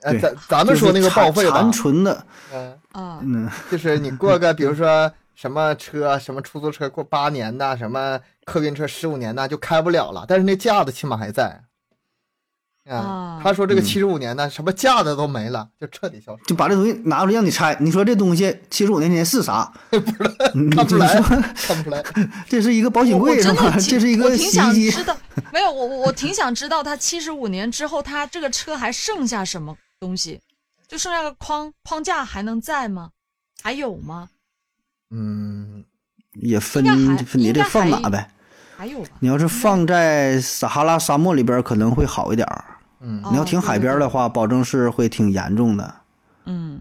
Speaker 2: 呃，
Speaker 1: 对
Speaker 2: 咱咱们说那个报
Speaker 1: 就
Speaker 2: 废
Speaker 1: 是
Speaker 2: 吧
Speaker 1: 残残，存的，
Speaker 2: 嗯，
Speaker 3: 啊，
Speaker 1: 嗯，
Speaker 2: 就是你过个，比如说什么车，什么出租车过八年呐，什么客运车十五年呐，就开不了了。但是那架子起码还在。啊
Speaker 3: 啊，
Speaker 2: 他说这个
Speaker 1: 嗯
Speaker 2: 七十五年呢，什么架子都没了，就彻底消失。
Speaker 1: 就把这东西拿出来让你拆，你说这东西七十五年前是啥？你
Speaker 2: 看不出
Speaker 1: 嗯你
Speaker 2: 来，
Speaker 1: 说
Speaker 2: 看不出来。
Speaker 1: 这是一个保险
Speaker 3: 我我
Speaker 1: 柜是
Speaker 3: 真的
Speaker 1: 吧？
Speaker 3: 挺
Speaker 1: 这是一
Speaker 3: 我
Speaker 1: 个
Speaker 3: 挺
Speaker 1: 洗
Speaker 3: 想
Speaker 1: 衣机
Speaker 3: 知。道，没有我我我挺想知道他七十五年之后，他这个车还剩下什么东西？就剩下个框框架还能在吗？还有吗？
Speaker 2: 嗯，
Speaker 1: 也分
Speaker 3: 应该还
Speaker 1: 分你
Speaker 3: 应
Speaker 1: 这
Speaker 3: 该
Speaker 1: 放哪
Speaker 3: 还
Speaker 1: 呗？
Speaker 3: 还有吧？
Speaker 1: 你要是放在撒哈拉沙漠里边儿可能会好一点儿，
Speaker 2: 嗯
Speaker 1: 你要
Speaker 3: 哦
Speaker 1: 停
Speaker 3: 对
Speaker 1: 海
Speaker 3: 对
Speaker 1: 边儿
Speaker 3: 对
Speaker 1: 的话，保证是会挺严重的。
Speaker 3: 嗯，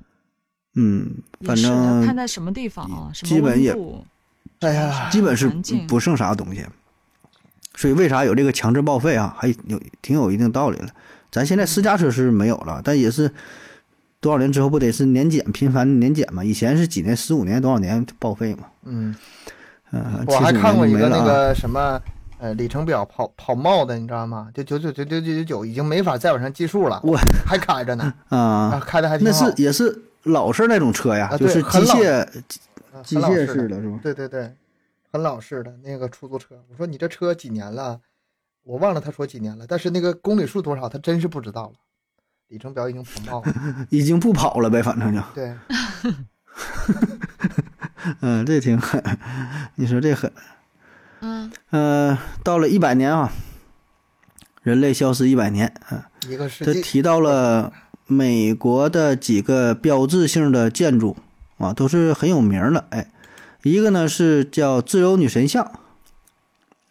Speaker 1: 嗯，
Speaker 3: 也
Speaker 1: 反
Speaker 3: 是要看
Speaker 1: 正
Speaker 3: 在什么地方啊，什么
Speaker 1: 基本
Speaker 3: 温
Speaker 1: 也
Speaker 3: 度
Speaker 2: 哎呀，
Speaker 1: 基本是
Speaker 3: 环境
Speaker 1: 不剩啥东西。所以为啥有这个强制报废啊？还有挺有一定道理了。咱现在私家车是没有了，但也是多少年之后不得是年检频繁的年检嘛？以前是几年，十五年多少年报废嘛？
Speaker 2: 嗯，
Speaker 1: 嗯，
Speaker 2: 我还
Speaker 1: 75
Speaker 2: 看过一
Speaker 1: 年
Speaker 2: 个
Speaker 1: 就没
Speaker 2: 那
Speaker 1: 了啊。
Speaker 2: 个什么。呃，里程表跑跑冒的，你知道吗？就九九九九九九九，已经没法再往上计数了，
Speaker 1: 我
Speaker 2: 还开着呢，
Speaker 1: 啊
Speaker 2: 啊，开的还挺
Speaker 1: 那
Speaker 2: 好
Speaker 1: 是，也是老式那种车呀，
Speaker 2: 啊
Speaker 1: 就
Speaker 2: 对
Speaker 1: 是机
Speaker 2: 很老
Speaker 1: 械
Speaker 2: 啊
Speaker 1: 机
Speaker 2: 很老
Speaker 1: 械
Speaker 2: 式的
Speaker 1: 的，是吧？
Speaker 2: 对对对，很老式的那个出租车。我说你这车几年了？我忘了他说几年了，但是那个公里数多少，他真是不知道了。里程表已经跑冒了。
Speaker 1: 已经不跑了呗，反 正就，
Speaker 2: 对，
Speaker 1: 嗯，这挺狠， 你说这狠，
Speaker 3: 嗯，
Speaker 1: 呃，到了一百年啊，人类消失一百年，嗯，
Speaker 2: 一个 世
Speaker 1: 这
Speaker 2: 纪。
Speaker 1: 提到了美国的几个标志性的建筑啊，都是很有名儿的。哎，一个呢是叫自由女神像，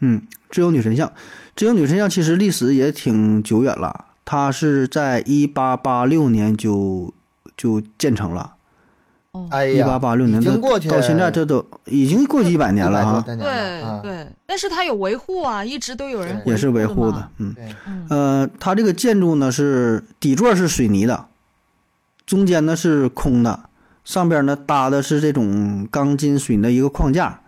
Speaker 1: 嗯，自由女神像，自由女神像其实历史也挺久远了，它是在一八八六年就就建成了，
Speaker 3: 哦，
Speaker 2: 哎
Speaker 1: 一
Speaker 2: 呀，
Speaker 1: 八八六
Speaker 2: 已
Speaker 1: 年
Speaker 2: 经过
Speaker 1: 到
Speaker 2: 去
Speaker 1: 到现在这都已经过去一百年了
Speaker 2: 100
Speaker 1: 哈
Speaker 2: 多，年
Speaker 3: 对
Speaker 2: 了啊。
Speaker 3: 对，但是它有维护啊，一直都有人
Speaker 2: 对
Speaker 1: 也是维护
Speaker 3: 嘛
Speaker 1: 的，，嗯。
Speaker 2: 对，
Speaker 3: 嗯，
Speaker 1: 呃，它这个建筑呢是底座是水泥的，中间呢是空的，上边呢搭的是这种钢筋水泥的一个框架，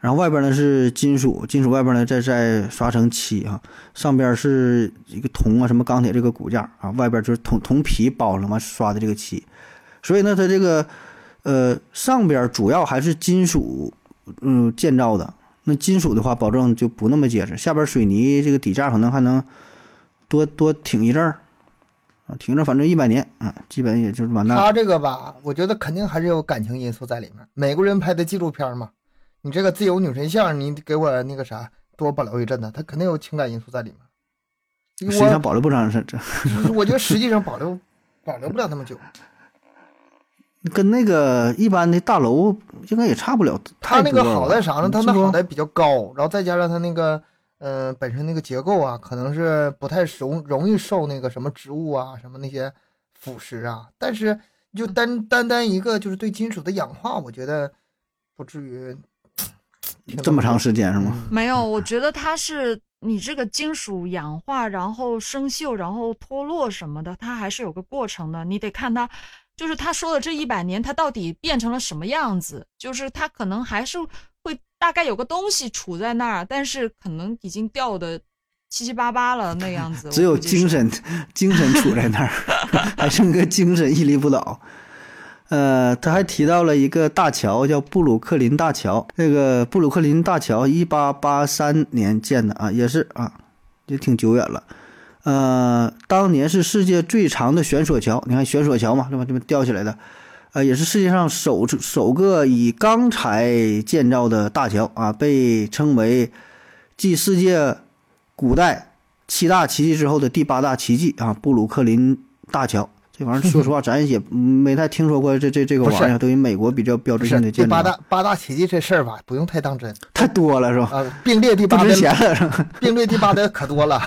Speaker 1: 然后外边呢是金属，金属外边呢再再刷成漆啊，上边是一个铜啊什么钢铁这个骨架啊，外边就是铜铜皮包上嘛刷的这个漆，所以呢它这个呃上边主要还是金属嗯建造的。那金属的话，保证就不那么结实。下边水泥这个底架可能还能多多挺一阵儿啊，挺着反正一百年啊，基本也就是完蛋了。
Speaker 2: 他这个吧，我觉得肯定还是有感情因素在里面。美国人拍的纪录片嘛，你这个自由女神像，你给我那个啥，多保留一阵子，他肯定有情感因素在里面。
Speaker 1: 实际上保留不长时间，
Speaker 2: 我我觉得实际上保留保留不了那么久。
Speaker 1: 这跟那个一般的大楼应该也差不了太
Speaker 2: 它那
Speaker 1: 多了吧。嗯
Speaker 2: 个好在啥呢？它
Speaker 1: 是
Speaker 2: 那
Speaker 1: 不
Speaker 2: 好在比较高，然后再加上它那个，呃，本身那个结构啊，可能是不太容容易受那个什么植物啊、什么那些腐蚀啊。但是就单单单一个就是对金属的氧化，我觉得不至于
Speaker 1: 这么长
Speaker 2: 间
Speaker 1: 时间是吗？
Speaker 2: 嗯
Speaker 3: 没有，我觉得它是你这个金属氧化，然后生锈，然后脱落什么的，它还是有个过程的。你得看它，就是他说的这一百年，它到底变成了什么样子？就是它可能还是会大概有个东西处在那儿，但是可能已经掉的七七八八了那样子。
Speaker 1: 只
Speaker 3: 我
Speaker 1: 有
Speaker 3: 估计是
Speaker 1: 精 神精神处在那儿，还剩个精神屹立不倒。呃，他还提到了一个大桥，叫布鲁克林大桥。这个布鲁克林大桥一八八三年建的啊，也是啊，也挺久远了。呃，当年是世界最长的悬索桥，你看悬索桥嘛，对吧？这么吊起来的，呃，也是世界上首次首个以钢材建造的大桥啊，被称为继世界古代七大奇迹之后的第八大奇迹啊，布鲁克林大桥。这玩意儿，说实 话，咱也没太听说过这这这个
Speaker 2: 不是
Speaker 1: 玩意儿，对于美国比较标
Speaker 2: 不
Speaker 1: 志性的
Speaker 2: 是这
Speaker 1: 建筑
Speaker 2: 八，大八大奇迹这事儿吧，不用太当真
Speaker 1: 太多了是吧？
Speaker 2: 啊。并列第
Speaker 1: 哦不
Speaker 2: 八
Speaker 1: 值
Speaker 2: 的
Speaker 1: 钱了是吧？
Speaker 2: 并列第八的可 多了，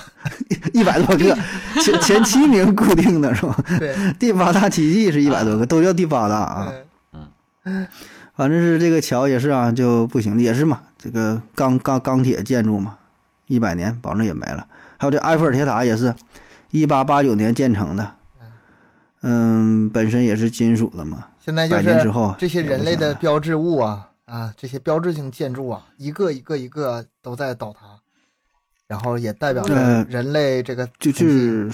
Speaker 1: 一百多个，前前七名固定的是吧？
Speaker 2: 对，
Speaker 1: 第八大奇迹是一百多个，都叫第八大啊。
Speaker 2: 嗯
Speaker 1: 反正是这个桥也是啊，就不行，也是嘛，这个钢钢钢铁建筑嘛，一百年保证也没了。还有这埃菲尔铁塔也是，一八八九年建成的，嗯，本身也是金属的嘛，
Speaker 2: 现在就
Speaker 1: 百年之
Speaker 2: 是
Speaker 1: 后
Speaker 2: 这些
Speaker 1: 也不
Speaker 2: 人类
Speaker 1: 行
Speaker 2: 的
Speaker 1: 了
Speaker 2: 标志物啊啊，这些标志性建筑啊，一个一个一个都在倒塌，然后也代表着
Speaker 1: 呃
Speaker 2: 人类这个
Speaker 1: 就就是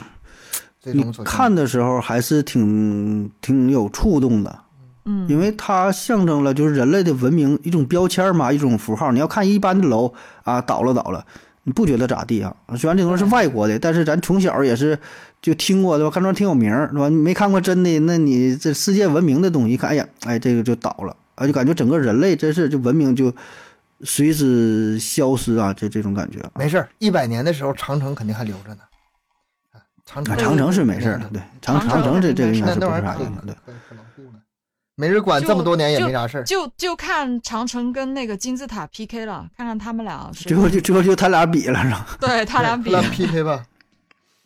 Speaker 2: 最
Speaker 1: 你
Speaker 2: 终走向
Speaker 1: 看的时候还是挺挺有触动的，
Speaker 3: 嗯，
Speaker 1: 因为它象征了就是人类的文明一种标签嘛，一种符号。你要看一般的楼啊，倒了倒了，你不觉得咋地啊？虽然这东西是外国的，但是咱从小也是就听过对吧？看着挺有名儿是吧？你没看过真的，那你这世界文明的东西，一看哎呀，哎这个就倒了啊，就感觉整个人类真是就文明就随之消失啊，这这种感觉啊。
Speaker 2: 没事儿，一百年的时候长城肯定还留着呢，啊，长城
Speaker 1: 啊长城是没事儿的，对长
Speaker 3: 长
Speaker 1: 长城这这个应该
Speaker 2: 那
Speaker 1: 是不
Speaker 2: 那
Speaker 1: 是啊
Speaker 2: 玩意
Speaker 1: 啥
Speaker 2: 儿可
Speaker 1: 影响？对，
Speaker 2: 可可牢固了，没人管这么多年也
Speaker 3: 就
Speaker 2: 没啥事儿。
Speaker 3: 就就看长城跟那个金字塔 PK 了，看看他们俩谁
Speaker 1: 最后就最后就他俩比了是吧？
Speaker 3: 对他俩比，
Speaker 2: 来 PK 吧，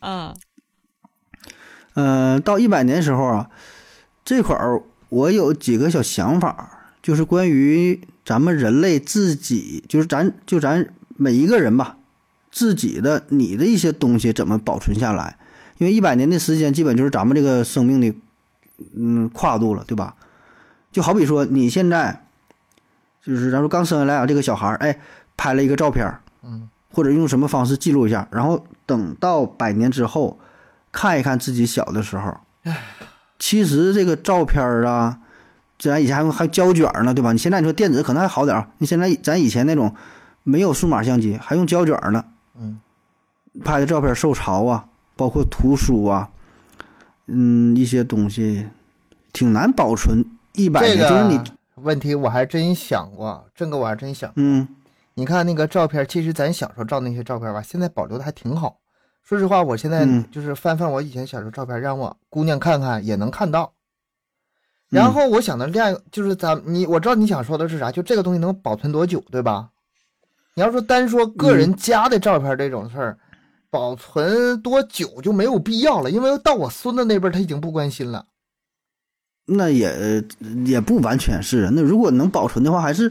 Speaker 3: 嗯
Speaker 1: 呃，到一百年时候啊，这块儿我有几个小想法，就是关于咱们人类自己，就是咱就咱每一个人吧，自己的你的一些东西怎么保存下来？因为一百年的时间，基本就是咱们这个生命的嗯跨度了，对吧？就好比说你现在就是咱说刚生下来啊，这个小孩儿哎拍了一个照片，
Speaker 2: 嗯，
Speaker 1: 或者用什么方式记录一下，然后等到百年之后看一看自己小的时候。其实这个照片儿啊，咱以前还还胶卷儿呢，对吧？你现在你说电子可能还好点儿，你现在咱以前那种没有数码相机，还用胶卷儿呢，
Speaker 2: 嗯，
Speaker 1: 拍的照片受潮啊，包括图书啊，嗯，一些东西挺难保存一百
Speaker 2: 这
Speaker 1: 年，就是
Speaker 2: 个
Speaker 1: 你，
Speaker 2: 问题我还真想过，这个我还真想。
Speaker 1: 嗯，
Speaker 2: 你看那个照片，其实咱小时候照那些照片吧，现在保留的还挺好。说实话，我现在
Speaker 1: 嗯
Speaker 2: 就是翻翻我以前小时候照片，让我姑娘看看也能看到。
Speaker 1: 嗯
Speaker 2: 然后我想的另一个就是咱你，我知道你想说的是啥，就这个东西能保存多久，对吧？你要说单说
Speaker 1: 嗯
Speaker 2: 个人家的照片这种事儿，保存多久就没有必要了，因为到我孙子那边他已经不关心了。
Speaker 1: 那也也不完全是。那如果能保存的话，还是，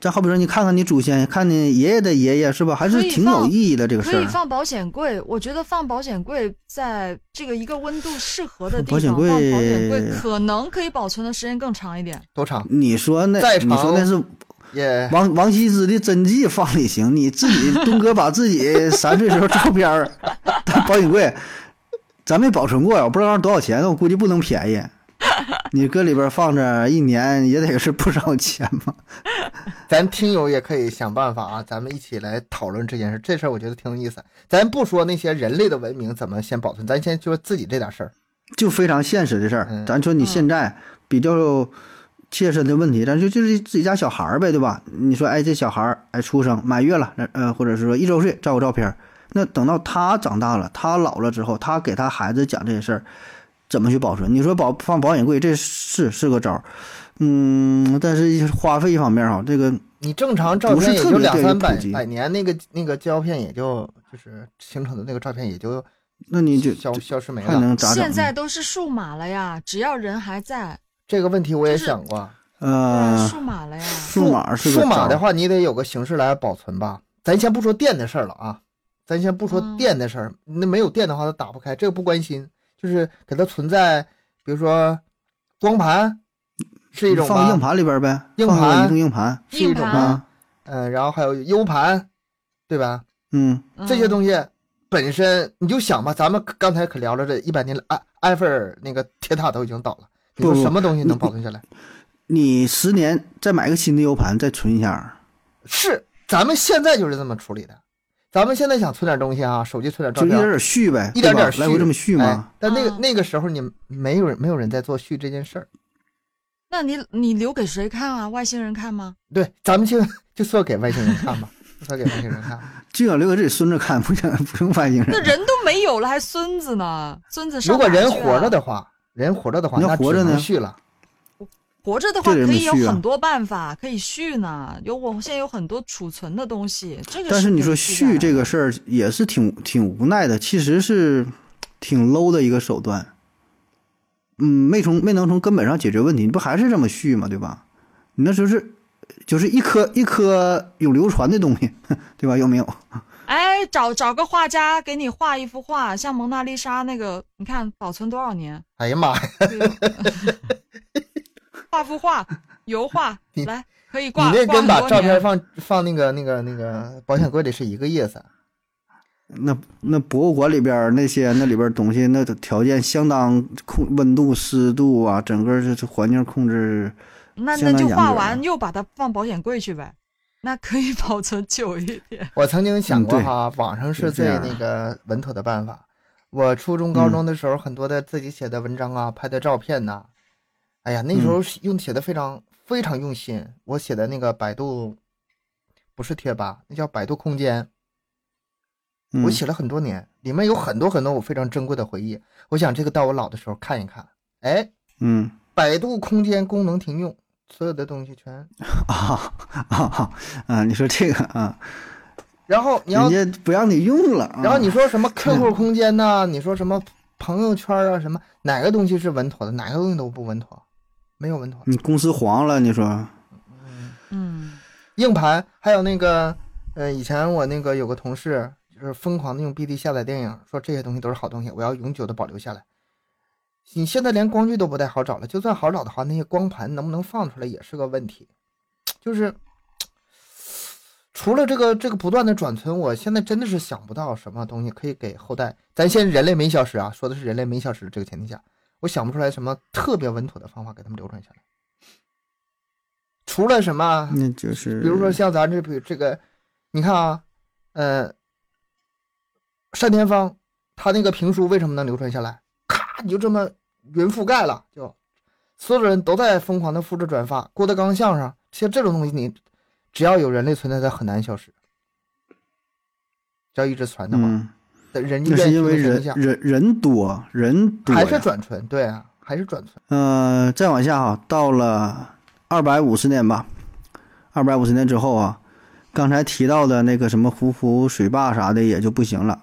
Speaker 1: 咱好比说，你看看你祖先，看你爷爷的爷爷，是吧？还是
Speaker 3: 可以
Speaker 1: 挺
Speaker 3: 放
Speaker 1: 有意义的这个事
Speaker 3: 可以
Speaker 1: 儿。
Speaker 3: 放保险柜，我觉得放保险柜在这个一个温度适合的地
Speaker 1: 保
Speaker 3: 方
Speaker 1: 险
Speaker 3: 放
Speaker 1: 柜
Speaker 3: 保险柜，可能可以保存的时间更长一点。
Speaker 2: 多长
Speaker 1: 你说那
Speaker 2: 再
Speaker 1: 你说
Speaker 2: 长
Speaker 1: 那是
Speaker 2: 也
Speaker 1: 王王羲之的真迹放里行，你自己东哥把自己三岁时候照片儿当保险柜，咱没保存过呀，我不知道多少钱，我估计不能便宜。你搁里边放着一年也得是不少钱吧？
Speaker 2: 咱听友也可以想办法啊，咱们一起来讨论这件事。这事儿我觉得挺有意思。咱不说那些人类的文明怎么先保存，咱先说自己这点事儿。
Speaker 1: 就非常现实的事儿
Speaker 2: 嗯。
Speaker 1: 咱说你现在比较切身的问题，咱就就是自己家小孩儿呗，对吧？你说，哎，这小孩儿哎出生满月了，那呃，或者是说一周岁照个照片儿，那等到他长大了，他老了之后，他给他孩子讲这些事儿，怎么去保存？你说保放保险柜，这是是个招儿，嗯，但是花费一方面哈，这个
Speaker 2: 你正常照
Speaker 1: 不是
Speaker 2: 片也
Speaker 1: 特
Speaker 2: 就
Speaker 1: 别
Speaker 2: 两
Speaker 1: 对于
Speaker 2: 三
Speaker 1: 普
Speaker 2: 百
Speaker 1: 及
Speaker 2: 百年，那个那个胶片也就就是形成的那个照片也就
Speaker 1: 那你就
Speaker 2: 消消失没
Speaker 1: 还
Speaker 2: 了。
Speaker 1: 能咋整
Speaker 3: 现
Speaker 1: 呢？
Speaker 3: 在都是数码了呀，只要人还在，
Speaker 2: 这个问题我也
Speaker 3: 就是
Speaker 2: 想过，
Speaker 3: 对
Speaker 1: 呃
Speaker 3: 啊，，数码了呀。
Speaker 1: 数码是个
Speaker 2: 数码
Speaker 1: 招
Speaker 2: 的
Speaker 1: 儿
Speaker 2: 话，你得有个形式来保存吧。咱先不说电的事儿了啊，咱先不说
Speaker 3: 嗯
Speaker 2: 电的事儿，那没有电的话它打不开，这个不关心，就是给它存在，比如说光盘是一种
Speaker 1: 嗯放
Speaker 2: 吧
Speaker 1: 硬，盘里边儿呗，
Speaker 2: 硬
Speaker 1: 放个
Speaker 2: 盘
Speaker 1: 移动硬盘
Speaker 2: 是一种
Speaker 3: 硬
Speaker 2: 吧
Speaker 3: 盘
Speaker 1: 啊，
Speaker 2: 嗯、然后还有 U 盘，对吧？
Speaker 1: 嗯
Speaker 2: 这些
Speaker 3: 嗯
Speaker 2: 东西本身你就想吧，咱们刚才可聊了这一百年了，埃埃菲尔那个铁塔都已经倒了，你说
Speaker 1: 不不
Speaker 2: 什么东西能
Speaker 1: 你
Speaker 2: 保存下来？
Speaker 1: 你十年再买个新的 U 盘再存一下，
Speaker 2: 是，咱们现在就是这么处理的。咱们现在想存点东西啊，手机存点照
Speaker 1: 就一
Speaker 2: 片
Speaker 1: 点，点续呗，
Speaker 2: 一点
Speaker 1: 对吧
Speaker 2: 点续
Speaker 1: 来回这么续
Speaker 2: 哎
Speaker 1: 嘛。
Speaker 2: 但那个、
Speaker 3: 啊
Speaker 2: 那个时候你没有人没有人在做续这件事儿，
Speaker 3: 那你你留给谁看啊？外星人看吗？
Speaker 2: 对，咱们就就算给外星人看吧，就算给外星人 看。
Speaker 1: 就想留给自己孙子看，不想 不用外星
Speaker 3: 那
Speaker 1: 人。
Speaker 3: 人都没有了，还孙子呢？孙子上
Speaker 2: 如果
Speaker 3: 哪儿
Speaker 2: 人
Speaker 3: 去啊
Speaker 2: 活着的话，人活着的话，
Speaker 1: 你要
Speaker 2: 那
Speaker 1: 活着
Speaker 2: 只能
Speaker 1: 呢
Speaker 2: 续了。
Speaker 3: 活着的话，
Speaker 1: 这人
Speaker 3: 可
Speaker 1: 没
Speaker 3: 以有
Speaker 1: 续啊
Speaker 3: 很多办法可以续呢。有我现在有很多储存的东西，这个
Speaker 1: 但是
Speaker 3: 是
Speaker 1: 你说续这
Speaker 3: 个，
Speaker 1: 个事儿也是挺挺无奈的，其实是挺 low 的一个手段。嗯，没从没能从根本上解决问题，你不还是这么续吗？对吧？你那就是就是一颗一颗有流传的东西， 对吧？有没有？
Speaker 3: 哎，找找个画家给你画一幅画，像蒙娜丽莎那个，你看保存多少年？
Speaker 2: 哎呀妈呀，
Speaker 3: 可以有画幅 画，油画
Speaker 2: 你
Speaker 3: 来可以
Speaker 2: 你
Speaker 3: 挂。
Speaker 2: 那
Speaker 3: 挂
Speaker 2: 跟
Speaker 3: 很
Speaker 2: 把
Speaker 3: 多
Speaker 2: 照片
Speaker 3: 年
Speaker 2: 放放那个那个那个保险柜里是一个意思。
Speaker 1: 那那博物馆里边儿那些那里边儿东西，那条件相当控温度、湿度啊，整个这这环境控制，
Speaker 3: 那
Speaker 1: 相
Speaker 3: 那
Speaker 1: 当啊
Speaker 3: 就
Speaker 1: 严
Speaker 3: 画
Speaker 1: 格
Speaker 3: 完
Speaker 1: 了
Speaker 3: 又把它放保险柜去呗，那可以保存久一点。
Speaker 2: 我曾经想
Speaker 1: 嗯
Speaker 2: 过
Speaker 1: 对
Speaker 2: 哈，网上是
Speaker 1: 是这
Speaker 2: 最
Speaker 1: 样嗯
Speaker 2: 那个稳妥的办法。我初中、高中的时候，很多的自己写的文章啊，拍的照片呐、哎呀，那
Speaker 1: 嗯
Speaker 2: 时候是用写的非常非常用心。我写的那个百度，不是贴吧，那叫百度空间，
Speaker 1: 嗯
Speaker 2: 我写了很多年，里面有很多很多我非常珍贵的回忆。我想这个到我老的时候看一看。哎，
Speaker 1: 嗯
Speaker 2: 百度空间功能停用，所有的东西全。
Speaker 1: 啊啊啊！你说这个啊，
Speaker 2: 然后你要
Speaker 1: 人家不让你用了、啊，
Speaker 2: 然后你说什么 QQ 空间呐、你说什么朋友圈啊？什么哪个东西是稳妥的？哪个东西都不稳妥，没有稳妥。
Speaker 1: 你公司黄了，你说
Speaker 3: 嗯，
Speaker 2: 硬盘还有那个，呃，以前我那个有个同事就是疯狂的用 BD 下载电影，说这些东西都是好东西，我要永久的保留下来。你现在连光剧都不太好找了，就算好找的话，那些光盘能不能放出来也是个问题。就是除了这个这个不断的转存，我现在真的是想不到什么东西可以给后代。咱先人类每小时啊，说的是人类每小时这个前提下，我想不出来什么特别稳妥的方法给他们流传下来。除了什么，
Speaker 1: 那就是，
Speaker 2: 比如说像咱这比这个，你看啊，呃，单田芳他那个评书为什么能流传下来？咔，你就这么云覆盖了，就所有人都在疯狂的复制转发。郭德纲相声，像这种东西你，只要有人类存在，它很难消失。只要一直传的话，
Speaker 1: 嗯，
Speaker 2: 但人
Speaker 1: 那是因为
Speaker 2: 人
Speaker 1: 人人人多，人多
Speaker 2: 还是
Speaker 1: 呀
Speaker 2: 转存，对啊，还是转存。
Speaker 1: 呃，再往下啊，到了二百五十年吧，二百五十年之后啊，刚才提到的那个什么胡湖水坝啥的也就不行了，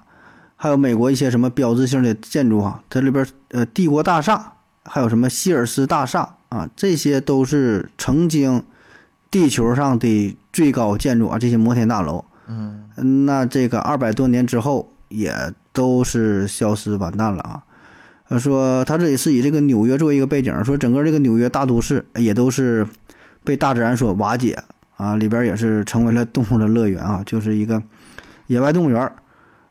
Speaker 1: 还有美国一些什么标志性的建筑啊，这里边呃帝国大厦，还有什么希尔斯大厦啊，这些都是曾经地球上的最高建筑啊，这些摩天大楼，
Speaker 2: 嗯，
Speaker 1: 那这个二百多年之后也都是消失完蛋了啊。呃，说他这里是以这个纽约作为一个背景，说整个这个纽约大都市也都是被大自然所瓦解啊，里边也是成为了动物的乐园啊，就是一个野外动物园儿。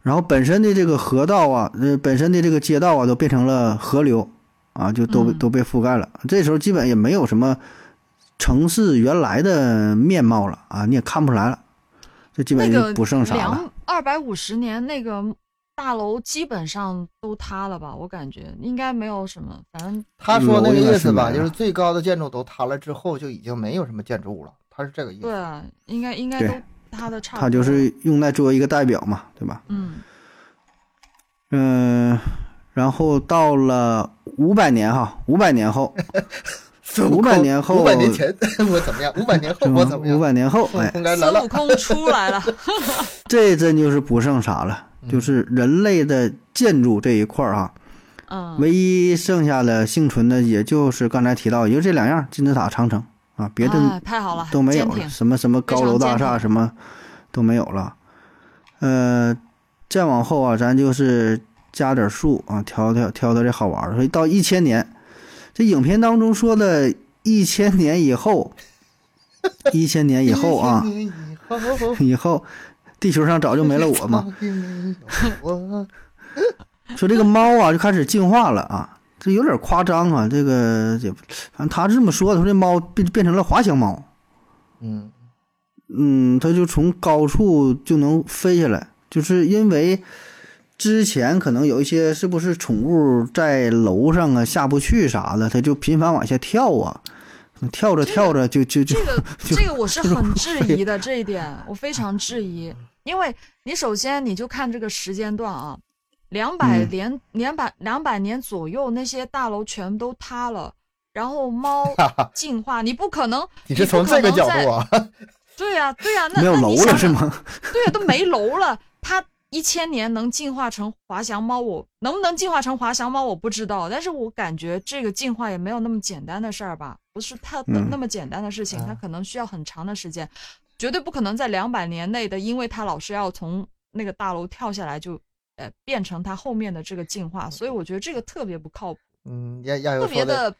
Speaker 1: 然后本身的这个河道啊，呃，本身的这个街道啊，都变成了河流啊，就都被
Speaker 3: 嗯
Speaker 1: 都被覆盖了。这时候基本也没有什么城市原来的面貌了啊，你也看不出来了，这基本
Speaker 3: 那
Speaker 1: 就
Speaker 3: 个
Speaker 1: 不剩啥了。
Speaker 3: 两二百五十年那个大楼基本上都塌了吧？我感觉应该没有什么，反正
Speaker 2: 他说那个意思吧，
Speaker 1: 嗯楼应该是没了
Speaker 2: 就是最高的建筑都塌了之后，就已经没有什么建筑物了。他是这个意
Speaker 3: 对
Speaker 2: 思。
Speaker 3: 啊，应该应该
Speaker 1: 嗯对
Speaker 3: 都塌的差不多。
Speaker 1: 它就是用来作为一个代表嘛，对吧？
Speaker 3: 嗯
Speaker 1: 嗯，然后到了五百年哈，五百年 后，500年后
Speaker 2: 五百年前 我怎么样？五百年后我怎么样
Speaker 1: 五？百年后，
Speaker 2: 孙
Speaker 1: 哎
Speaker 2: 悟，空该来
Speaker 3: 孙
Speaker 2: 了
Speaker 3: 悟。空出来了，
Speaker 1: 这真就是不剩啥了，
Speaker 2: 嗯
Speaker 1: 就是人类的建筑这一块儿啊，
Speaker 3: 嗯，
Speaker 1: 唯一剩下的幸存的，也就是刚才提到，也就这两样，金字塔、长城啊，别
Speaker 3: 啊
Speaker 1: 的
Speaker 3: 太好了，
Speaker 1: 都没有
Speaker 3: 坚
Speaker 1: 了，
Speaker 3: 挺
Speaker 1: 什么什么高楼大
Speaker 3: 非常
Speaker 1: 厦
Speaker 3: 坚挺
Speaker 1: 什么都没有了。呃，再往后啊，咱就是加点数啊，挑挑挑挑这好玩儿的。所以到一千年，这影片当中说的一千年以后，一千年以后 啊，
Speaker 2: 一千年以后
Speaker 1: 以后地球上早就没了我 嘛。。
Speaker 2: 一千年以后我
Speaker 1: 说这个猫啊就开始进化了啊，这有点夸张啊。这个也不，反正他是这么说的，说这猫变变成了滑翔猫，
Speaker 2: 嗯，
Speaker 1: 嗯，它就从高处就能飞下来，就是因为之前可能有一些是不是宠物在楼上啊下不去啥的，它就频繁往下跳啊，跳着跳着就就 就
Speaker 3: 这个
Speaker 1: 就
Speaker 3: 这个我是 很质
Speaker 1: 废
Speaker 3: 疑的，这一点我非常质疑，因为你首先你就看这个时间段啊，两百
Speaker 1: 嗯
Speaker 3: 年两百两百年左右那些大楼全都塌了，然后猫进化，你不可能，
Speaker 2: 你是从这个角度
Speaker 3: 啊？
Speaker 2: 啊？
Speaker 3: 对呀、对呀、那
Speaker 1: 没有
Speaker 3: 那
Speaker 1: 楼
Speaker 3: 你
Speaker 1: 了
Speaker 3: 想
Speaker 1: 是
Speaker 3: 想？
Speaker 1: 吗？
Speaker 3: 对啊呀、都没楼了，它一千年能进化成滑翔猫，我能不能进化成滑翔猫我不知道，但是我感觉这个进化也没有那么简单的事儿吧，不是它的
Speaker 1: 嗯
Speaker 3: 那么简单的事情，它
Speaker 2: 啊
Speaker 3: 可能需要很长的时间，绝对不可能在两百年内的，因为它老是要从那个大楼跳下来就。呃，变成它后面的这个进化，所以我觉得这个特别不靠谱，
Speaker 2: 嗯，亚亚
Speaker 3: 特
Speaker 2: 游
Speaker 3: 别
Speaker 2: 说的
Speaker 3: 的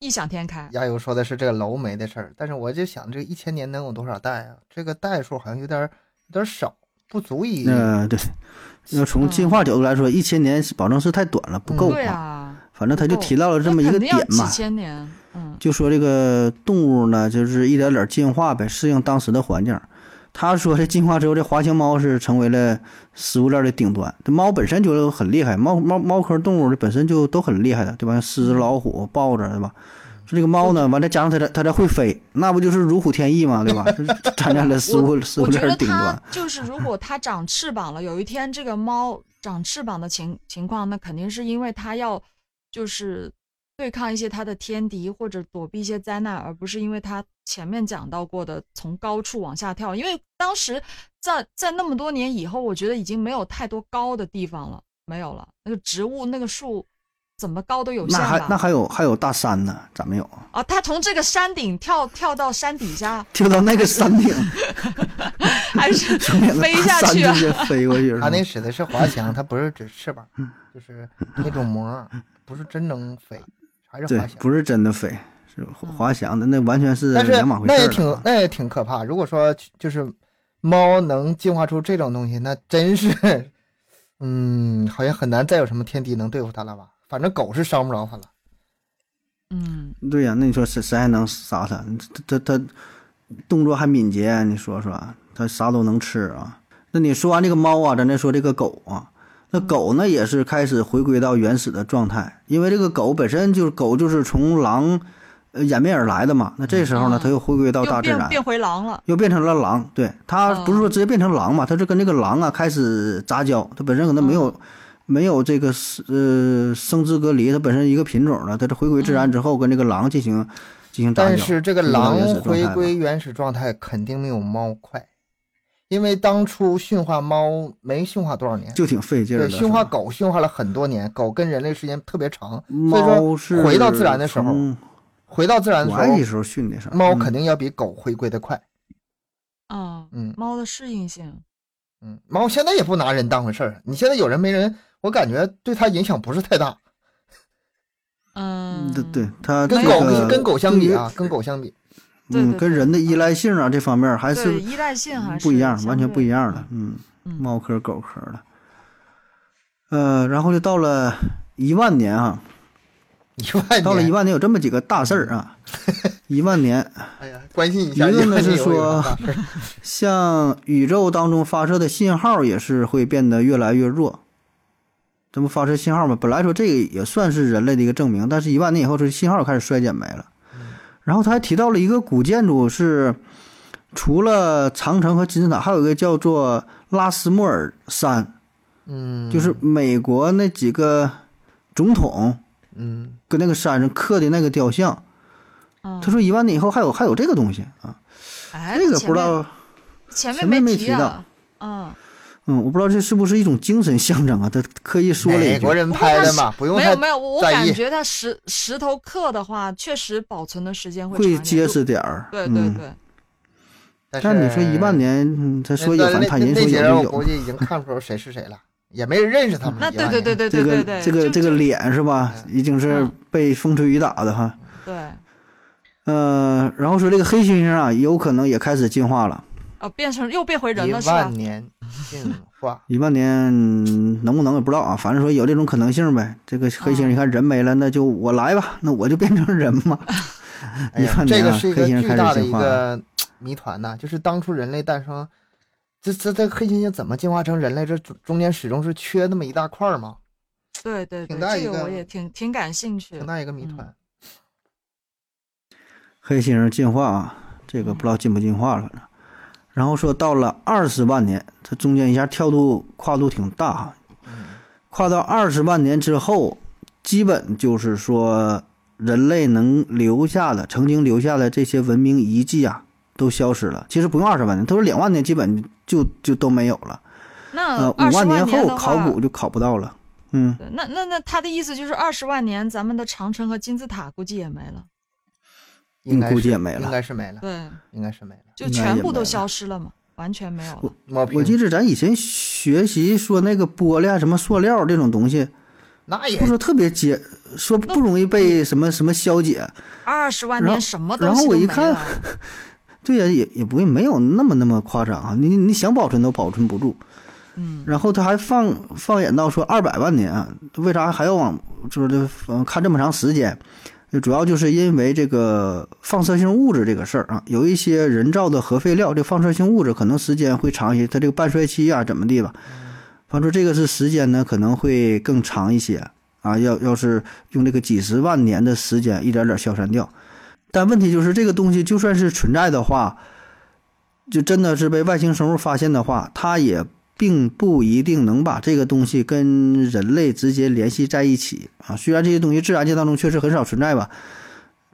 Speaker 3: 异想天开。
Speaker 2: 亚游说的是这个楼没的事儿，但是我就想这个一千年能有多少代啊？这个代数好像有点儿有点儿少，不足以。
Speaker 1: 呃，对，要从进化角度来说，一千年保证是太短了，不够
Speaker 3: 嗯对
Speaker 1: 啊。
Speaker 3: 啊，
Speaker 1: 反正他就
Speaker 3: 不够
Speaker 1: 提到了这
Speaker 3: 那
Speaker 1: 么一
Speaker 3: 肯
Speaker 1: 个
Speaker 3: 定要
Speaker 1: 点嘛，
Speaker 3: 几千年，嗯，
Speaker 1: 就说这个动物呢，就是一点点进化呗，适应当时的环境。他说这进化之后，这滑翔猫是成为了食物链的顶端。这猫本身就很厉害，猫猫猫科动物本身就都很厉害的，对吧？像狮子、老虎、豹子，对吧？说这个猫呢，完再加上它这它这会飞，那不就是如虎添翼嘛，对吧？ 这占占了食物食物
Speaker 3: 我觉
Speaker 1: 链
Speaker 3: 得
Speaker 1: 顶
Speaker 3: 它
Speaker 1: 端。
Speaker 3: 就是，如果它长翅膀了，有一天这个猫长翅膀的情情况，那肯定是因为它要就是对抗一些它的天敌或者躲避一些灾难，而不是因为它前面讲到过的从高处往下跳。因为当时在在那么多年以后，我觉得已经没有太多高的地方了，没有了。那个植物、那个树怎么高都有
Speaker 1: 那
Speaker 3: 限
Speaker 1: 还那
Speaker 3: 吧？
Speaker 1: 还有还有大山呢，咱们有
Speaker 3: 啊，它从这个山顶跳跳到山底下，
Speaker 1: 跳到那个山顶，
Speaker 3: 还 是
Speaker 1: 从两个
Speaker 3: 飞
Speaker 1: 大
Speaker 3: 下
Speaker 1: 山
Speaker 3: 去啊
Speaker 1: 直？接飞过去是吧
Speaker 2: 它那使的是滑翔，它不是指翅膀，
Speaker 1: 嗯
Speaker 2: 就是那种膜儿，不是真能飞，还是
Speaker 1: 对
Speaker 2: 滑翔，。嗯
Speaker 1: 不是真的飞，是滑翔的，那完全是
Speaker 2: 但是
Speaker 1: 两码回事
Speaker 2: 那
Speaker 1: 儿了
Speaker 2: 也
Speaker 1: 啊。
Speaker 2: 挺那也挺可怕。如果说就是猫能进化出这种东西，那真是，嗯，好像很难再有什么天敌能对付它了吧？反正狗是伤不着它了。
Speaker 3: 嗯。
Speaker 1: 对呀、那你说谁谁还能杀它？它它它动作还敏捷，啊你说说，它啥都能吃啊。那你说完这个猫啊，咱再说这个狗啊。
Speaker 2: 嗯
Speaker 1: 那狗呢，也是开始回归到原始的状态，因为这个狗本身就是狗，就是从狼呃演变而来的嘛。那这时候呢
Speaker 3: 嗯，
Speaker 1: 它又回归到
Speaker 3: 又
Speaker 1: 大自
Speaker 3: 变
Speaker 1: 然，
Speaker 3: 变回狼了。
Speaker 1: 又变成了狼。对，它
Speaker 3: 哦
Speaker 1: 不是说直接变成狼嘛，它是跟这个狼啊开始杂交，它本身可能没有、
Speaker 3: 嗯
Speaker 1: 没有这个是呃生殖隔离，它本身一个品种了，它这回归自然之后跟这个狼进行进行杂交。
Speaker 2: 但是这个
Speaker 1: 回到
Speaker 2: 狼
Speaker 1: 原始状态
Speaker 2: 回
Speaker 1: 了
Speaker 2: 归原始状态肯定没有猫快，因为当初驯化猫没驯化多少年，
Speaker 1: 就挺费劲儿
Speaker 2: 对，
Speaker 1: 的。
Speaker 2: 驯化
Speaker 1: 是吧
Speaker 2: 狗驯化了很多年，狗跟人类时间特别长，所以
Speaker 1: 猫是
Speaker 2: 说回到自然的时候，
Speaker 1: 从
Speaker 2: 回到自然的
Speaker 1: 我爱的
Speaker 2: 时
Speaker 1: 时候训的啥？
Speaker 2: 候，猫
Speaker 1: 嗯
Speaker 2: 肯定要比狗回归的快。
Speaker 3: 啊，
Speaker 2: 嗯
Speaker 3: 猫的适应性，
Speaker 2: 嗯，猫现在也不拿人当回事儿，你现在有人没人，我感觉对它影响不是太大，
Speaker 3: 嗯，
Speaker 1: 对对，它
Speaker 2: 跟
Speaker 1: 这
Speaker 2: 狗
Speaker 1: 个
Speaker 2: 跟狗相
Speaker 1: 对
Speaker 2: 比
Speaker 1: 于
Speaker 2: 啊，跟狗相比，
Speaker 3: 对对
Speaker 1: 嗯，
Speaker 3: 对
Speaker 1: 跟人的依赖性啊这方面还
Speaker 3: 对，
Speaker 1: 是
Speaker 3: 依赖性还是
Speaker 1: 不一样，完全不一
Speaker 3: 样。
Speaker 1: 样的。嗯，
Speaker 3: 嗯
Speaker 1: 猫科狗科的。呃，然后就到了一万年啊，
Speaker 2: 一万年
Speaker 1: 到了一，万年有这么几个大事儿 啊，一万年
Speaker 2: 哎呀，关心一
Speaker 1: 一
Speaker 2: 下。
Speaker 1: 个呢
Speaker 2: 万年
Speaker 1: 是
Speaker 2: 有没有
Speaker 1: 说
Speaker 2: 大事儿，
Speaker 1: 像宇宙当中发射的信号也是会变得越来越弱。这不发射信号吗？本来说这个也算是人类的一个证明，但是一万年以后，这信号开始衰减没了。然后他还提到了一个古建筑是，除了长城和金字塔，还有一个叫做拉斯莫尔山，
Speaker 2: 嗯，
Speaker 1: 就是美国那几个总统
Speaker 2: 嗯，
Speaker 1: 跟那个山上刻的那个雕像。
Speaker 3: 嗯
Speaker 1: 他，说一万年以后还有还有这个东西啊，
Speaker 3: 哎，
Speaker 1: 这个
Speaker 3: 前
Speaker 1: 不知
Speaker 3: 面
Speaker 1: 道。
Speaker 3: 前
Speaker 1: 前
Speaker 3: 面
Speaker 1: 面没
Speaker 3: 提
Speaker 1: 提
Speaker 3: 啊，嗯，
Speaker 1: 嗯，我不知道这是不是一种精神象征啊？他刻意说了一
Speaker 2: 美
Speaker 1: 句
Speaker 2: 国，人拍的嘛，不用
Speaker 3: 没
Speaker 2: 太
Speaker 3: 有没有，我我
Speaker 2: 在意
Speaker 3: 感觉它石石头刻的话，确实保存的时间会
Speaker 1: 会
Speaker 3: 长一点
Speaker 1: 结
Speaker 3: 就
Speaker 1: 实点儿。
Speaker 3: 对对
Speaker 1: 嗯
Speaker 3: 对，
Speaker 1: 但
Speaker 2: 是
Speaker 1: 你说一万年，嗯他
Speaker 2: 那，
Speaker 1: 说有，
Speaker 2: 那
Speaker 1: 反正他人
Speaker 2: 那
Speaker 1: 说
Speaker 2: 几
Speaker 1: 有
Speaker 2: 人我
Speaker 1: 就
Speaker 2: 估
Speaker 1: 有。
Speaker 2: 计已经看不出谁是谁了，也没人认识他们。
Speaker 3: 那对对
Speaker 2: 对，
Speaker 3: 对对
Speaker 1: 哎这
Speaker 3: 对对
Speaker 1: 个
Speaker 3: 对，
Speaker 1: 这个
Speaker 3: 就
Speaker 1: 这个脸是吧？已经是
Speaker 3: 嗯
Speaker 1: 被风吹雨打的哈。
Speaker 3: 对
Speaker 1: 呃，然后说这个黑猩猩啊，有可能也开始进化了。，
Speaker 3: 哦，变成又变回人
Speaker 2: 一
Speaker 3: 了是啊吧
Speaker 2: 万？年进化
Speaker 1: 一万年能不能也不知道啊，反正说有这种可能性呗。这个黑猩猩，
Speaker 3: 嗯
Speaker 1: 你看人没了，那就我来吧，那我就变成人嘛。
Speaker 2: 哎呀
Speaker 1: 一，万
Speaker 2: 这
Speaker 1: 年
Speaker 2: 个
Speaker 1: 啊
Speaker 2: 是一个
Speaker 1: 黑猩猩
Speaker 2: 巨
Speaker 1: 开
Speaker 2: 大的
Speaker 1: 始
Speaker 2: 一
Speaker 1: 进化
Speaker 2: 个谜团呐，就是当初人类诞生，这这这黑猩猩怎么进化成人类？这中中间始终是缺那么一大块儿嘛，
Speaker 3: 对对对，
Speaker 2: 挺大一
Speaker 3: 这个
Speaker 2: 个
Speaker 3: 我也挺挺感兴趣
Speaker 2: 挺。大一个谜团。
Speaker 1: 黑猩猩进化啊，这
Speaker 3: 嗯
Speaker 1: 个不知道进不进化了，反正。然后说到了二十万年，它中间一下跳度跨度挺大哈，
Speaker 3: 嗯
Speaker 1: 跨到二十万年之后，基本就是说人类能留下的、曾经留下的这些文明遗迹啊，都消失了。其实不用二十万年，他说两万年基本就就都没有了。
Speaker 3: 那
Speaker 1: 呃，
Speaker 3: 嗯二
Speaker 1: 五
Speaker 3: 十
Speaker 1: 年
Speaker 3: 年
Speaker 1: 后
Speaker 3: 的
Speaker 1: 考
Speaker 3: 话，
Speaker 1: 古就考不到了。嗯，
Speaker 3: 对那那那他的意思就是二十万年，咱们的长城和金字塔估计也没了，
Speaker 2: 应该
Speaker 1: 嗯估
Speaker 2: 是
Speaker 1: 计也没了
Speaker 2: 应该是没了，
Speaker 3: 对，
Speaker 2: 应该是没了。
Speaker 3: 就
Speaker 1: 应该
Speaker 3: 全
Speaker 1: 也
Speaker 3: 部
Speaker 1: 没
Speaker 3: 都
Speaker 1: 了
Speaker 3: 消失了嘛，完全没有了。
Speaker 2: 毛
Speaker 1: 我记
Speaker 2: 病
Speaker 1: 得咱以前学习说那个玻璃啊、什么塑料这种东西，
Speaker 2: 那也
Speaker 1: 不说特别结，说不容易被什么什么消解。
Speaker 3: 二十万
Speaker 1: 然
Speaker 3: 年
Speaker 1: 后
Speaker 3: 什么
Speaker 1: 然
Speaker 3: 东
Speaker 1: 后
Speaker 3: 西
Speaker 1: 我
Speaker 3: 都
Speaker 1: 一
Speaker 3: 没
Speaker 1: 看
Speaker 3: 了。
Speaker 1: 对呀、也也不会没有那么那么夸张啊。你你想保存都保存不住。
Speaker 3: 嗯，
Speaker 1: 然后他还放放眼到说二百万年啊，为啥还要往就是呃看这么长时间？主要就是因为这个放射性物质这个事儿啊，有一些人造的核废料，这放射性物质可能时间会长一些，它这个半衰期啊怎么地吧，反正这个是时间呢可能会更长一些啊，要要是用这个几十万年的时间一点点消散掉，但问题就是这个东西就算是存在的话，就真的是被外星生物发现的话，它也并不一定能把这个东西跟人类直接联系在一起啊。虽然这些东西自然界当中确实很少存在吧，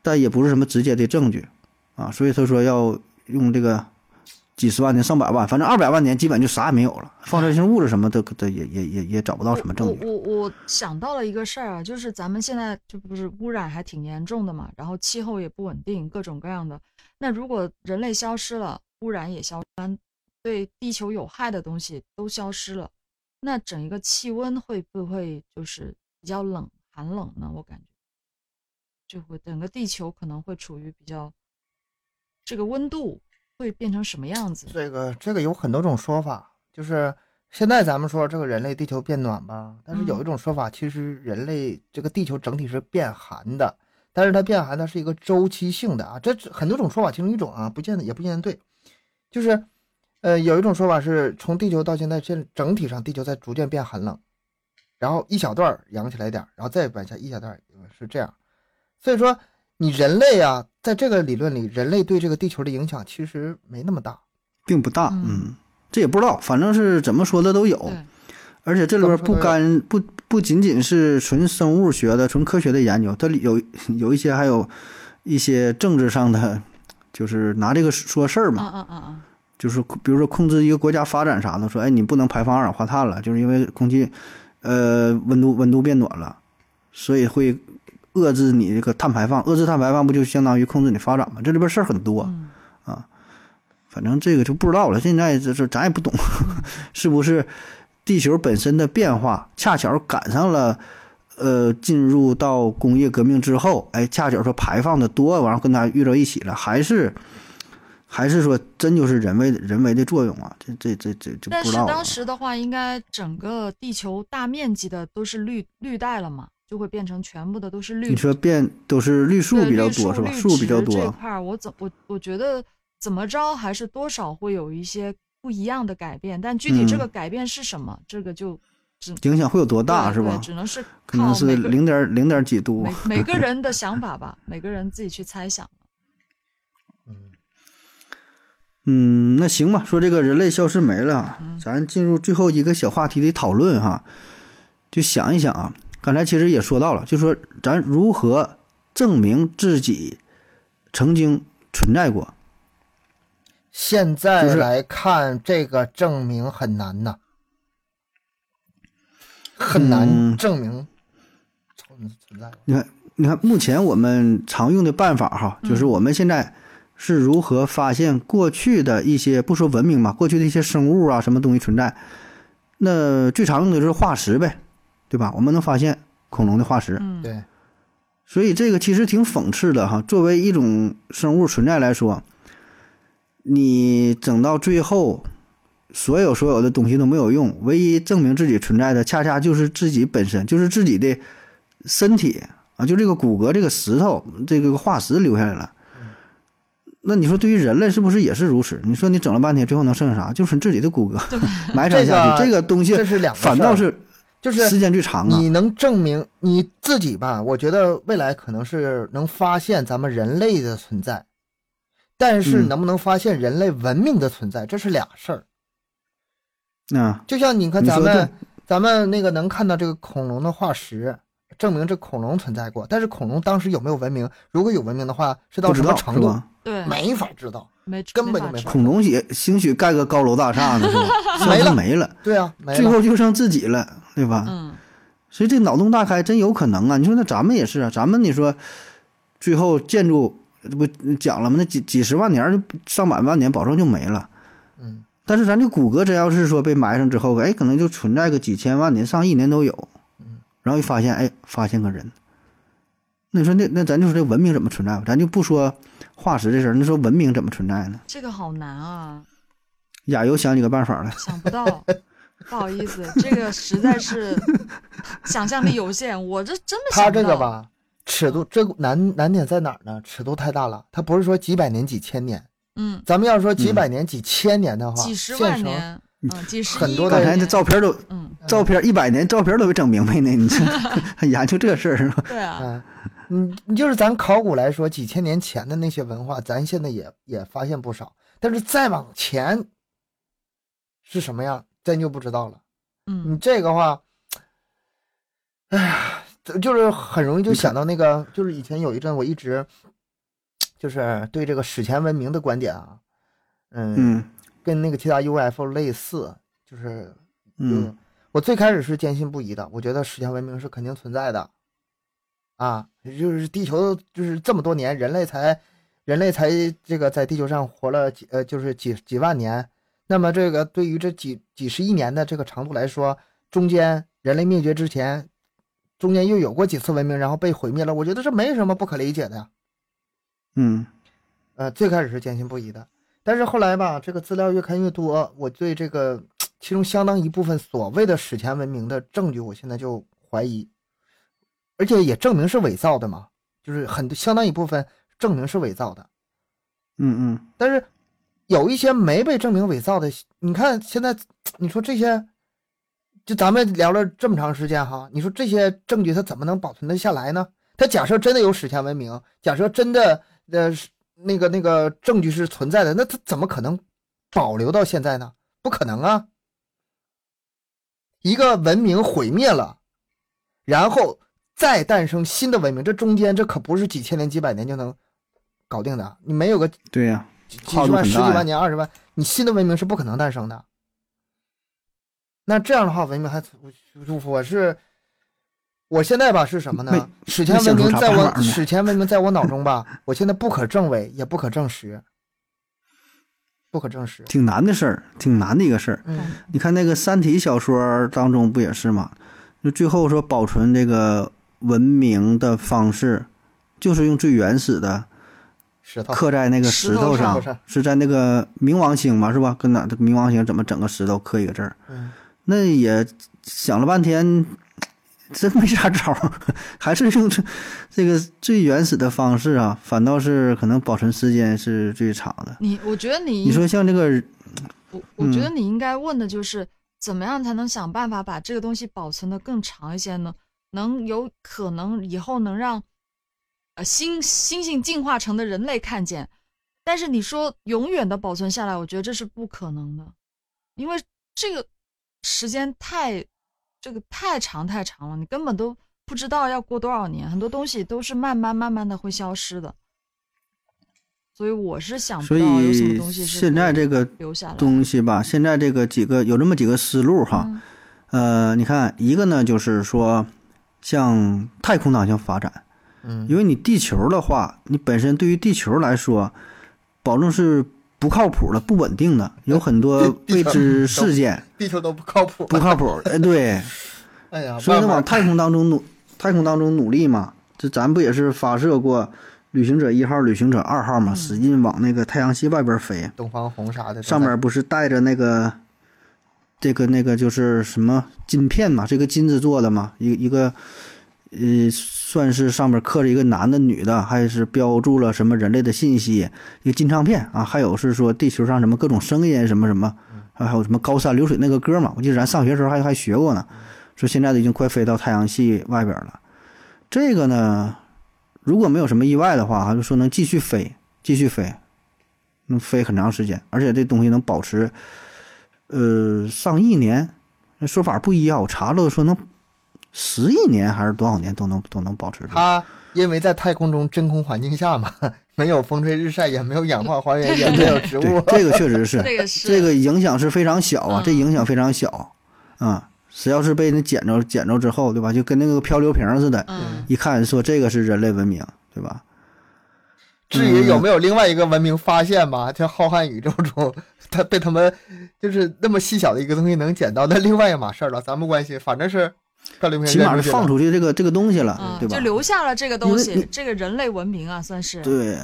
Speaker 1: 但也不是什么直接的证据啊。所以他说要用这个几十万年、上百万，反正二百万年基本就啥也没有了，放射性物质什么的的也也也也找不到什么证据。
Speaker 3: 我我我想到了一个事儿啊，就是咱们现在就不是污染还挺严重的嘛，然后气候也不稳定，各种各样的。那如果人类消失了，污染也消失了，对地球有害的东西都消失了，那整一个气温会不会就是比较冷寒冷呢？我感觉就会整个地球可能会处于比较这个温度会变成什么样子？
Speaker 2: 这个这个有很多种说法，就是现在咱们说这个人类地球变暖吧，但是有一种说法，其实人类这个地球整体是变寒的，但是它变寒呢是一个周期性的啊，这这很多种说法，其中一种啊不见得也不见得对，就是呃有一种说法是从地球到现在，现整体上地球在逐渐变寒冷，然后一小段儿扬起来点儿，然后再往下一小段儿呃是这样，所以说你人类啊，在这个理论里，人类对这个地球的影响其实没那么大。
Speaker 1: 并不大，
Speaker 3: 嗯
Speaker 1: 嗯，这也不知道，反正是怎么说的都有
Speaker 3: 对。
Speaker 1: 而且这里边
Speaker 2: 怎么
Speaker 1: 不
Speaker 2: 说都有
Speaker 1: 干不不仅仅是纯生物学的、纯科学的研究，它里有有一些还有一些政治上的，就是拿这个说事儿
Speaker 3: 嗯
Speaker 1: 嘛，
Speaker 3: 嗯嗯嗯，
Speaker 1: 就是比如说控制一个国家发展啥的，说哎你不能排放二氧化碳了，就是因为空气呃温度温度变暖了，所以会遏制你这个碳排放，遏制碳排放不就相当于控制你发展吗？这里边事儿很多。啊
Speaker 3: 嗯
Speaker 1: 反正这个就不知道了。现在这这咱也不懂，
Speaker 3: 嗯
Speaker 1: 是不是地球本身的变化恰巧赶上了？呃，进入到工业革命之后，哎，恰巧说排放的多，完了跟它遇到一起了，还是还是说真就是人为人为的作用啊？这这这这这
Speaker 3: 但
Speaker 1: 不
Speaker 3: 是
Speaker 1: 知道了啊
Speaker 3: 当时的话，应该整个地球大面积的都是绿绿带了嘛，就会变成全部的都是绿
Speaker 1: 你说变都是绿树
Speaker 3: 对
Speaker 1: 比较
Speaker 3: 绿
Speaker 1: 多是吧？
Speaker 3: 绿
Speaker 1: 树比较
Speaker 3: 植这
Speaker 1: 多，啊
Speaker 3: 块儿，我怎我我觉得怎么着还是多少会有一些不一样的改变，但具体这
Speaker 1: 嗯
Speaker 3: 个改变是什么，这个就只
Speaker 1: 影响会有多大
Speaker 3: 对
Speaker 1: 是
Speaker 3: 对
Speaker 1: 吧？
Speaker 3: 只能是
Speaker 1: 可能
Speaker 3: 靠每
Speaker 1: 是
Speaker 3: 个
Speaker 1: 零点零点几度
Speaker 3: 每。每个人的想法吧，每个人自己去猜想。
Speaker 1: 嗯，那行吧，说这个人类消失没了啊
Speaker 3: 嗯，
Speaker 1: 咱进入最后一个小话题的讨论哈，就想一想啊，刚才其实也说到了，就说咱如何证明自己曾经存在过，
Speaker 2: 现在
Speaker 1: 就是
Speaker 2: 来看，这个证明很难呐，很难
Speaker 1: 嗯
Speaker 2: 证明存存在。
Speaker 1: 你看，你看，目前我们常用的办法哈，就是我们现在是如何发现过去的一些不说文明嘛，过去的一些生物啊，什么东西存在？那最常用的就是化石呗，对吧？我们能发现恐龙的化石，
Speaker 3: 嗯，
Speaker 2: 对，
Speaker 1: 所以这个其实挺讽刺的哈。作为一种生物存在来说，你整到最后，所有所有的东西都没有用，唯一证明自己存在的，恰恰就是自己本身，就是自己的身体啊，就这个骨骼、这个石头、这个化石留下来了。那你说，对于人类是不是也是如此？你说你整了半天，最后能剩下啥？就是自己的骨骼 埋藏下去，
Speaker 2: 这
Speaker 1: 这个东西
Speaker 2: 这是两个事儿
Speaker 1: 反倒是
Speaker 2: 就是
Speaker 1: 时间最长啊
Speaker 2: 你。能证明你自己吧？我觉得未来可能是能发现咱们人类的存在，但是
Speaker 1: 嗯
Speaker 2: 能不能发现人类文明的存在，这是俩事儿。
Speaker 1: 啊，
Speaker 2: 就像你看
Speaker 1: 你
Speaker 2: 咱
Speaker 1: 说
Speaker 2: 们
Speaker 1: 对
Speaker 2: 咱们那个能看到这个恐龙的化石，证明这恐龙存在过，但是恐龙当时有没有文明？如果有文明的话，是到
Speaker 1: 不知
Speaker 2: 什么
Speaker 1: 道
Speaker 2: 程
Speaker 1: 是
Speaker 2: 度
Speaker 1: 吧？？
Speaker 3: 对，
Speaker 2: 没法知道。
Speaker 3: 没
Speaker 2: 根本就没
Speaker 3: 法
Speaker 2: 法
Speaker 1: 恐龙也兴许盖个高楼大厦呢，是 吧？
Speaker 2: 没
Speaker 1: 剩
Speaker 2: 了
Speaker 1: 下没了，
Speaker 2: 对啊，没
Speaker 1: 最
Speaker 2: 了。
Speaker 1: 后就剩自己了，对吧？
Speaker 3: 嗯，
Speaker 1: 所以这脑洞大开真有可能啊！你说那咱们也是啊，咱们你说最后建筑这不讲了吗？那几几十万年儿、上百万年，保证就没了。
Speaker 2: 嗯，
Speaker 1: 但是咱这骨骼真要是说被埋上之后，哎，可能就存在个几千万年、上亿年都有。
Speaker 2: 嗯
Speaker 1: 然后一发现，哎，发现个人。那你说那那咱就说这文明怎么存在吧？咱就不说化石这事儿，那说文明怎么存在呢？
Speaker 3: 这个好难啊，
Speaker 1: 亚游想几个办法来。
Speaker 3: 想不到，不好意思，这个实在是想象力有限，我这真的
Speaker 2: 它
Speaker 3: 想不
Speaker 2: 这
Speaker 3: 到。
Speaker 2: 个吧，尺度这个难难点在哪儿呢？尺度太大了，它不是说几百年、几千年。
Speaker 3: 嗯，
Speaker 2: 咱们要说几百年、几千年的话，
Speaker 3: 几十
Speaker 2: 现
Speaker 3: 万
Speaker 2: 成
Speaker 3: 年，嗯，几十
Speaker 2: 很
Speaker 3: 亿
Speaker 2: 多
Speaker 3: 万
Speaker 1: 刚
Speaker 2: 的
Speaker 1: 才
Speaker 3: 年
Speaker 1: 这照片都
Speaker 3: 嗯，
Speaker 1: 照片一百年照片都没整明白呢，你这还研究这事儿是吧？
Speaker 3: 对啊，
Speaker 2: 啊，你你就是咱考古来说，几千年前的那些文化，咱现在也也发现不少，但是再往前是什么样，咱就不知道了。你
Speaker 3: 嗯，
Speaker 2: 这个话，哎呀，就是很容易就想到那个，就是以前有一阵我一直就是对这个史前文明的观点啊，嗯，
Speaker 1: 嗯
Speaker 2: 跟那个其他 UFO 类似，就是
Speaker 1: 嗯，
Speaker 2: 我最开始是坚信不疑的，我觉得史前文明是肯定存在的，啊，就是地球就是这么多年，人类才人类才这个在地球上活了几呃就是几几万年，那么这个对于这几几十亿年的这个长度来说，中间人类灭绝之前，中间又有过几次文明，然后被毁灭了，我觉得这没什么不可理解的呀。
Speaker 1: 嗯
Speaker 2: 呃，最开始是坚信不疑的，但是后来吧，这个资料越看越多，我对这个其中相当一部分所谓的史前文明的证据，我现在就怀疑，而且也证明是伪造的嘛，就是很多相当一部分证明是伪造的，
Speaker 1: 嗯
Speaker 2: 但是有一些没被证明伪造的，你看现在你说这些，就咱们聊了这么长时间哈，你说这些证据它怎么能保存得下来呢？它假设真的有史前文明，假设真的呃是那个那个证据是存在的，那它怎么可能保留到现在呢？不可能啊！一个文明毁灭了，然后再诞生新的文明，这中间这可不是几千年、几百年就能搞定的，你没有个
Speaker 1: 嗯，对呀、
Speaker 2: 几几
Speaker 1: 跨
Speaker 2: 十
Speaker 1: 度
Speaker 2: 万、
Speaker 1: 很
Speaker 2: 十几
Speaker 1: 大呀
Speaker 2: 万年、二十万，你新的文明是不可能诞生的。那这样的话，文明还存我我是我现在吧是什么呢
Speaker 1: 没？
Speaker 2: 史前文
Speaker 1: 没
Speaker 2: 明
Speaker 1: 想出啥
Speaker 2: 在
Speaker 1: 办
Speaker 2: 我
Speaker 1: 法呢
Speaker 2: 史前文明在我脑中吧，我现在不可证伪，也不可证实，不可证实。
Speaker 1: 挺难的事儿，挺难的一个事儿。
Speaker 2: 嗯，
Speaker 1: 你看那个《三体》小说当中不也是吗？就最后说保存这个文明的方式，就是用最原始的
Speaker 2: 哦石头
Speaker 1: 刻在那个
Speaker 3: 石
Speaker 1: 石
Speaker 3: 头
Speaker 1: 头
Speaker 2: 上
Speaker 1: 上，是在那个冥王星嘛，是吧？跟哪这个冥王星怎么整个石头刻一个字儿？
Speaker 2: 嗯
Speaker 1: 那也想了半天，真没啥招儿， 还是用这这个最原始的方式啊，反倒是可能保存时间是最长的。
Speaker 3: 你我觉得你
Speaker 1: 你说像这
Speaker 3: 嗯
Speaker 1: 个，
Speaker 3: 我我觉得
Speaker 1: 嗯
Speaker 3: 你应该问的就是、怎么样才能想办法把这个东西保存的更长一些呢？能有可能以后能让呃猩猩猩进化成的人类看见，但是你说永远的保存下来，我觉得这是不可能的，因为这个时间太这个太长太长了，你根本都不知道要过多少年，很多东西都是慢慢慢慢的会消失的。所以我是想不
Speaker 1: 所
Speaker 3: 到有什么
Speaker 1: 以
Speaker 3: 东西是
Speaker 1: 现在
Speaker 3: 可以
Speaker 1: 这个
Speaker 3: 留下来的。
Speaker 1: 东西吧，现在这个几个有这么几个思路哈。
Speaker 3: 嗯
Speaker 1: 呃，你看一个呢，就是说向太空方向发展，
Speaker 2: 嗯，
Speaker 1: 因为你地球的话，你本身对于地球来说，保证是不靠谱的、不稳定的，有很多
Speaker 2: 地
Speaker 1: 未
Speaker 2: 球
Speaker 1: 知事 件
Speaker 2: 地球都不靠谱。
Speaker 1: 不靠谱。哎，对，
Speaker 2: 哎呀，
Speaker 1: 所以呢，
Speaker 2: 慢慢
Speaker 1: 往太空当中努，太空当中努力嘛。这咱不也是发射过旅行者一号、旅行者二号
Speaker 2: 嗯
Speaker 1: 嘛，使劲往那个太阳系外边飞。
Speaker 2: 东方红啥的都
Speaker 1: 上
Speaker 2: 在
Speaker 1: 面不是带着那个，这个那个就是什么金片嘛，这个金子做的嘛，一一个，呃，算是上面刻着一个男的、女的，还是标注了什么人类的信息，一个金唱片啊，还有是说地球上什么各种声音什么什么，还有什么高山流水那个歌嘛，我记得咱上学时候还还学过呢，说现在都已经快飞到太阳系外边了，这个呢，如果没有什么意外的话，还是说能继续飞，继续飞，能飞很长时间，而且这东西能保持，呃，上亿年，那说法不一样。我查了说能十亿年还是多少年都能都能保持住。
Speaker 2: 它因为在太空中真空环境下嘛， 没有风吹日晒，也没有氧化还原，也没有植
Speaker 1: 对
Speaker 2: 物，，
Speaker 1: 这个确实是，
Speaker 3: 这个是嗯
Speaker 1: 这个影响是非常小啊，这影响非常小啊。只要是被那捡着捡着之后，对吧？就跟那个漂流瓶似的，
Speaker 3: 嗯，
Speaker 1: 一看说这个是人类文明，对吧？
Speaker 2: 至于
Speaker 1: 嗯
Speaker 2: 有没有另外一个文明发现吧，像浩瀚宇宙中，它被他们就是那么细小的一个东西能捡到，那另外一码事儿了，咱不关心。反正是漂流瓶
Speaker 1: 起
Speaker 2: 扔
Speaker 1: 码
Speaker 2: 出
Speaker 1: 是
Speaker 2: 去
Speaker 1: 放
Speaker 2: 了，
Speaker 1: 出去这个这个东西了
Speaker 3: 嗯，
Speaker 1: 对吧？
Speaker 3: 就留下了这个东
Speaker 1: 因为
Speaker 3: 西
Speaker 1: 你，
Speaker 3: 这个人类文明啊，算是。
Speaker 1: 对，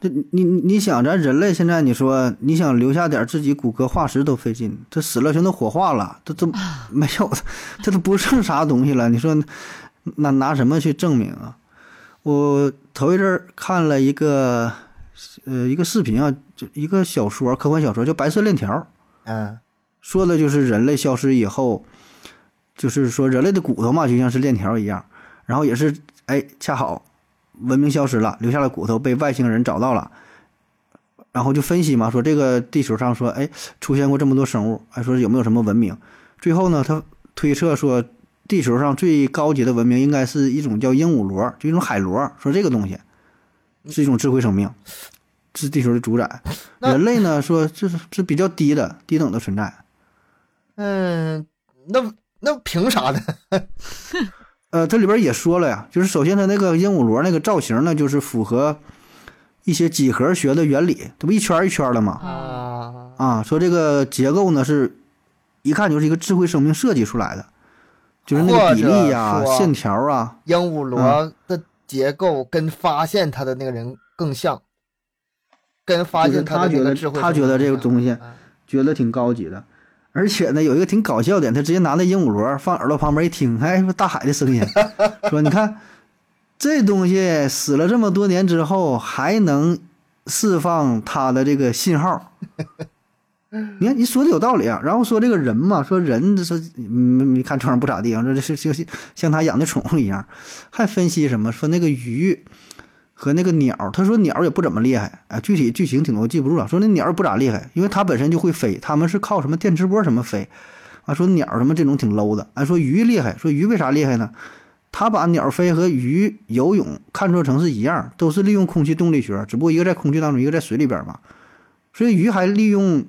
Speaker 1: 这你你你想，咱人类现在你说你想留下点自己骨骼化石都费劲，这死了全都火化了，这都没有，这都不剩啥东西了。你说那拿什么去证明啊？我头一阵儿看了一个呃一个视频啊，就一个小说科幻小说叫《白色链条》，
Speaker 2: 嗯，
Speaker 1: 说的就是人类消失以后，就是说人类的骨头嘛，就像是链条一样，然后也是哎，恰好文明消失了，留下了骨头被外星人找到了，然后就分析嘛，说这个地球上说哎出现过这么多生物，还说有没有什么文明？最后呢，他推测说地球上最高级的文明应该是一种叫鹦鹉螺，就一种海螺，说这个东西是一种智慧生命，是地球的主宰。
Speaker 2: 那
Speaker 1: 人类呢，说这是这比较低的低等的存在。
Speaker 2: 嗯，那那凭啥呢？
Speaker 1: 呃，这里边也说了呀，就是首先它那个鹦鹉螺那个造型呢，就是符合一些几何学的原理，这不一圈儿一圈儿的吗？
Speaker 2: 啊，
Speaker 1: 啊，说这个结构呢是，一看就是一个智慧生命设计出来的，就是那个比例呀、
Speaker 2: 或者说
Speaker 1: 线条啊，
Speaker 2: 鹦鹉螺的结构跟发现它的那个人更像，跟发
Speaker 1: 就是
Speaker 2: 现
Speaker 1: 他
Speaker 2: 的那
Speaker 1: 觉
Speaker 2: 个
Speaker 1: 得
Speaker 2: 智慧
Speaker 1: 他
Speaker 2: 生
Speaker 1: 觉得这
Speaker 2: 命
Speaker 1: 个
Speaker 2: 更
Speaker 1: 东西
Speaker 2: 像啊
Speaker 1: 觉得挺高级的。而且呢，有一个挺搞笑点，他直接拿那鹦鹉螺放耳朵旁边一听，哎，大海的声音，说你看这东西死了这么多年之后，还能释放它的这个信号。你看，你说的有道理啊。然后说这个人嘛，说人这是嗯，你看装上不咋地啊，说这是就是像他养的宠物一样，还分析什么说那个鱼和那个鸟，他说鸟也不怎么厉害啊，具体剧情挺多记不住了。说那鸟也不咋厉害，因为它本身就会飞，他们是靠什么电磁波什么飞，啊说鸟什么这种挺 low 的，啊说鱼厉害，说鱼为啥厉害呢？他把鸟飞和鱼游泳看作成是一样，都是利用空气动力学，只不过一个在空气当中，一个在水里边嘛。所以鱼还利用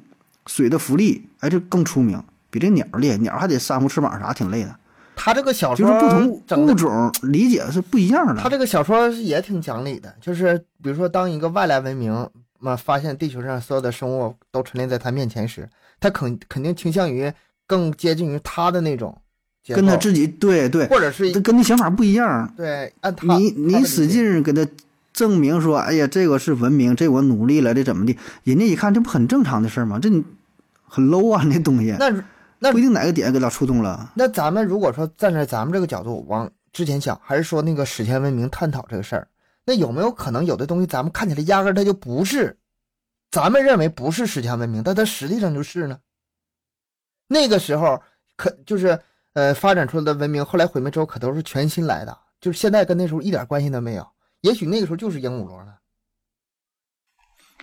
Speaker 1: 水的浮力，哎，这更出名，比这鸟厉害。鸟还得扇呼翅膀啥，挺累的。
Speaker 2: 他这个小
Speaker 1: 就
Speaker 2: 说
Speaker 1: 是不同
Speaker 2: 整
Speaker 1: 物
Speaker 2: 的
Speaker 1: 种理解是不一样
Speaker 2: 他
Speaker 1: 的。
Speaker 2: 这个小说也挺讲理的，就是比如说，当一个外来文明嘛发现地球上所有的生物都陈列在他面前时，他肯肯定倾向于更接近于他的那种结构，
Speaker 1: 跟他自己对对，
Speaker 2: 或者是
Speaker 1: 这跟你想法不一样。
Speaker 2: 对按他
Speaker 1: 你
Speaker 2: 他的
Speaker 1: 你
Speaker 2: 理
Speaker 1: 使
Speaker 2: 解
Speaker 1: 劲给他证明说，哎呀，这个是文明，这我努力了，这怎么的？人家一看，这不很正常的事儿吗？这你很 low 啊，那东西。
Speaker 2: 那如那
Speaker 1: 不一定哪个点给他触动了。
Speaker 2: 那咱们如果说站在咱们这个角度往之前想，还是说那个史前文明探讨这个事儿，那有没有可能有的东西咱们看起来压根儿它就不是，咱们认为不是史前文明，但它实际上就是呢？那个时候可就是呃发展出来的文明，后来毁灭之后可都是全新来的，就是现在跟那时候一点关系都没有。也许那个时候就是鹦鹉螺呢，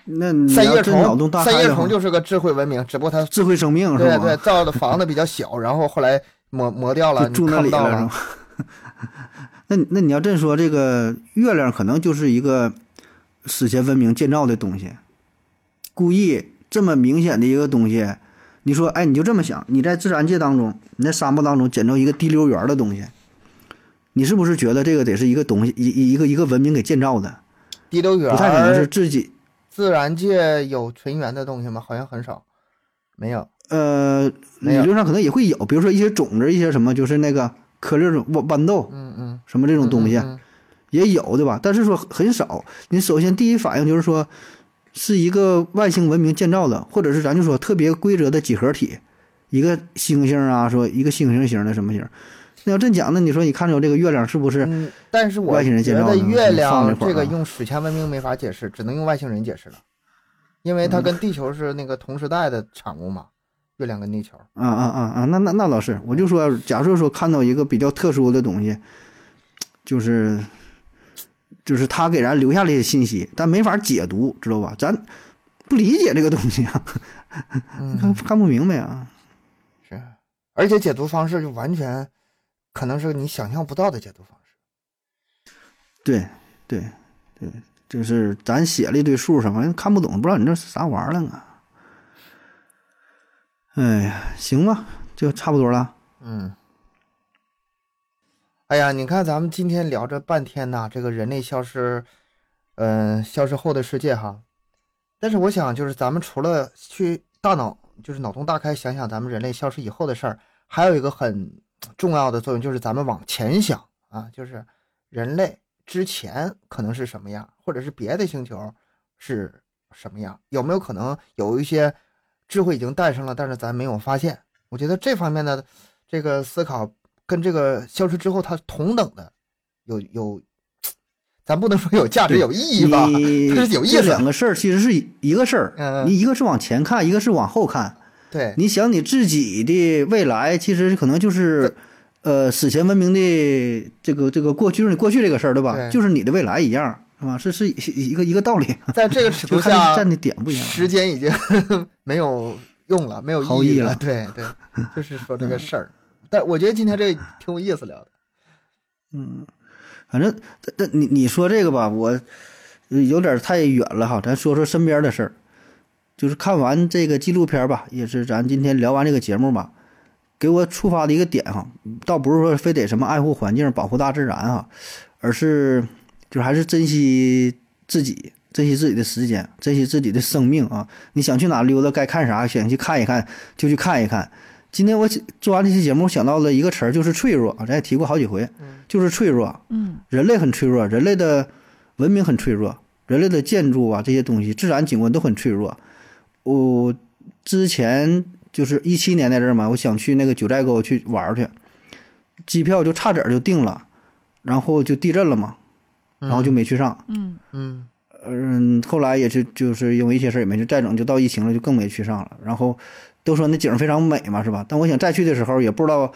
Speaker 1: 那嗯你
Speaker 2: 三叶
Speaker 1: 要真脑洞
Speaker 2: 虫，
Speaker 1: 大
Speaker 2: 三
Speaker 1: 开
Speaker 2: 叶
Speaker 1: 的话
Speaker 2: 虫，就是个智慧文明，只不过它
Speaker 1: 智慧生命 是
Speaker 2: 对
Speaker 1: 吧？
Speaker 2: 对造的房子比较小，然后后来磨磨掉了，
Speaker 1: 就住
Speaker 2: 你
Speaker 1: 那
Speaker 2: 看
Speaker 1: 里
Speaker 2: 不到
Speaker 1: 了是
Speaker 2: 了
Speaker 1: 吗？ 那你那你要这么说，这个月亮可能就是一个史前文明建造的东西，故意这么明显的一个东西，你说，哎，你就这么想，你在自然界当中，你在沙漠当中捡着一个滴溜圆的东西，你是不是觉得这个得是一个东西，一一一个一个文明给建造的？
Speaker 2: 滴溜圆
Speaker 1: 不太可能是自己，
Speaker 2: 自然界有纯元的东西吗？好像很少，没有。
Speaker 1: 呃，
Speaker 2: 没
Speaker 1: 理
Speaker 2: 有
Speaker 1: 论上可能也会有，比如说一些种子，一些什么，就是那个颗粒儿豌豌豆
Speaker 2: 嗯嗯，
Speaker 1: 什么这
Speaker 2: 这
Speaker 1: 种东西。
Speaker 2: 嗯嗯
Speaker 1: 也有，对吧？但是说很少。你首先第一反应就是说，是一个外星文明建造的，或者是咱就说特别规则的几何体，一个星星啊，说一个星星型的什么型。那要真讲呢，你说你看着这个月亮是不是？
Speaker 2: 嗯但是我
Speaker 1: 外星人
Speaker 2: 觉
Speaker 1: 建造
Speaker 2: 得
Speaker 1: 的放
Speaker 2: 月
Speaker 1: 这
Speaker 2: 亮
Speaker 1: 块儿
Speaker 2: 这个
Speaker 1: 啊
Speaker 2: 用史前文明没法解释，只能用外星人解释了，因为它跟地球是那个同时代的产物嘛，月亮跟地球。
Speaker 1: 啊啊啊啊！那那那倒是，我就说，假设说看到一个比较特殊的东西，就是就是他给咱留下了一些信息，但没法解读，知道吧？咱不理解这个东西啊，看
Speaker 2: 嗯，
Speaker 1: 看不明白啊。
Speaker 2: 是，而且解读方式就完全可能是你想象不到的解读方式。
Speaker 1: 对对对，就是咱写了一堆数什么，看不懂，不知道你这是啥玩意儿了啊。哎呀，行吧，就差不多了。
Speaker 2: 嗯，哎呀，你看咱们今天聊这半天呐，这个人类消失，嗯、消失后的世界哈。但是我想，就是咱们除了去大脑，就是脑洞大开，想想咱们人类消失以后的事儿，还有一个很重要的作用，就是咱们往前想啊，就是人类之前可能是什么样，或者是别的星球是什么样，有没有可能有一些智慧已经诞生了，但是咱没有发现？我觉得这方面的这个思考跟这个消失之后它同等的有有，咱不能说有价值、
Speaker 1: 对
Speaker 2: 有意义吧，
Speaker 1: 你
Speaker 2: 它是有意
Speaker 1: 这
Speaker 2: 思
Speaker 1: 两个事儿其实是一个事儿，
Speaker 2: 嗯
Speaker 1: 你一个是往前看，一个是往后看。
Speaker 2: 对，
Speaker 1: 你想你自己的未来，其实可能就是，呃，史前文明的这个这个过去，就是你过去这个事儿，对吧？
Speaker 2: 对
Speaker 1: 就是你的未来一样，是吧？是是是一个一个道理，
Speaker 2: 在这个尺
Speaker 1: 就
Speaker 2: 度
Speaker 1: 看你
Speaker 2: 下，
Speaker 1: 站的点不一样。
Speaker 2: 时间已经 没有用了，没有
Speaker 1: 毫
Speaker 2: 意
Speaker 1: 意
Speaker 2: 义
Speaker 1: 了
Speaker 2: 对对， 就是说这个事儿。但我觉得今天这挺有意思聊的。
Speaker 1: 反正，但但你你说这个吧，我呃有点太远了哈。咱说说身边的事儿，就是看完这个纪录片吧，也是咱今天聊完这个节目吧，给我触发的一个点哈，倒不是说非得什么爱护环境、保护大自然哈，而是就是还是珍惜自己，珍惜自己的时间，珍惜自己的生命啊！你想去哪溜达，该看啥，想去看一看就去看一看。今天我做完这期节目，想到了一个词儿，就是脆弱，咱也提过好几回，就是脆弱。
Speaker 3: 嗯，
Speaker 1: 人类很脆弱，人类的文明很脆弱，人类的建筑啊这些东西，自然景观都很脆弱。我之前就是一七年在这儿嘛，我想去那个九寨沟去玩儿去，机票就差点儿就定了，然后就地震了嘛，然后就没去上。
Speaker 3: 嗯
Speaker 2: 嗯
Speaker 1: 嗯，后来也是就是因为一些事儿也没去，再整就到疫情了，就更没去上了。然后都说那景儿非常美嘛，是吧？但我想再去的时候也不知道，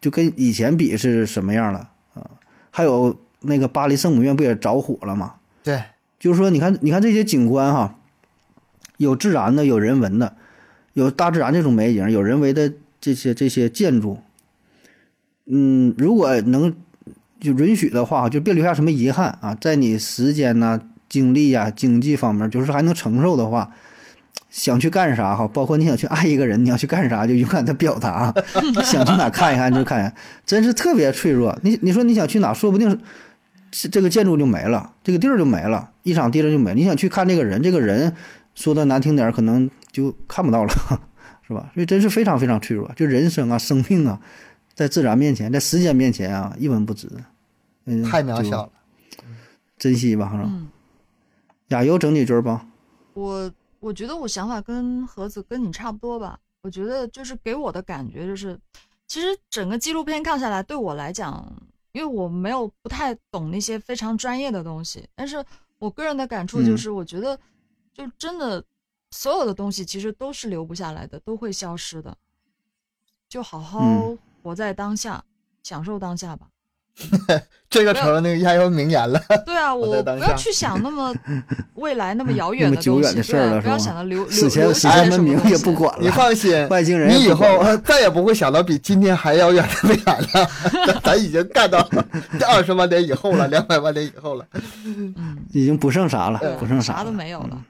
Speaker 1: 就跟以前比是什么样了啊、还有那个巴黎圣母院不也着火了吗？
Speaker 2: 对，
Speaker 1: 就是说，你看，你看这些景观哈，有自然的，有人文的，有大自然这种美景，有人为的这些这些建筑。嗯，如果能就允许的话，就别留下什么遗憾啊，在你时间呐、精力呀、经济方面，就是还能承受的话，想去干啥哈，包括你想去爱一个人，你要去干啥就勇敢的表达啊，想去哪看一看就看一看，真是特别脆弱。你你说你想去哪，说不定是这这个建筑就没了，这个地儿就没了，一场地震就没了。你想去看这个人，这个人说的难听点，儿，可能就看不到了， 是吧？所以真是非常非常脆弱，就人生啊、生命啊，在自然面前，在时间面前啊，一文不值。嗯，
Speaker 2: 太渺小，了。
Speaker 1: 珍惜吧，哈。
Speaker 3: 嗯
Speaker 1: 亚优整几句儿吧。
Speaker 3: 我我觉得我想法跟盒子跟你差不多吧，我觉得就是给我的感觉就是，其实整个纪录片看下来，对我来讲，因为我没有不太懂那些非常专业的东西，但是我个人的感
Speaker 1: 嗯
Speaker 3: 触就是，我觉得就真的所有的东西其实都是留不下来的，都会消失的，就好好
Speaker 1: 嗯
Speaker 3: 活在当下，享受当下吧。
Speaker 2: 这个成了那个亚优 名言了。
Speaker 3: 对啊，
Speaker 2: 活在
Speaker 3: 我
Speaker 2: 当
Speaker 3: 不要
Speaker 2: 下
Speaker 3: 去想那么未来那么遥
Speaker 1: 那
Speaker 3: 远
Speaker 1: 么
Speaker 3: 的
Speaker 1: 久
Speaker 3: 东
Speaker 1: 远
Speaker 3: 西，
Speaker 1: 的事
Speaker 3: 对
Speaker 1: 儿
Speaker 3: 啊，
Speaker 1: 了
Speaker 3: 不要
Speaker 1: 是
Speaker 3: 想
Speaker 1: 吗
Speaker 3: 到留
Speaker 1: 死
Speaker 3: 留
Speaker 1: 前
Speaker 3: 留
Speaker 1: 死
Speaker 3: 下来
Speaker 1: 前
Speaker 3: 哎什
Speaker 1: 文
Speaker 3: 么
Speaker 1: 明
Speaker 3: 东
Speaker 1: 也
Speaker 3: 西
Speaker 1: 不管
Speaker 2: 你
Speaker 1: 了，
Speaker 2: 放心，
Speaker 1: 外星人
Speaker 2: 你
Speaker 1: 也
Speaker 2: 以
Speaker 1: 不管
Speaker 2: 后
Speaker 1: 了
Speaker 2: 再也不会想到比今天还遥远的未来了。咱咱已经干到 二十万年以后了，两百万年以后了。
Speaker 3: 嗯，
Speaker 1: 已经不剩啥了
Speaker 3: 对啊，
Speaker 1: 不剩
Speaker 3: 啥
Speaker 1: 了
Speaker 3: 都。没有了。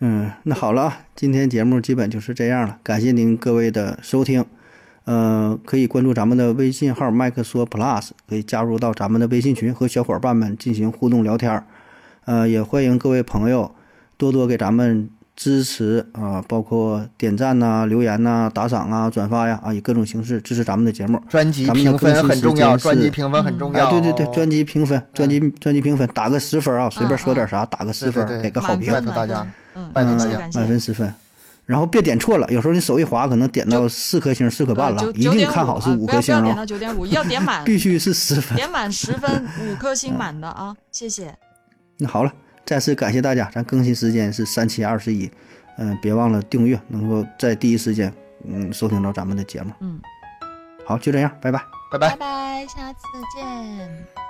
Speaker 1: 嗯，那好了啊，今天节目基本就是这样了，感谢您各位的收听。呃，可以关注咱们的微信号麦克说 Plus，可以加入到咱们的微信群，和小伙伴们进行互动聊天儿。呃，也欢迎各位朋友多多给咱们支持啊、包括点赞呐、留言呐、打赏啊、转发呀啊，以各种形式支持咱们的节目。
Speaker 2: 专辑
Speaker 1: 咱们的
Speaker 2: 评分
Speaker 1: 更新
Speaker 2: 很
Speaker 1: 时
Speaker 2: 重要，
Speaker 1: 间
Speaker 2: 专辑
Speaker 1: 是
Speaker 2: 评分很重
Speaker 1: 哎
Speaker 2: 要。，哦
Speaker 1: 对对对，
Speaker 3: 哦
Speaker 1: 专辑评
Speaker 3: 嗯
Speaker 1: 分，专辑专辑评分，打个十分啊，随便说点啥，打个十分
Speaker 2: 对对，对
Speaker 1: 给个好
Speaker 3: 满
Speaker 1: 评。
Speaker 2: 拜
Speaker 3: 分，
Speaker 2: 托
Speaker 3: 满
Speaker 2: 大
Speaker 3: 分，
Speaker 2: 家
Speaker 3: 嗯，
Speaker 2: 拜托
Speaker 3: 感
Speaker 2: 大
Speaker 3: 谢
Speaker 2: 家
Speaker 3: 感谢
Speaker 1: 满，分十分。然后别点错了，有时候你手一滑，可能点到四颗星、四颗半
Speaker 3: 呃
Speaker 1: 了
Speaker 3: 九，
Speaker 1: 一
Speaker 3: 九
Speaker 1: 定
Speaker 3: 点
Speaker 1: 看好
Speaker 3: 五
Speaker 1: 是
Speaker 3: 啊
Speaker 1: 五
Speaker 3: 不要
Speaker 1: 颗
Speaker 3: 不
Speaker 1: 星
Speaker 3: 要点
Speaker 1: 啊
Speaker 3: 到，九点五，要点满，
Speaker 1: 必须是十分。
Speaker 3: 点满十分，五颗星满的啊，谢谢。
Speaker 1: 那好了，再次感谢大家，咱更新时间是三七二十一，嗯，别忘了订阅，能够在第一时间嗯收听到咱们的节目。
Speaker 3: 嗯，
Speaker 1: 好，就这样，拜拜。
Speaker 2: 拜拜
Speaker 3: 拜。拜，下次见。